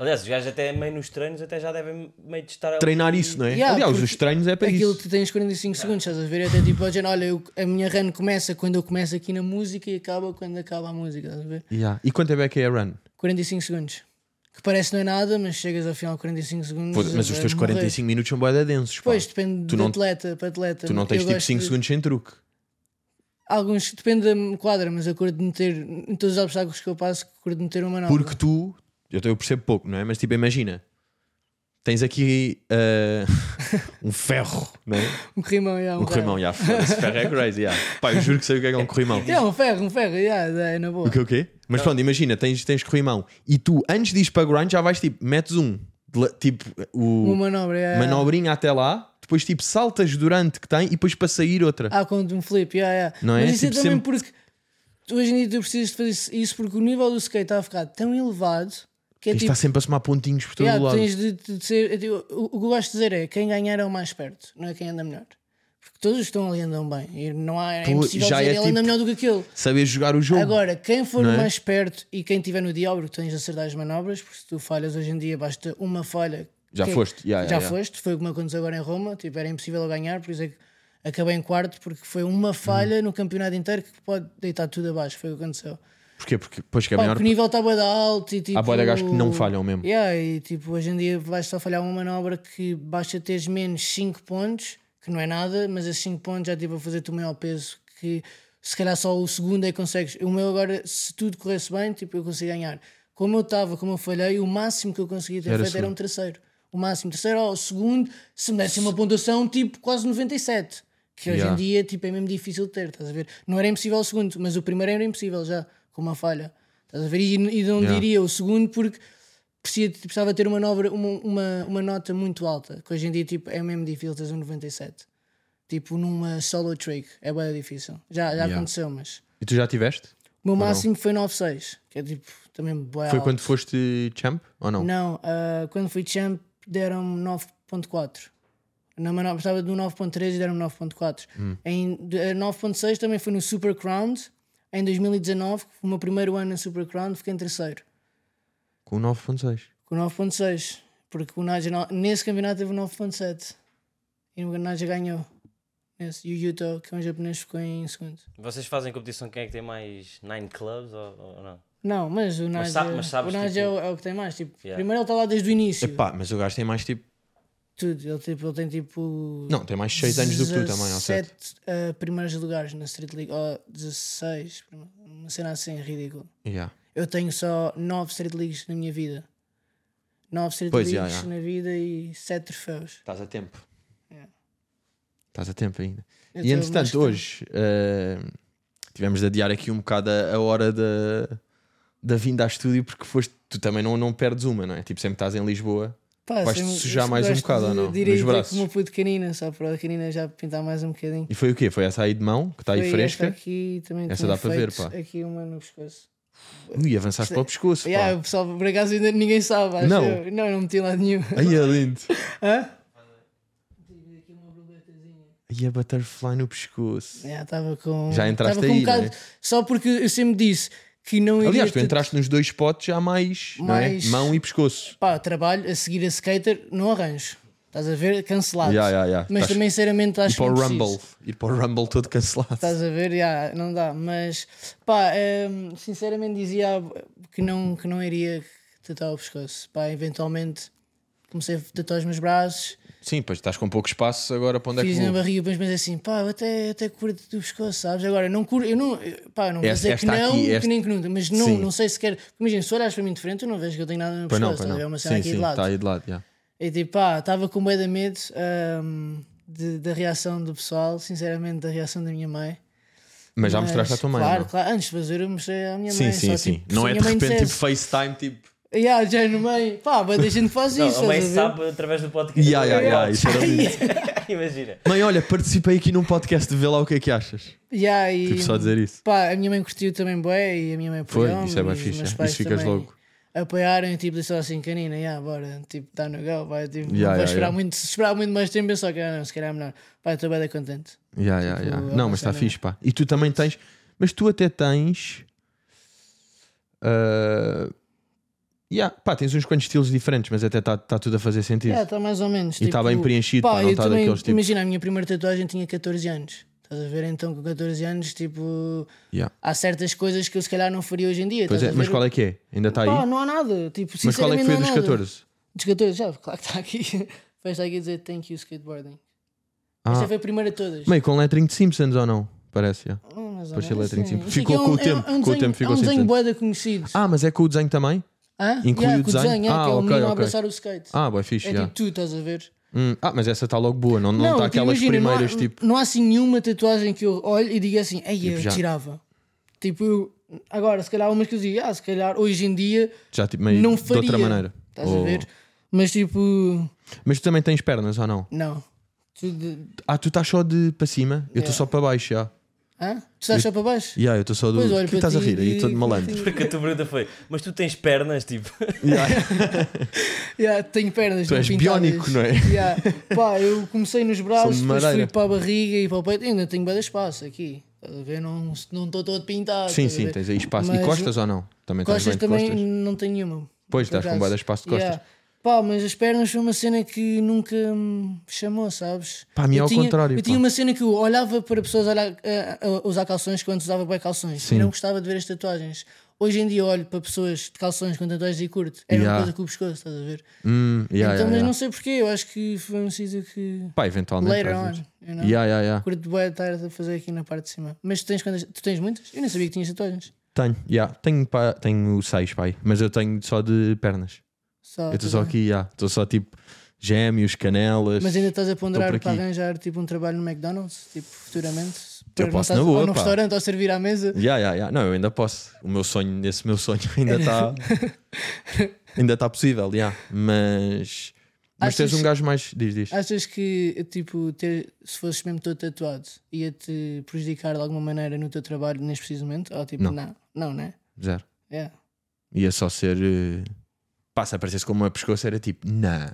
Aliás, os gajos até meio nos treinos até já devem meio de estar ali.
treinar isso, não é?
Yeah,
Aliás,
porque
os treinos é para
Aquilo
isso.
tu tens 45 segundos, estás a ver? Até tipo, ao género, olha, eu- a minha run começa quando eu começo aqui na música e acaba quando acaba a música, estás a ver?
Yeah. E quanto é que é a run?
45 segundos. Que parece não é nada, mas chegas ao final de 45 segundos.
Pô, mas
a-
os
a
teus
é morrer.
45 minutos são boeda densos, pá.
Pois, depende
Tu
de
não-
atleta para atleta. né?
Tu não
Eu
tens tipo
gosto
5
de-
segundos sem truque.
Alguns, depende da quadra, mas eu curto de meter, em todos os obstáculos que eu passo, curto de meter uma nova.
Porque tu, eu, eu percebo pouco, não é? Mas tipo, imagina, tens aqui ah, [laughs] um ferro, não
[laughs]
é?
Um corrimão, yeah,
Um corrimão, já. Esse ferro é crazy, yeah. Pá, eu juro que sei o que é que é um corrimão.
É, um ferro, um ferro, yeah, é na boa.
O que o quê? Mas pronto, imagina, tens, tens corrimão e tu, antes de ir para grind, já vais tipo, metes um, de la- tipo, o
Uma manobra, yeah.
manobrinha até lá, depois tipo, saltas durante que tem e depois para sair outra.
é Ah, com um flip, yeah, yeah.
Não é?
Mas isso é
Tipo,
também
sempre-
porque tu hoje em dia tu precisas de fazer isso porque o nível do skate está a ficar tão elevado que é
Isto
tipo.
está sempre a somar pontinhos por todo
yeah,
o
tu
lado.
tens de, de- de ser- eu digo, o, o que eu gosto de dizer é quem ganhar é o mais perto, não é quem anda melhor. Porque todos estão ali andam bem. E não há, é
Pô,
impossível
já
dizer
é
ele
tipo-
anda melhor do que aquele.
Saber jogar o jogo.
Agora, quem for
não é?
o mais perto e quem tiver no diabo, tens de acertar as manobras, porque se tu falhas hoje em dia, basta uma falha.
Já
que- é-
foste, yeah, yeah,
já
yeah.
foste, foi o que me aconteceu agora em Roma, tipo, era impossível eu ganhar, por isso é que acabei em quarto, porque foi uma
Hum.
falha no campeonato inteiro que pode deitar tudo abaixo, foi o que aconteceu.
Porquê? Porque depois que é
Pá,
maior.
porque o nível está bué de alto e tipo...
Há bué de gajos que não falham mesmo.
Yeah, e tipo, hoje em dia vais só falhar uma manobra que basta teres menos 5 pontos, que não é nada, mas esses 5 pontos já tipo a fazer-te o maior peso que se calhar só o segundo aí consegues. O meu agora, se tudo corresse bem, tipo, eu consigo ganhar. Como eu estava, como eu falhei, o máximo que eu consegui ter
Era
feito era
segundo.
um terceiro. O máximo terceiro ou segundo, se me desse uma pontuação tipo quase 97. Que hoje
Yeah.
em dia tipo, é mesmo difícil de ter, estás a ver? Não era impossível o segundo, mas o primeiro era impossível já, com uma falha. Estás a ver? E, e não
Yeah.
diria o segundo porque precisa- precisava ter uma, nobra- uma, uma, uma nota muito alta. Que hoje em dia tipo, é mesmo difícil teres um 97. Tipo numa solo trick. É bem difícil. Já, já aconteceu, mas.
E tu já tiveste?
O meu
não?
máximo foi 9-6, que é tipo também bué
Foi
alto.
quando foste champ ou não?
Não, ah, quando fui champ deram-me 9.4. Na manobra estava de um 9.3 e deram-me 9.4.
Hum.
Em de- eh, 9.6 também foi no Super Crown. Em 2019, que foi o meu primeiro ano no Super Crown, fiquei em terceiro.
Com 9.6.
Com 9.6. Porque o Naja no- nesse campeonato teve um 9.7. E o Naja ganhou. Nesse. E o Yuto, que é um japonês, ficou em segundo.
Vocês fazem competição quem é que tem mais nine clubs ou, ou não?
Não, mas o Naja,
sa- mas sabes,
o Naja
tipo-
é, o, é o que tem mais. Tipo,
Yeah.
Primeiro ele está lá desde o início.
Epá, mas o gajo tem mais tipo.
Tudo. Ele, tipo, ele tem tipo.
Não, tem mais 6 anos do que tu também, ou 7.
17, eh, primeiros lugares na Street League, ou 16, uma cena assim ridículo.
Yeah.
Eu tenho só 9 Street Leagues na minha vida. 9 Street
Pois, já,
Leagues
já.
na vida e 7 troféus.
Estás a tempo.
Yeah.
Estás a tempo ainda.
Eu
e
tô- mas é
entretanto,
tô-
hoje eh, tivemos de adiar aqui um bocado a, a hora da, da vinda a estúdio porque foste. Tu também não, não perdes uma, não é? Tipo, sempre estás em Lisboa.
Pá,
vais-te
sempre-
sujar
eu
mais um
gosto
bocado,
de- é
ou não?
de ir
Nos
aí ter com
braços.
uma puta canina, só para a canina já pintar mais um bocadinho.
E foi o quê? Foi essa aí de mão que está Tá aí
Foi
fresca.
Esta aqui também
Essa
tinha
dá para ver,
feito
pá.
Aqui uma no pescoço.
Ui, avançaste para o pescoço. pá.
Yeah, o pessoal, por acaso ainda ninguém sabe, acho
Não.
eu. Não, não meti lá nenhum.
Aí é lindo.
Hã?
Aí a butterfly no pescoço.
Já estava com.
Já entraste
É, tava com um
aí,
bocado-
não é?
Só porque eu sempre disse que não iria.
Aliás, tu
ter-
entraste nos dois potes já mais,
Mais-
Não é? mão e pescoço.
Pá, trabalho a seguir a skater, não arranjo. Estás a ver? Cancelado.
Ya, ya, ya.
Mas
Estás-
também, sinceramente, acho
Ir para o
que. não
Rumble.
preciso.
Ir para o Rumble todo cancelado.
Estás a ver? Já, não dá. Mas, pá, hum, sinceramente dizia que não, que não iria tatuar o pescoço. Pá, eventualmente comecei a tatuar os meus braços.
Sim, pois estás com pouco espaço agora para onde é que
Fiz na
vou.
barriga, mas mas assim, pá, eu até, até curto do pescoço, sabes? Agora, não curto, eu não, eu- pá, eu não vou
Esta-
dizer que
esta
não,
aqui,
que
esta-
nem que nunca, mas não,
Sim.
não sei sequer. porque Imagina, se olhas para mim de frente, eu não vejo que eu tenho nada no
Pois
pescoço,
não, pois
estás a
não.
ver? é uma cena
sim,
aqui
sim,
de lado.
está aí de lado. ya.
E tipo, pá, estava com medo de medo hum, de- da reação do pessoal, sinceramente, da reação da minha mãe.
Mas já mostraste à tua mãe.
Claro,
não?
claro, antes de fazer, eu mostrei à minha
Sim,
mãe.
sim,
só,
sim.
tipo,
não
se
é
a
de
minha mãe
repente tipo
dissesse,
FaceTime, tipo.
"Ya, já no meio, pá, mas a gente faz isso.
não a mãe
estás a ver?
sabe através do podcast.
Ya, ya,
[laughs]
ya, isso era lindo.
Imagina.
Mãe, olha, participei aqui num podcast, vê lá o que é que achas.
[laughs] Ya, e-
Tipo, só dizer isso.
Pá, a minha mãe curtiu também bué e a minha mãe
Foi,
apoiou
isso é bem fixe. é. Isso ficas logo.
Apoiaram e tipo, disse assim, canina, yeah, bora, tipo, está no go, vai,
Yeah,
tipo, não
yeah,
vou esperar
yeah.
muito, se esperar muito mais tempo, eu só que, ah, não, se calhar é melhor. Pá, estou bem contente.
Ya, ya, ya.
Tipo, é
Não,
uma
mas está
cena-
fixe, pá. E tu também tens. Mas tu até tens. ah, ya, Pá, tens uns quantos estilos diferentes, mas até está tudo a fazer sentido.
Yeah, está É, tá mais ou menos.
E está bem preenchido, pá, não
eu
está
também-
daqueles tipo.
Imagina, a minha primeira tatuagem tinha 14 anos. Estás a ver? Então, com 14 anos, tipo,
Ya.
há certas coisas que eu se calhar não faria hoje em dia.
Pois é,
estás a
mas
ver?
qual é que é? Ainda está
Pá,
aí?
não há nada. Tipo,
Mas qual é que foi a dos
sinceramente, não há nada.
14?
Dos 14, [laughs] já, claro que está aqui. Vai estar aqui a dizer thank you skateboarding.
Ah,
Esta foi a primeira de todas.
meio com lettering de Simpsons ou não? Parece, já.
Ah, mais ou
Parecia
menos,
lettering
sim.
simples.
Sim,
Ficou
que é
com o
um- é um-
tempo,
é um
com o
desenho-
tempo ficou
É um desenho
simples.
boeda conhecido.
Ah, mas é com o desenho também?
Hã?
inclui
Yeah,
o
com
desenho.
é,
Ah,
que é o
ok,
menino a
ok.
abraçar o skate.
Ah, boa, fixe,
é
já.
tipo tu, estás a ver?
Hum, Ah, mas essa está logo boa, não está não tá
tipo,
aquelas
imagina, não há-
primeiras tipo.
Não há assim nenhuma tatuagem que eu olho e diga assim, ei, eu
já-
tirava. Tipo, eu- agora, se calhar há umas que eu digo, ah, se calhar hoje em dia
Já tipo meio
não
de
faria.
outra maneira.
Estás
Ou-
a ver? Mas tipo,
Mas tu também tens pernas ou não?
não. Tudo-
Ah, tu estás só de para cima? Eu estou
Yeah.
só para baixo, já.
Hã? Tu estás só para baixo?
Yeah, eu estou só do.
Pois,
O que
olho
é que
para
estás a
ti
rir? Aí
e-
todo malandro.
Porque a tua pergunta foi, mas tu tens pernas, tipo.
Yeah.
Yeah, tenho pernas.
Tu
não
és
pintadas.
biónico, não é?
Yeah. Pá, eu comecei nos braços,
[laughs] Sou de
depois fui
madeira.
para a barriga e para o peito. Ainda tenho bem de espaço aqui. Estás a ver? Não não estou todo pintado.
Sim,
estás a
sim,
ver?
tens aí espaço. E
Mas-
costas ou não? Também estás
Costas
bem de
também
costas.
não tenho nenhuma.
Pois,
por
estás com
acaso.
bué de espaço de costas.
Yeah. Pá, mas as pernas foi uma cena que nunca me chamou, sabes?
Pá, a mim é
Eu
ao
tinha-
contrário,
Eu
pá.
tinha uma cena que eu olhava para pessoas olhar- a- a- a usar calções quando usava bem calções
Sim.
e não gostava de ver as tatuagens. Hoje em dia olho para pessoas de calções com tatuagens e curto. Era
Yeah.
uma coisa com o pescoço, estás a ver?
Hum, yeah,
então,
yeah,
mas
yeah.
não sei porquê, eu acho que foi um sítio que.
Pá, eventualmente.
Later
vais
on, é?
ver.
you know?
Yeah, yeah, yeah.
Curto boa tarde a fazer aqui na parte de cima. Mas tu tens quantas? Tu tens muitas? Eu nem sabia que tinhas tatuagens.
Tenho, yeah. tenho, pá, tenho seis, pai, mas eu tenho só de pernas.
Só,
eu estou só aqui, já. Estou só tipo gêmeos, canelas.
Mas ainda estás a ponderar
por
para
aqui.
arranjar tipo um trabalho no McDonald's, tipo futuramente?
Eu posso
Para- não estás-
na boa,
Ou num
pá.
restaurante ou servir à mesa?
Ya, ya, ya. Não, eu ainda posso. O meu sonho, esse meu sonho [laughs] ainda
[laughs]
está. ainda está possível, ya. Mas. Mas tens
Achas- Ah.
um gajo mais. Diz, diz.
Achas que tipo, ter, se fosses mesmo todo tatuado ia-te prejudicar de alguma maneira no teu trabalho neste preciso momento? Ou tipo,
Não.
não, não, não né?
Zero.
Yeah.
Ia só ser. eh, Pá, se aparecesse com uma pescoça, era tipo, nah.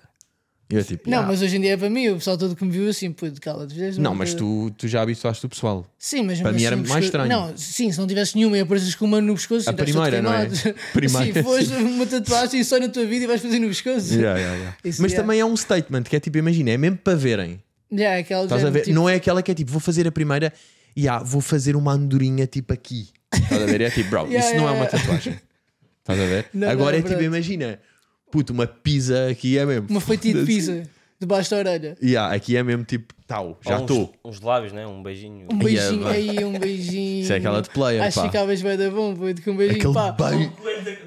Eu era tipo,
Não,
"Ya."
mas hoje em dia é para mim, o pessoal todo que me viu assim, puto, cala-te. fizeste
Não,
uma
mas
coisa-
tu, tu já habituaste o
[laughs]
pessoal.
Sim, mas
Para
mas
mim era
sim,
mais
pesco-
estranho.
Não, sim, se não tivesse nenhuma e apareces com uma no pescoço,
A
assim, estás todo
primeira, não é?
queimado.
[laughs] Primeira,
Sim, foste uma tatuagem só na tua vida e vais fazer no pescoço.
Ya, ya, ya.
Isso,
Mas
ya.
também é um statement que é tipo, imagina, é mesmo para verem.
[laughs] Yeah, aquela
Estás a
género,
ver?
tipo,
Não é aquela que é tipo, vou fazer a primeira e ah, vou fazer uma andorinha tipo aqui. Estás a ver? É tipo, bro,
[laughs] Yeah,
isso não é
yeah,
uma
yeah.
tatuagem. Estás a ver?
Não,
Agora
não,
é tipo,
verdade.
imagina, puto, uma pizza aqui é mesmo.
Uma fatia de
Foda-se.
pizza debaixo da orelha.
Yeah, aqui é mesmo tipo, tal, [laughs] já Oh
Ou
estou.
Uns, uns lábios, né? Um beijinho.
Um beijinho
vai.
aí, um beijinho.
Isso é aquela de player,
Acho
pá.
que ficavas bem da bom, puto, com um beijinho.
Aquele
pá.
bem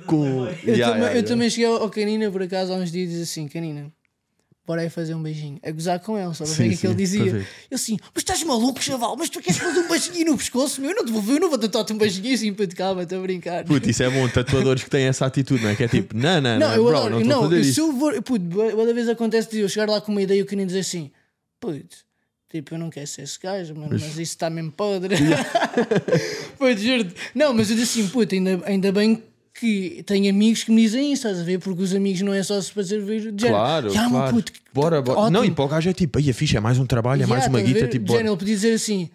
com.
Eu,
Yeah,
também,
yeah,
eu
yeah.
também cheguei ao ao Canina por acaso há uns dias e disse assim: Canina, bora aí fazer um beijinho. A gozar com ele, só para
Sim,
ver o que é
sim,
que ele dizia.
para
Eu
ver.
assim: Mas estás maluco, chaval? Mas tu queres fazer um beijinho no pescoço? Meu, eu não te vou ver, eu não vou tatuar-te um beijinho assim, puto, calma, estou a brincar.
Puto, isso é bom, tatuadores que têm essa atitude, não é? Que é tipo, não, não,
Não,
não,
eu
bro,
adoro.
não estou a
Não,
fazer
eu, se
isso.
eu vou. Puto, bué- bué da vez acontece de eu chegar lá com uma ideia e o Canino dizer assim: Puto, tipo, eu não quero ser esse gajo, mano, mas isso está mesmo podre. [laughs] Puto, juro-te. Não, mas eu disse assim: Puto, ainda, ainda bem que tenho amigos que me dizem isso, estás a ver? Porque os amigos não é só se fazer ver. de género,
Claro,
"Ya, meu
claro.
puto, que-
bora, bora.
ótimo."
Não, e para o gajo é tipo, aí a ficha é mais um trabalho, é
Ya,
mais uma
estás a
guita,
ver?
tipo,
De género,
bora. Ah.
Ele podia dizer assim.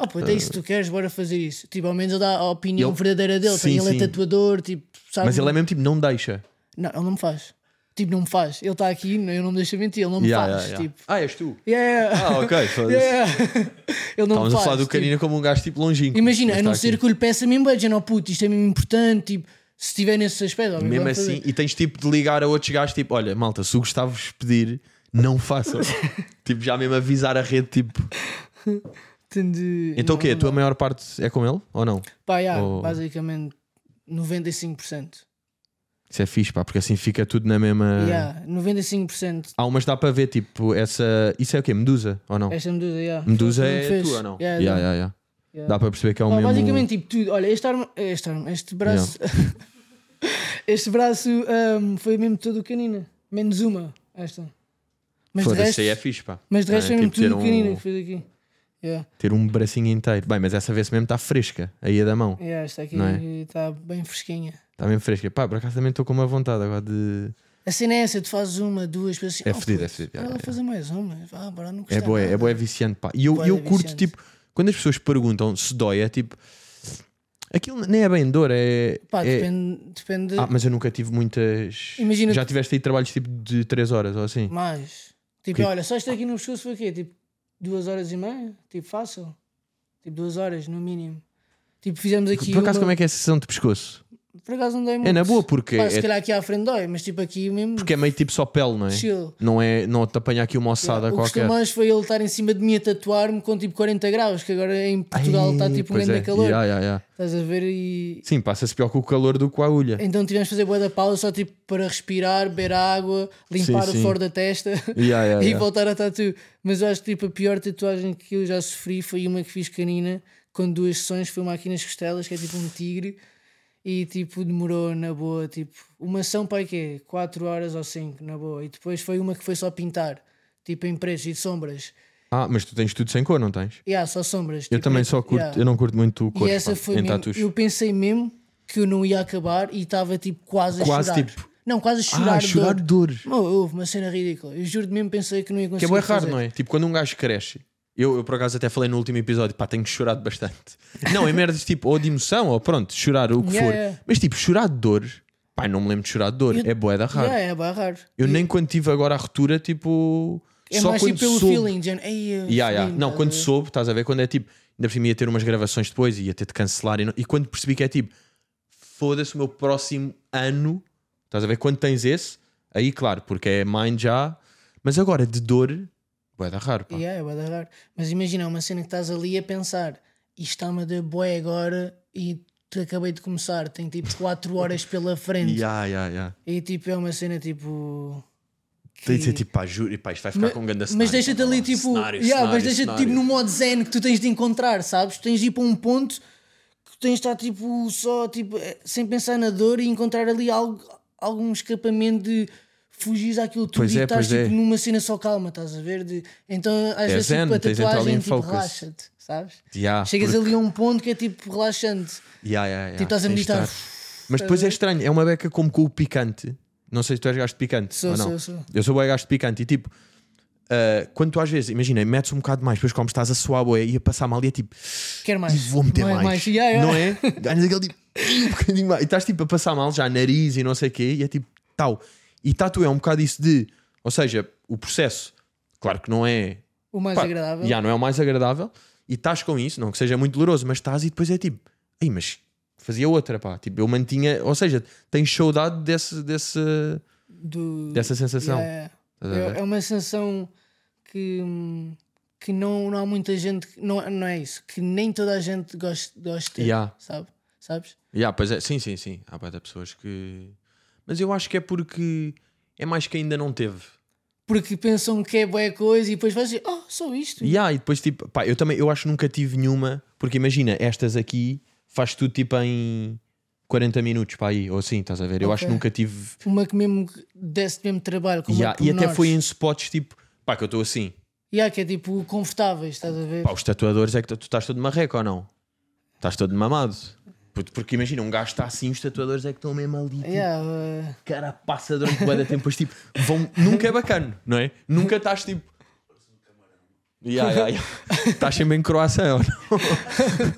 Oh, puto, é isso que tu queres, bora fazer isso. Tipo, ao menos ele dá a opinião
Ele-
verdadeira dele.
Sim,
tá? ele
sim.
é tatuador, tipo, sabe?
Mas ele é mesmo tipo, não deixa.
Não, ele não me faz. Tipo, não me faz. Ele está aqui, eu não me deixo mentir, ele não me
Yeah,
faz.
yeah, yeah.
Tipo,
Ah, és tu.
yeah,
Ah, ok. foda-se.
[laughs] yeah. ele não me
Estávamos
faz.
a falar do
tipo,
Canina como um gajo tipo longínquo.
imagina,
Mas
a não
está
ser
aqui.
que eu lhe peça mesmo beijo, não, puto, isto é mesmo importante. Tipo, se estiver nesse aspecto, óbvio,
Mesmo
vamos fazer.
assim, e tens tipo de ligar a outros gajos, tipo, olha, malta, se o Gustavo vos pedir, não
[laughs]
façam. tipo, já mesmo avisar a rede, tipo.
Entendi.
Então o
Não,
quê? A
não.
tua maior parte é com ele ou não?
Pá, yeah,
Oh.
basicamente 95%.
Isso é fixe, pá, porque assim fica tudo na mesma.
Yeah, 95%.
Há umas dá para ver, tipo, essa. Isso é o quê? Medusa ou não?
Esta medusa, yeah.
Medusa
Foi o que me
é
fez.
tua ou não?
Yeah,
Yeah,
yeah.
yeah, yeah.
Yeah.
Dá para perceber que é o
Pá,
mesmo.
Basicamente, tipo, tudo. Olha, este arma, este, arma, este braço. [laughs] este braço ahm, foi mesmo todo o canina. Menos uma, esta. Mas de
Foda-se,
resto,
aí é fixe, pá.
mas de resto
É,
foi mesmo
tipo, ter
tudo o canina
um-
que fez aqui. Yeah,
Ter um bracinho inteiro. Bem, mas essa vez mesmo está fresca, aí a da mão.
yeah, esta aqui
Não é?
está bem fresquinha.
Está mesmo fresca. Pá, por acaso também estou com uma vontade agora de.
A cena é essa, tu fazes uma, duas, depois assim.
É
oh,
fedido,
puto,
é fedido,
bora
yeah,
lá fazer mais uma. Vá, bora, não
É
custa
boé,
nada.
é boé viciante, pá. E eu,
Bué
eu
de
curto,
viciante.
tipo, quando as pessoas perguntam se dói, é tipo. Aquilo nem é bem dor, é.
Pá,
é-
depende, depende
Ah, mas eu nunca tive muitas.
Imagina-
Já tiveste aí trabalhos tipo de 3 horas ou assim?
mais. Tipo,
Que-
olha, só isto aqui no pescoço foi o quê? Tipo, duas horas e meia? Tipo, fácil. Tipo, duas horas no mínimo. Tipo, fizemos aqui.
Por acaso,
uma-
como é que é a sessão de pescoço?
Por acaso não dói muito.
É na boa, porque
Pá,
é,
se calhar aqui à frente dói, mas tipo aqui mesmo.
porque é meio tipo só pele, não é?
Chill.
Não é. Não te apanha aqui uma ossada
o é que
qualquer.
custou mais foi ele estar em cima de mim a tatuar-me com tipo 40 graus, que agora em Portugal
Ai,
está tipo um
pois
grande
é.
calor.
Ya, ya, ya.
Estás a ver e.
Sim, passa-se pior com o calor do que com a agulha.
Então tivemos de fazer boa da pausa só tipo para respirar, beber água, limpar
Sim,
o
sim.
foro
[laughs]
da testa
Ya, ya,
[laughs] e
ya.
voltar a tatu. Mas eu acho que tipo a pior tatuagem que eu já sofri foi uma que fiz canina com duas sessões, foi uma aqui nas costelas, que é tipo um tigre. E tipo, demorou na boa, tipo, uma ação para quê? 4 horas ou 5, na boa. E depois foi uma que foi só pintar, tipo em pretos e de sombras.
Ah, mas tu tens tudo sem cor, não tens?
Yeah, só sombras.
Eu
tipo,
também
preto.
só curto,
Yeah.
eu não curto muito cor
E essa foi
em
mesmo.
tatus.
Eu pensei mesmo que eu não ia acabar e estava tipo quase a
Quase,
chorar.
tipo-
Não, quase a
Ah,
chorar.
chorar,
de
de
dor.
dor.
Não, houve uma cena ridícula. Eu juro de mesmo pensei que não ia
Que
conseguir.
é bem raro, não é? Tipo, quando um gajo cresce. Eu, eu, por acaso até falei no último episódio, pá, tenho chorado [laughs] bastante. Não, é merdas tipo, ou de emoção, ou pronto, chorar o que
Yeah,
for.
yeah.
Mas tipo, chorar de dor, pá, não me lembro de chorar de dor, é boeda raro.
Yeah, é bem raro.
Eu nem quando tive agora a rotura, tipo.
É
só
mais
quando
tipo pelo
soube.
feeling. De... Ei, eu
Yeah, yeah.
fui,
Não,
tá
quando
a ver?
soube, estás a ver? Quando é tipo, ainda por cima ia ter umas gravações depois e ia ter de cancelar. E, não- e quando percebi que é tipo, foda-se o meu próximo ano, estás a ver? Quando tens esse, aí claro, porque é mãe já. Mas agora de dor, vai dar raro, pá.
Yeah, é bué da raro. Mas imagina, é uma cena que estás ali a pensar isto está-me a dar boé agora e te acabei de começar, tenho tipo 4 horas pela frente.
Yeah, yeah, yeah.
E tipo, é uma cena tipo.
Tem de ser tipo, pá, juro, e pá, isto vai ficar
Ma-
com um grande cenário.
mas deixa-te ali tipo,
Cenário,
yeah,
cenário,
mas deixa-te
cenário.
tipo no modo zen que tu tens de encontrar, sabes? Tens de ir para um ponto que tens de estar tipo só tipo eh, sem pensar na dor e encontrar ali algo, algum escapamento de fugir daquilo tudo
Pois
e
é,
estás
pois
tipo
é.
numa cena só calma, estás a ver? De, então às
É
vezes
zen,
tipo, a
tens de entrar ali em
tatuagem tipo,
focus.
relaxa-te, sabes?
Yeah,
Chegas
porque-
ali a um ponto que é tipo relaxante.
Yeah, yeah, yeah.
Tipo, estás
Tens
a
de
meditar. Eh.
estar. Mas depois é estranho, é uma beca como com o picante. Não sei se tu és gajo de picante.
Sou,
ou não.
sou, sou.
Eu sou bem gajo de picante. E tipo, ah, quando tu às vezes, imagina, metes um bocado mais, depois como estás a suar, boé, e a passar mal, e é tipo,
Quero mais.
e vou meter mais.
Yeah, yeah.
Não é? [laughs] Ganhas aquele tipo, um bocadinho mais. E estás tipo a passar mal já, nariz e não sei o quê, e é tipo, tal. E tatu é um bocado isso de, ou seja, o processo, claro que não é
O mais
Pá,
agradável.
Já não é o mais agradável. E estás com isso, não que seja muito doloroso, mas estás e depois é tipo, ei, mas fazia outra, pá. Tipo, eu mantinha, ou seja, tens saudade desse, desse,
do-
dessa sensação.
Yeah,
Estás a
yeah.
ver?
É, é uma sensação que, hum, que não, não há muita gente. que- Não, não é isso. Que nem toda a gente gosta, gosta de ter,
Yeah.
sabe? Sabes?
Yeah, pois é, sim, sim, sim. Há bué de pessoas que. Mas eu acho que é porque é mais que ainda não teve.
Porque pensam que é boa coisa e depois vais dizer, oh, só isto.
Yeah, e depois tipo, pá, eu também eu acho que nunca tive nenhuma, porque imagina, estas aqui faz tudo tipo em 40 minutos para aí, ou assim, estás a ver? Eu acho que
Ok.
nunca tive
Uma que mesmo que desse mesmo trabalho. Com
Yeah,
yeah.
e até foi em spots tipo, pá, que eu estou assim.
Yeah, que é tipo confortáveis, estás a ver?
Pá, os tatuadores é que tu tu estás todo marreco ou não? Estás todo mamado. Porque, porque imagina, um gajo está assim, os tatuadores é que estão mesmo ali. tipo,
Yeah, uh,
Cara, passa durante bué da tempo, depois tipo, vão, nunca é bacana, não é? Nunca estás tipo. Yeah, yeah, yeah. [laughs] Estás sempre em croação ou não?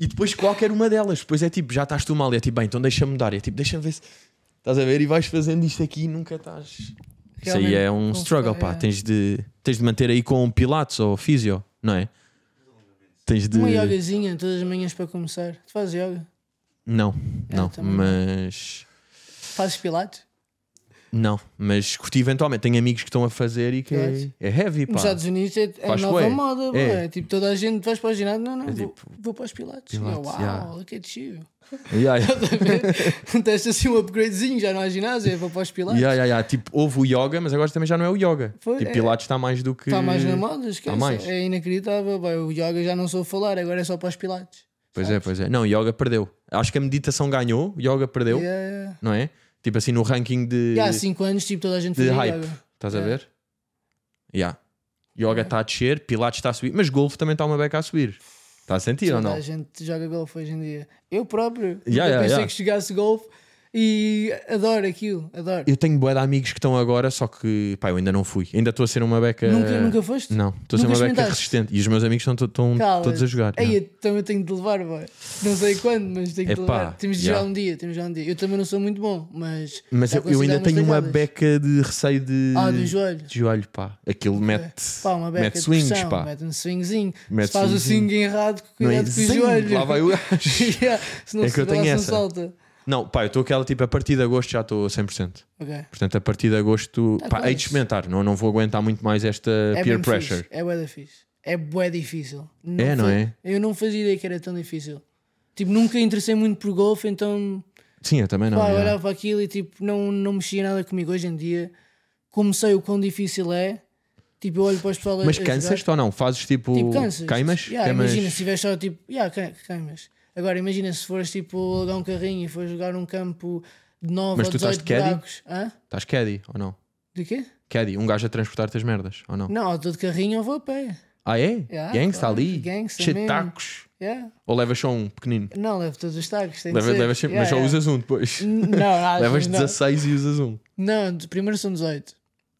E depois qualquer uma delas, depois é tipo, já estás tu mal, e é tipo, bem, então deixa-me mudar, e é tipo, deixa-me ver se. Estás a ver? E vais fazendo isto aqui e nunca estás. Isso aí
realmente
é um
confortável,
struggle, pá.
yeah.
Tens de, tens de manter aí com pilates ou físio, não é? Tens de.
Uma yogazinha todas as manhãs para começar. Tu fazes yoga?
Não,
É,
não.
também não.
Mas.
Fazes pilates?
Não, mas curti eventualmente. Tenho amigos que estão a fazer e que é,
Pois.
é heavy, pá.
Nos Estados Unidos é, é a
Faz
nova
bué.
moda,
É.
bué. Tipo, toda a gente vais para o ginásio, não, não,
É
vou,
tipo,
vou para os pilates. E eu,
pilates,
Uau,
yeah.
look at you. [laughs]
Yeah, yeah.
Teste assim um upgradezinho, já não há ginásio, é vou para os pilates.
Yeah, yeah, yeah. Tipo, houve o yoga, mas agora também já não é o yoga.
Foi,
tipo,
é.
Pilates está mais do que.
Está mais na moda, esquece.
Há mais.
É inacreditável, bué. o yoga já não sou a falar, agora é só para os pilates.
Pois é, pois é. Não, yoga perdeu. Acho que a meditação ganhou, yoga perdeu,
Yeah, yeah.
não é? Tipo assim, no ranking de,
E há 5 anos, tipo, toda a
de
gente fazia
hype.
yoga. É.
Estás a
Yeah.
ver? Yeah. Yoga está a descer, Pilates está a subir, mas golfe também está uma beca a subir. Está a sentir ou
Toda
não?
a gente joga golfe hoje em dia. Eu próprio, eu
yeah,
pensei
yeah.
que chegasse golfe e adoro aquilo, adoro.
Eu tenho boé de amigos que estão agora, só que pá, eu ainda não fui. Ainda estou a ser uma beca.
Nunca, nunca foste?
é, Não, estou a ser
Nunca
uma beca
experimentaste?
resistente. E os meus amigos estão, to- estão
Cala.
Hum, todos a jogar.
Ei,
yeah.
então eu também tenho de levar, boy. Não sei quando, mas tenho de
Epá,
levar. Temos de
yeah.
jogar um dia, temos de jogar um dia. Eu também não sou muito bom, mas.
Mas
já
eu, eu
consigo
ainda
dar umas
tenho uma
tajadas.
beca de receio de.
Ah, do joelho.
De joelho, pá. Aquilo mete.
Pá, uma beca
mete
de
swings,
pressão,
pá.
Mete um swingzinho.
Mete
se faz o
swingzinho.
swing errado,
Não é?
cuidado com o
Zing,
joelho.
Lá vai o gajo.
[laughs] Yeah, se não
É
se
que eu
relaxa,
tenho
não
essa.
salta.
Não, pá, eu estou aquela tipo a partir de agosto já estou 100%.
Ok.
Portanto, a partir de agosto.
Tá
pá, hei de
quase.
experimentar. Não, não vou aguentar muito mais esta
É
peer
bem
pressure.
Fixe. É bué da fixe. É bué difícil.
É, não
fa-
é?
Eu não fazia ideia que era tão difícil. Tipo, nunca interessei muito por golfe, então
Sim, eu também não.
Pá, eu
yeah.
olhava para aquilo e tipo, não, não mexia nada comigo hoje em dia. Comecei o quão difícil é. Tipo, eu olho para as pessoas.
Mas cansas-te ou não? Fazes tipo.
Tipo, cansas.
Queimas?
Yeah,
Queimas-
Imagina, se estiveres só tipo. Yeah, que- queimas. Agora, imagina se fores tipo alugar um carrinho e fores jogar um campo de 9
Mas
ou
tu estás
18
de é, caddy?
buracos. Hã?
Estás caddy ou não?
De quê?
Caddy, um gajo a transportar-te as merdas, ou não?
Não, ou estou de carrinho ou vou a pé.
Ah, é?
Yeah,
Gangs está
claro,
ali.
gangsta
Cheio de
mesmo.
tacos.
Yeah.
Ou levas só um pequenino?
Não, levo todos os tacos. tem de
Leva,
ser.
levas sempre, mas
Yeah,
só
yeah.
usas um depois.
N- Não, [laughs]
[laughs]
às
levas
vezes não.
16 e usas um.
Não, de- primeiro são 18.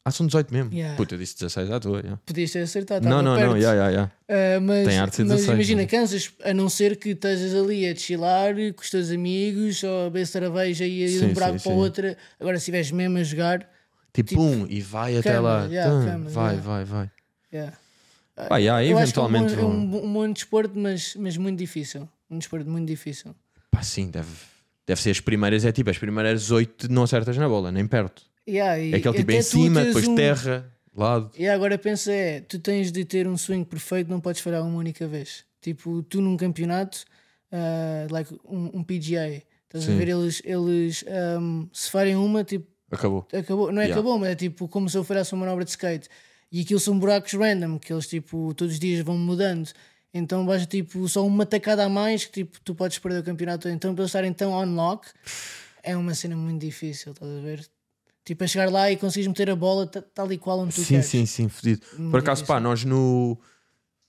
Ah, são 18 mesmo.
Yeah. Tá
Puta, eu disse 16 à toa. yeah.
Podias ter acertado.
Não,
estava
não,
perto.
não. Yeah, yeah, yeah.
Ah, mas,
Tem arte de ser
mas
16,
imagina,
não é?
cansas, a não ser que estejas ali a deschilar com os teus amigos ou a beber cerveja e a ir de
Sim,
um buraco
sim,
para o
sim.
outro. Agora, se estiveres mesmo a jogar,
Tipo, um e vai até
Cama,
lá.
yeah,
Tum,
cama,
vai,
yeah.
vai, vai,
yeah.
Pá, yeah,
é. Eu acho que é um
eventualmente
bom- é
vão.
um, bom- um bom desporto, mas, mas muito difícil. Um desporto muito difícil.
Pá, sim, deve, deve ser as primeiras. É tipo, as primeiras 8 não acertas na bola, nem perto.
Yeah, e
É aquele tipo
até
em
tu
cima,
teres
depois
um-
terra, lado.
E agora pensa é, tu tens de ter um swing perfeito, não podes falhar uma única vez. Tipo, tu num campeonato, ah, like um, um PGA, estás
Sim.
a ver, eles, eles ahm, se farem uma, tipo,
Acabou.
acabou, não é
Yeah.
acabou, mas é tipo como se eu falhasse uma manobra de skate. E aquilo são buracos random, que eles tipo todos os dias vão mudando. Então basta tipo só uma tacada a mais que tipo tu podes perder o campeonato. Então para eles estarem tão on lock é uma cena muito difícil, estás a ver? Tipo a chegar lá e conseguires meter a bola ta- tal e qual onde tu
Sim,
queres.
sim, sim, fodido.
Muito
Por acaso, pá, nós no,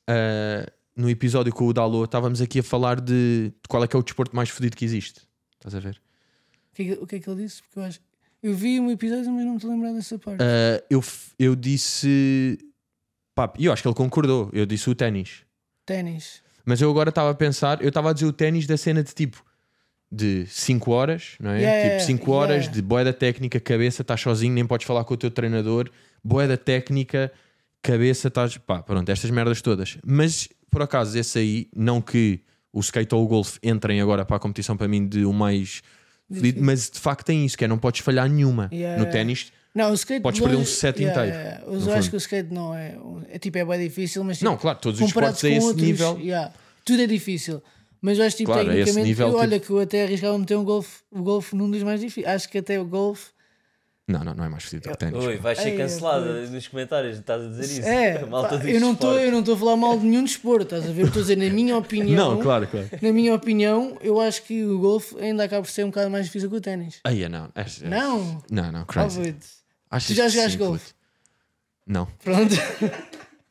ah, no episódio com o Dalô estávamos aqui a falar de, de qual é que é o desporto mais fodido que existe. Estás a ver?
O que, é que- o que é que ele disse? Porque eu acho. Eu vi um episódio, mas não me estou a lembrar dessa parte.
Ah, eu, f- eu disse. Pá, e eu acho que ele concordou. Eu disse o ténis.
Ténis.
Mas eu agora estava a pensar, eu estava a dizer o ténis da cena de tipo de 5 horas, não é?
Yeah,
tipo 5
yeah.
horas de boeda técnica, cabeça, estás sozinho, nem podes falar com o teu treinador, boeda técnica, cabeça, estás. pá, pronto, estas merdas todas. Mas por acaso, esse aí, não que o skate ou o golfe entrem agora para a competição para mim de o mais. fodido, Mas de facto tem isso, que é não podes falhar nenhuma.
Yeah,
No
yeah.
ténis,
Não, é- o skate.
Podes
de
perder um
longe-
set inteiro,
Eu
no
acho
fundo.
que o skate não é. um- É tipo, é bem difícil, mas. Tipo,
não, claro, todos os
comparados
esportes a esse
com outros,
nível.
yeah, tudo é difícil. Mas eu acho tipo,
Claro, a esse
tecnicamente,
nível,
eu,
tipo-
olha que eu até arriscava meter um golfe, o golfe num dos mais difíceis. Acho que até o golfe.
Não, não, não é mais fedido que o ténis.
Oi, vais ser
Ei,
cancelada nos comentários, estás a dizer isso. [laughs]
É,
A malta
pá,
diz
eu não estou
esporte.
eu não estou a falar mal de nenhum desporto, estás a ver? Eu Estou a dizer,
[laughs]
na minha opinião,
Não, claro, claro.
na minha opinião, eu acho que o golfe ainda acaba por ser um bocado mais difícil que o ténis.
Aí é não. Esta-
Não.
Não, não, crazy.
Óbvio.
Achas
Tu já
que
jogaste
sim,
golfe?
puto? Não.
Pronto.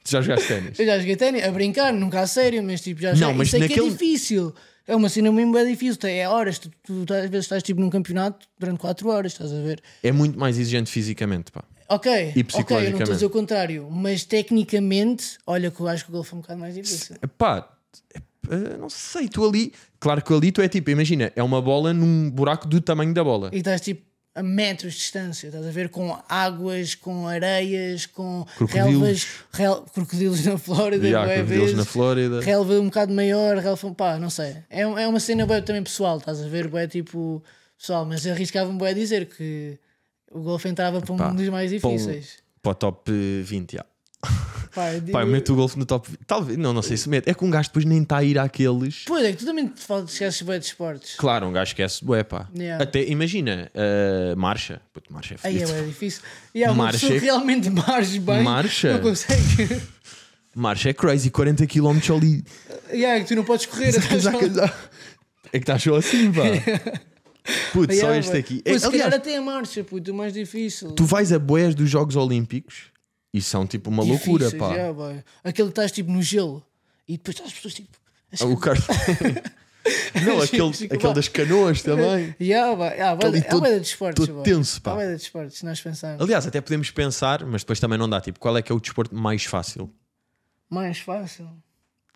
Tu já jogaste ténis?
Eu já joguei ténis, a brincar, nunca a sério, mas tipo, já joguei.
mas
Isso é que
naquele-
é difícil. É uma cena mesmo é difícil, tem- é horas, tu, tu, às vezes estás tipo num campeonato durante 4 horas, estás a ver?
É muito mais exigente fisicamente, pá. E
Ok, ok, eu não estou
psicologicamente.
a dizer o contrário, mas tecnicamente, olha que eu acho que o golfe é um bocado mais difícil.
Pá, é- é- não sei, tu ali... Claro que ali tu é tipo, imagina, é uma bola num buraco do tamanho da bola.
E estás tipo a metros de distância, estás a ver? Com águas, com areias, com
Crocodilos.
relvas, rel- crocodilos na Flórida,
E há
bué
crocodilos na
é vezes.
Flórida.
relva um bocado maior, relva, pá, não sei. É, um- é uma cena web também pessoal, estás a ver? Bué tipo pessoal, mas arriscava-me bué a dizer que o golfe entrava para um
Pá,
dos mais
para um-
difíceis.
Para o top 20, já.
Pá, eu
Pá, é eu
digo-
meto o golfe no top 20. Talvez, não, não sei se mete. É que um gajo depois nem está a ir àqueles...
Pois é que tu também te fal- esqueces bué de esportes.
Claro, um gajo esquece, ué, pá.
Yeah.
Até, imagina, eh, marcha. Puto, marcha é
Aí é
fedido.
bué difícil. E há uma
Marcha. é
pessoa que realmente marge bem,
Marcha.
não consegue. [laughs]
Marcha é crazy, 40 km ali.
e é que tu não podes correr atrás
Já-
dela.
já- É que estás só assim,
[laughs]
pá. Puto, só
Yeah,
este
bué.
aqui. É,
Pois, se
aliás,
calhar até a marcha, puto, o mais difícil.
tu vais a boias dos Jogos Olímpicos e são tipo uma loucura,
Difíceis,
pá.
yeah, bué. Aquele que estás tipo no gelo e depois estás as pessoas tipo.
O
[laughs]
Carlos. Não, aquele,
Chico,
aquele
pá.
das canoas também.
Yeah, bué. Ah, bué
Ali
de- há
todo-
bué de desportos.
todo
bué.
tenso, pá.
Há bué de desportos, nós pensamos.
Aliás, até podemos pensar, mas depois também não dá. Tipo, qual é que é o desporto mais fácil?
Mais fácil.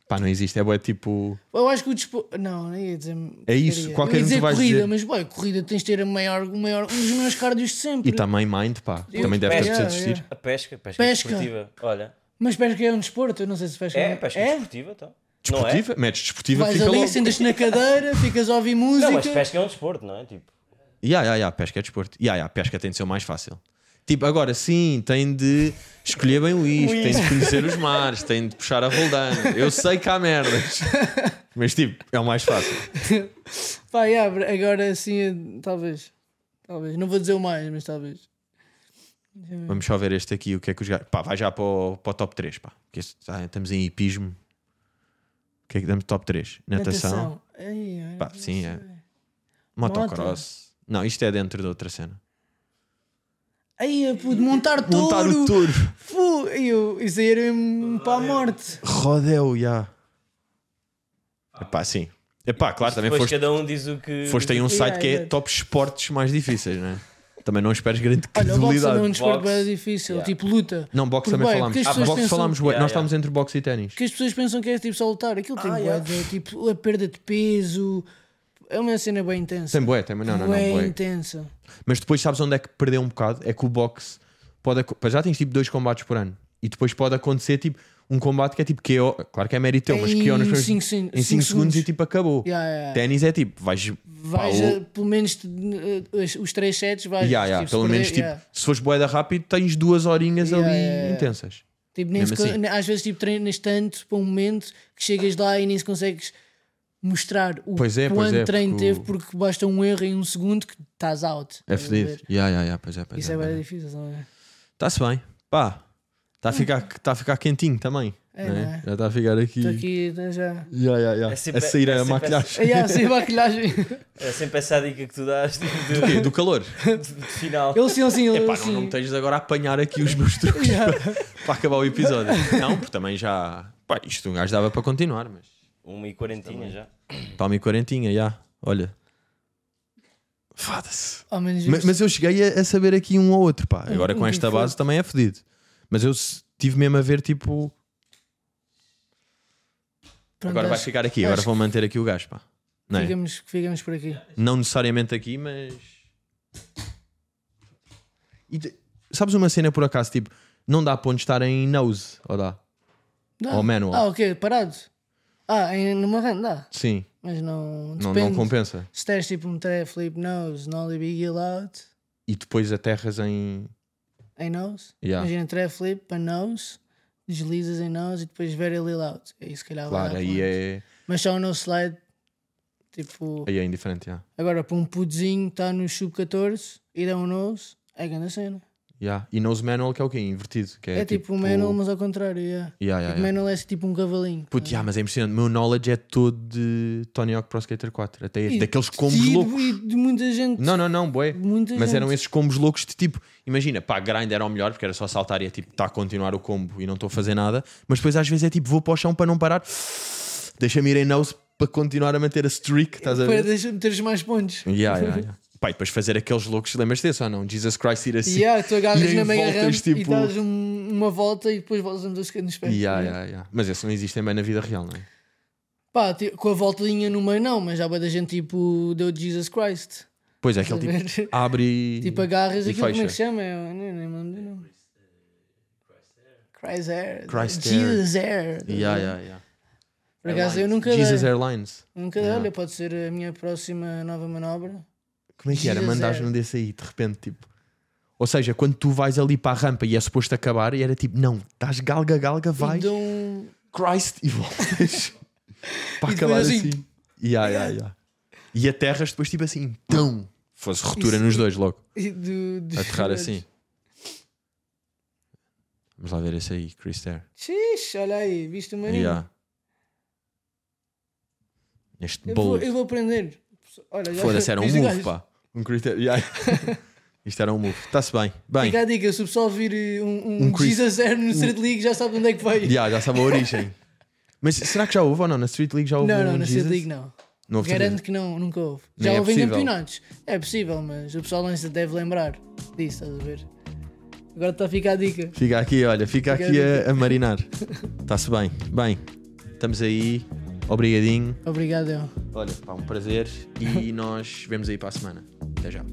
Pá, não existe. É boé tipo.
Eu acho que o desporto. Não, não ia dizer.
É isso,
porcaria.
qualquer
Eu
um
ia
tu
dizer
vais
corrida,
dizer.
mas bem, corrida tens de ter a maior, o maior, um dos maiores cardios de sempre.
E tá. também mind, pá.
Eu-
Também deve ter
Yeah,
de desistir.
yeah.
A pesca, pesca,
Pesca.
desportiva. Olha,
Mas pesca é um desporto, eu não sei se pesca
é pesca
É?
desportiva, então.
Desportiva? Metes desportiva,
Vais
fica
ali,
logo.
sentas-te na cadeira, ficas a ouvir música.
Não é? Não, mas pesca é um desporto, não é? Tipo,
Ya, ya, ya, pesca é desporto. Ya, ya, pesca tem de ser o mais fácil. Tipo, agora sim, tem de escolher bem o isco, tem de conhecer os mares, tem de puxar a roldana. Eu sei que há
[laughs]
merdas. Mas tipo, é o mais fácil.
Pá, yeah, agora assim, talvez. Talvez. Não vou dizer o mais, mas talvez.
Vamos só ver este aqui, o que é que os gajos... Pá, vai já para o, para o top 3, pá. Porque este- ah, estamos em hipismo. O que é que damos top 3? Natação,
Ai, olha,
Pá,
não
sim, é.
sei.
motocross. Não, isto é dentro de outra cena.
Aí, pude montar touro.
Montar o tá touro.
Fu, e eu, isso aí era mesmo para a morte.
Rodeo, já. Epá, É sim. Epá, claro, também
Depois
foste,
cada um diz o que.
foste em um
Yeah,
site que é
yeah.
top esportes mais difíceis, não é? Também não esperes grande
Olha, o boxe é um
credibilidade.
desporto
Boxe,
bem difícil,
yeah.
tipo luta.
Não, boxe
Porque,
também
bem,
falámos.
porque as
Ah,
pessoas
boxe
pensam-
falámos, bué.
Yeah,
nós
yeah.
estávamos entre boxe e ténis.
Porque as pessoas pensam que é tipo só lutar. Aquilo tem
Ah,
bué
yeah.
de- tipo a perda de peso. É uma cena bem intensa.
Tem bué, também não, não, não.
Bué
bué.
intensa.
Mas depois sabes onde é que perdeu um bocado? É que o boxe pode. aco- Já tens tipo dois combates por ano. E depois pode acontecer tipo um combate que é tipo KO. Claro que é mérito teu, mas
Em
KO nos
cinco sen-
em 5
cinco
segundos.
segundos.
e tipo acabou.
Yeah, yeah, yeah.
Ténis é tipo, vais.
Vais
pá, o-
a- pelo menos te- eh, os- os três sets, vais
Yeah, yeah,
se
pelo
perder,
menos tipo,
yeah.
se fores boeda rápido, tens duas horinhas
Yeah,
ali
yeah, yeah.
intensas.
Tipo, nem
Mesmo
se co-
assim.
ne- às vezes tipo, treinas tanto para um momento que chegas lá e nem se consegues mostrar o
Pois é, pois
quanto
é,
treino
porque o-
teve porque basta um erro em um segundo que estás out.
É
Estás a
fedido.
ver?
Yeah, yeah, yeah, pois é, pois
Isso
é,
é
pois é.
bem difícil, não é?
Está-se bem. Pá, está a, ficar, tá a ficar quentinho também.
Hum. É,
né?
não é?
Já está a ficar aqui.
Estou aqui
[laughs]
né, já.
Yeah, yeah, yeah.
É sempre-
a sair
é
a
sempre-
maquilhagem.
Yeah,
[laughs]
sem maquilhagem.
É sempre essa a dica que tu dás tipo, de,
Do quê? Do
[laughs]
calor.
de-
[laughs]
de final.
Ele sim, ele sim, ele
Epá, não,
sim.
não me tens agora a apanhar aqui os meus [laughs] truques
Yeah.
para, para acabar o episódio. Não, porque também já. Pá, isto um gajo dava para continuar, mas.
Uma e quarentinha já.
Toma e quarentinha, já. Olha. Foda-se.
Ao menos
Mas,
isto.
mas eu cheguei a, a saber aqui um ou outro, pá. Agora
Um-
com
um
esta
que foi.
base também é fedido. Mas eu se- tive mesmo a ver tipo.
Pronto,
agora vai
acho-
ficar aqui, agora
acho
vou manter aqui o gajo, pá. Não, é?
Ficamos, ficamos por aqui.
Não necessariamente aqui, mas. E te- Sabes uma cena por acaso, tipo, não dá ponto estar em nose, ou dá?
Dá.
Ao manual.
Ah, ok, parado. Ah, em, numa run dá.
Sim,
Mas não.
não, não
depende.
compensa.
Se tens tipo um tré, flip nose, nollie big heel out,
E depois aterras em.
em nose.
Yeah.
Imagina tré, flip para nose, deslizas em nose e depois very heel out. Aí se calhar vai
Claro,
dar
aí
ponto.
é,
Mas só o nose slide, tipo.
aí é indiferente, já.
Agora para um pudezinho que está no sub-14 e dá um nose, é grande cena.
Já. E nose manual que é o quê? Invertido. Que é,
É, tipo um manual, mas ao contrário. Yeah.
Já, já,
Tipo,
já.
manual é tipo um cavalinho.
Puto, já, mas é impressionante. Meu knowledge é todo de Tony Hawk Pro Skater 4. Até este,
E
daqueles
de
combos
tiro
loucos.
E de muita gente.
Não, não, não, boé.
Muita
Mas
gente.
eram esses combos loucos de tipo, imagina, pá, grind era o melhor, porque era só saltar e é tipo, está a continuar o combo e não estou a fazer nada. Mas depois às vezes é tipo, vou para o chão para não parar, deixa-me ir em nose para continuar a manter a streak, estás a
Para
ver?
deixar meteres mais pontos.
Yeah,
[laughs]
yeah, yeah. Pá, e depois fazer aqueles loucos, lembras-te desse ou não? Jesus Christ ir assim.
Yeah, tu agarras
Nem
na meia
voltas,
rampa e
tipo-
dás um- uma volta e depois voltas a meter o skate nos pés.
Yeah, yeah, yeah. Mas esse não existe também na vida real, não é?
Pá, ti- com a voltinha no meio não, mas já vai da gente tipo deu Jesus Christ.
Pois é, aquele
Estás a
tipo
ver?
abre e.
[laughs] Tipo agarras
e
aquilo, como é que
fecha.
chama? Eu nem, nem me lembro do nome. Christ Air.
Christ
Jesus Air.
Yeah, yeah, yeah.
Por acaso eu
Airlines.
nunca
É Jesus
dei.
Airlines.
Nunca dei.
Yeah.
Olha, pode ser a minha próxima nova manobra.
Como é que era?
Jesus
Mandares
Air.
um desse aí, de repente, tipo. Ou seja, quando tu vais ali para a rampa e é suposto acabar, e era tipo, não, estás galga, galga,
E
vai,
dou um... [laughs]
Christ, e voltas para
E depois
acabar assim.
assim.
Yeah, yeah, yeah. E aterras depois, tipo assim, tão. Fosse rotura
Isso.
nos dois logo.
e do, do
Aterrar assim. Vamos lá ver esse aí, Chris Air.
Xixi, olha aí, viste o maninho?
Yeah. Este
Eu, vou,
bold.
eu vou aprender. Olha, já-
Foda-se,
[laughs]
era um
viste o
move,
gajo?
pá. Um critério.
[laughs]
Yeah. Isto era um move. Está-se bem. Bem,
Fica a dica, se o pessoal vir eh, um, um,
Um Chris-
Jesus Air no Street League, já sabe de onde é que veio.
yeah, já sabe a origem. Mas será que já houve ou não? Na Street League já houve
Não,
um
não, na
Jesus?
Street League não.
Não houve
Garanto que não, nunca houve.
Nem
Já
é
houve em
possível.
campeonatos. É possível, mas o pessoal não se deve lembrar disso, estás a ver? Agora está a ficar a dica.
Fica aqui, olha, fica
Fica
aqui a, a marinar. Está-se bem. Bem, estamos aí. Obrigadinho.
Obrigado, eu. [laughs]
Olha, pá, um prazer. E nós vemos aí para a semana. Até já.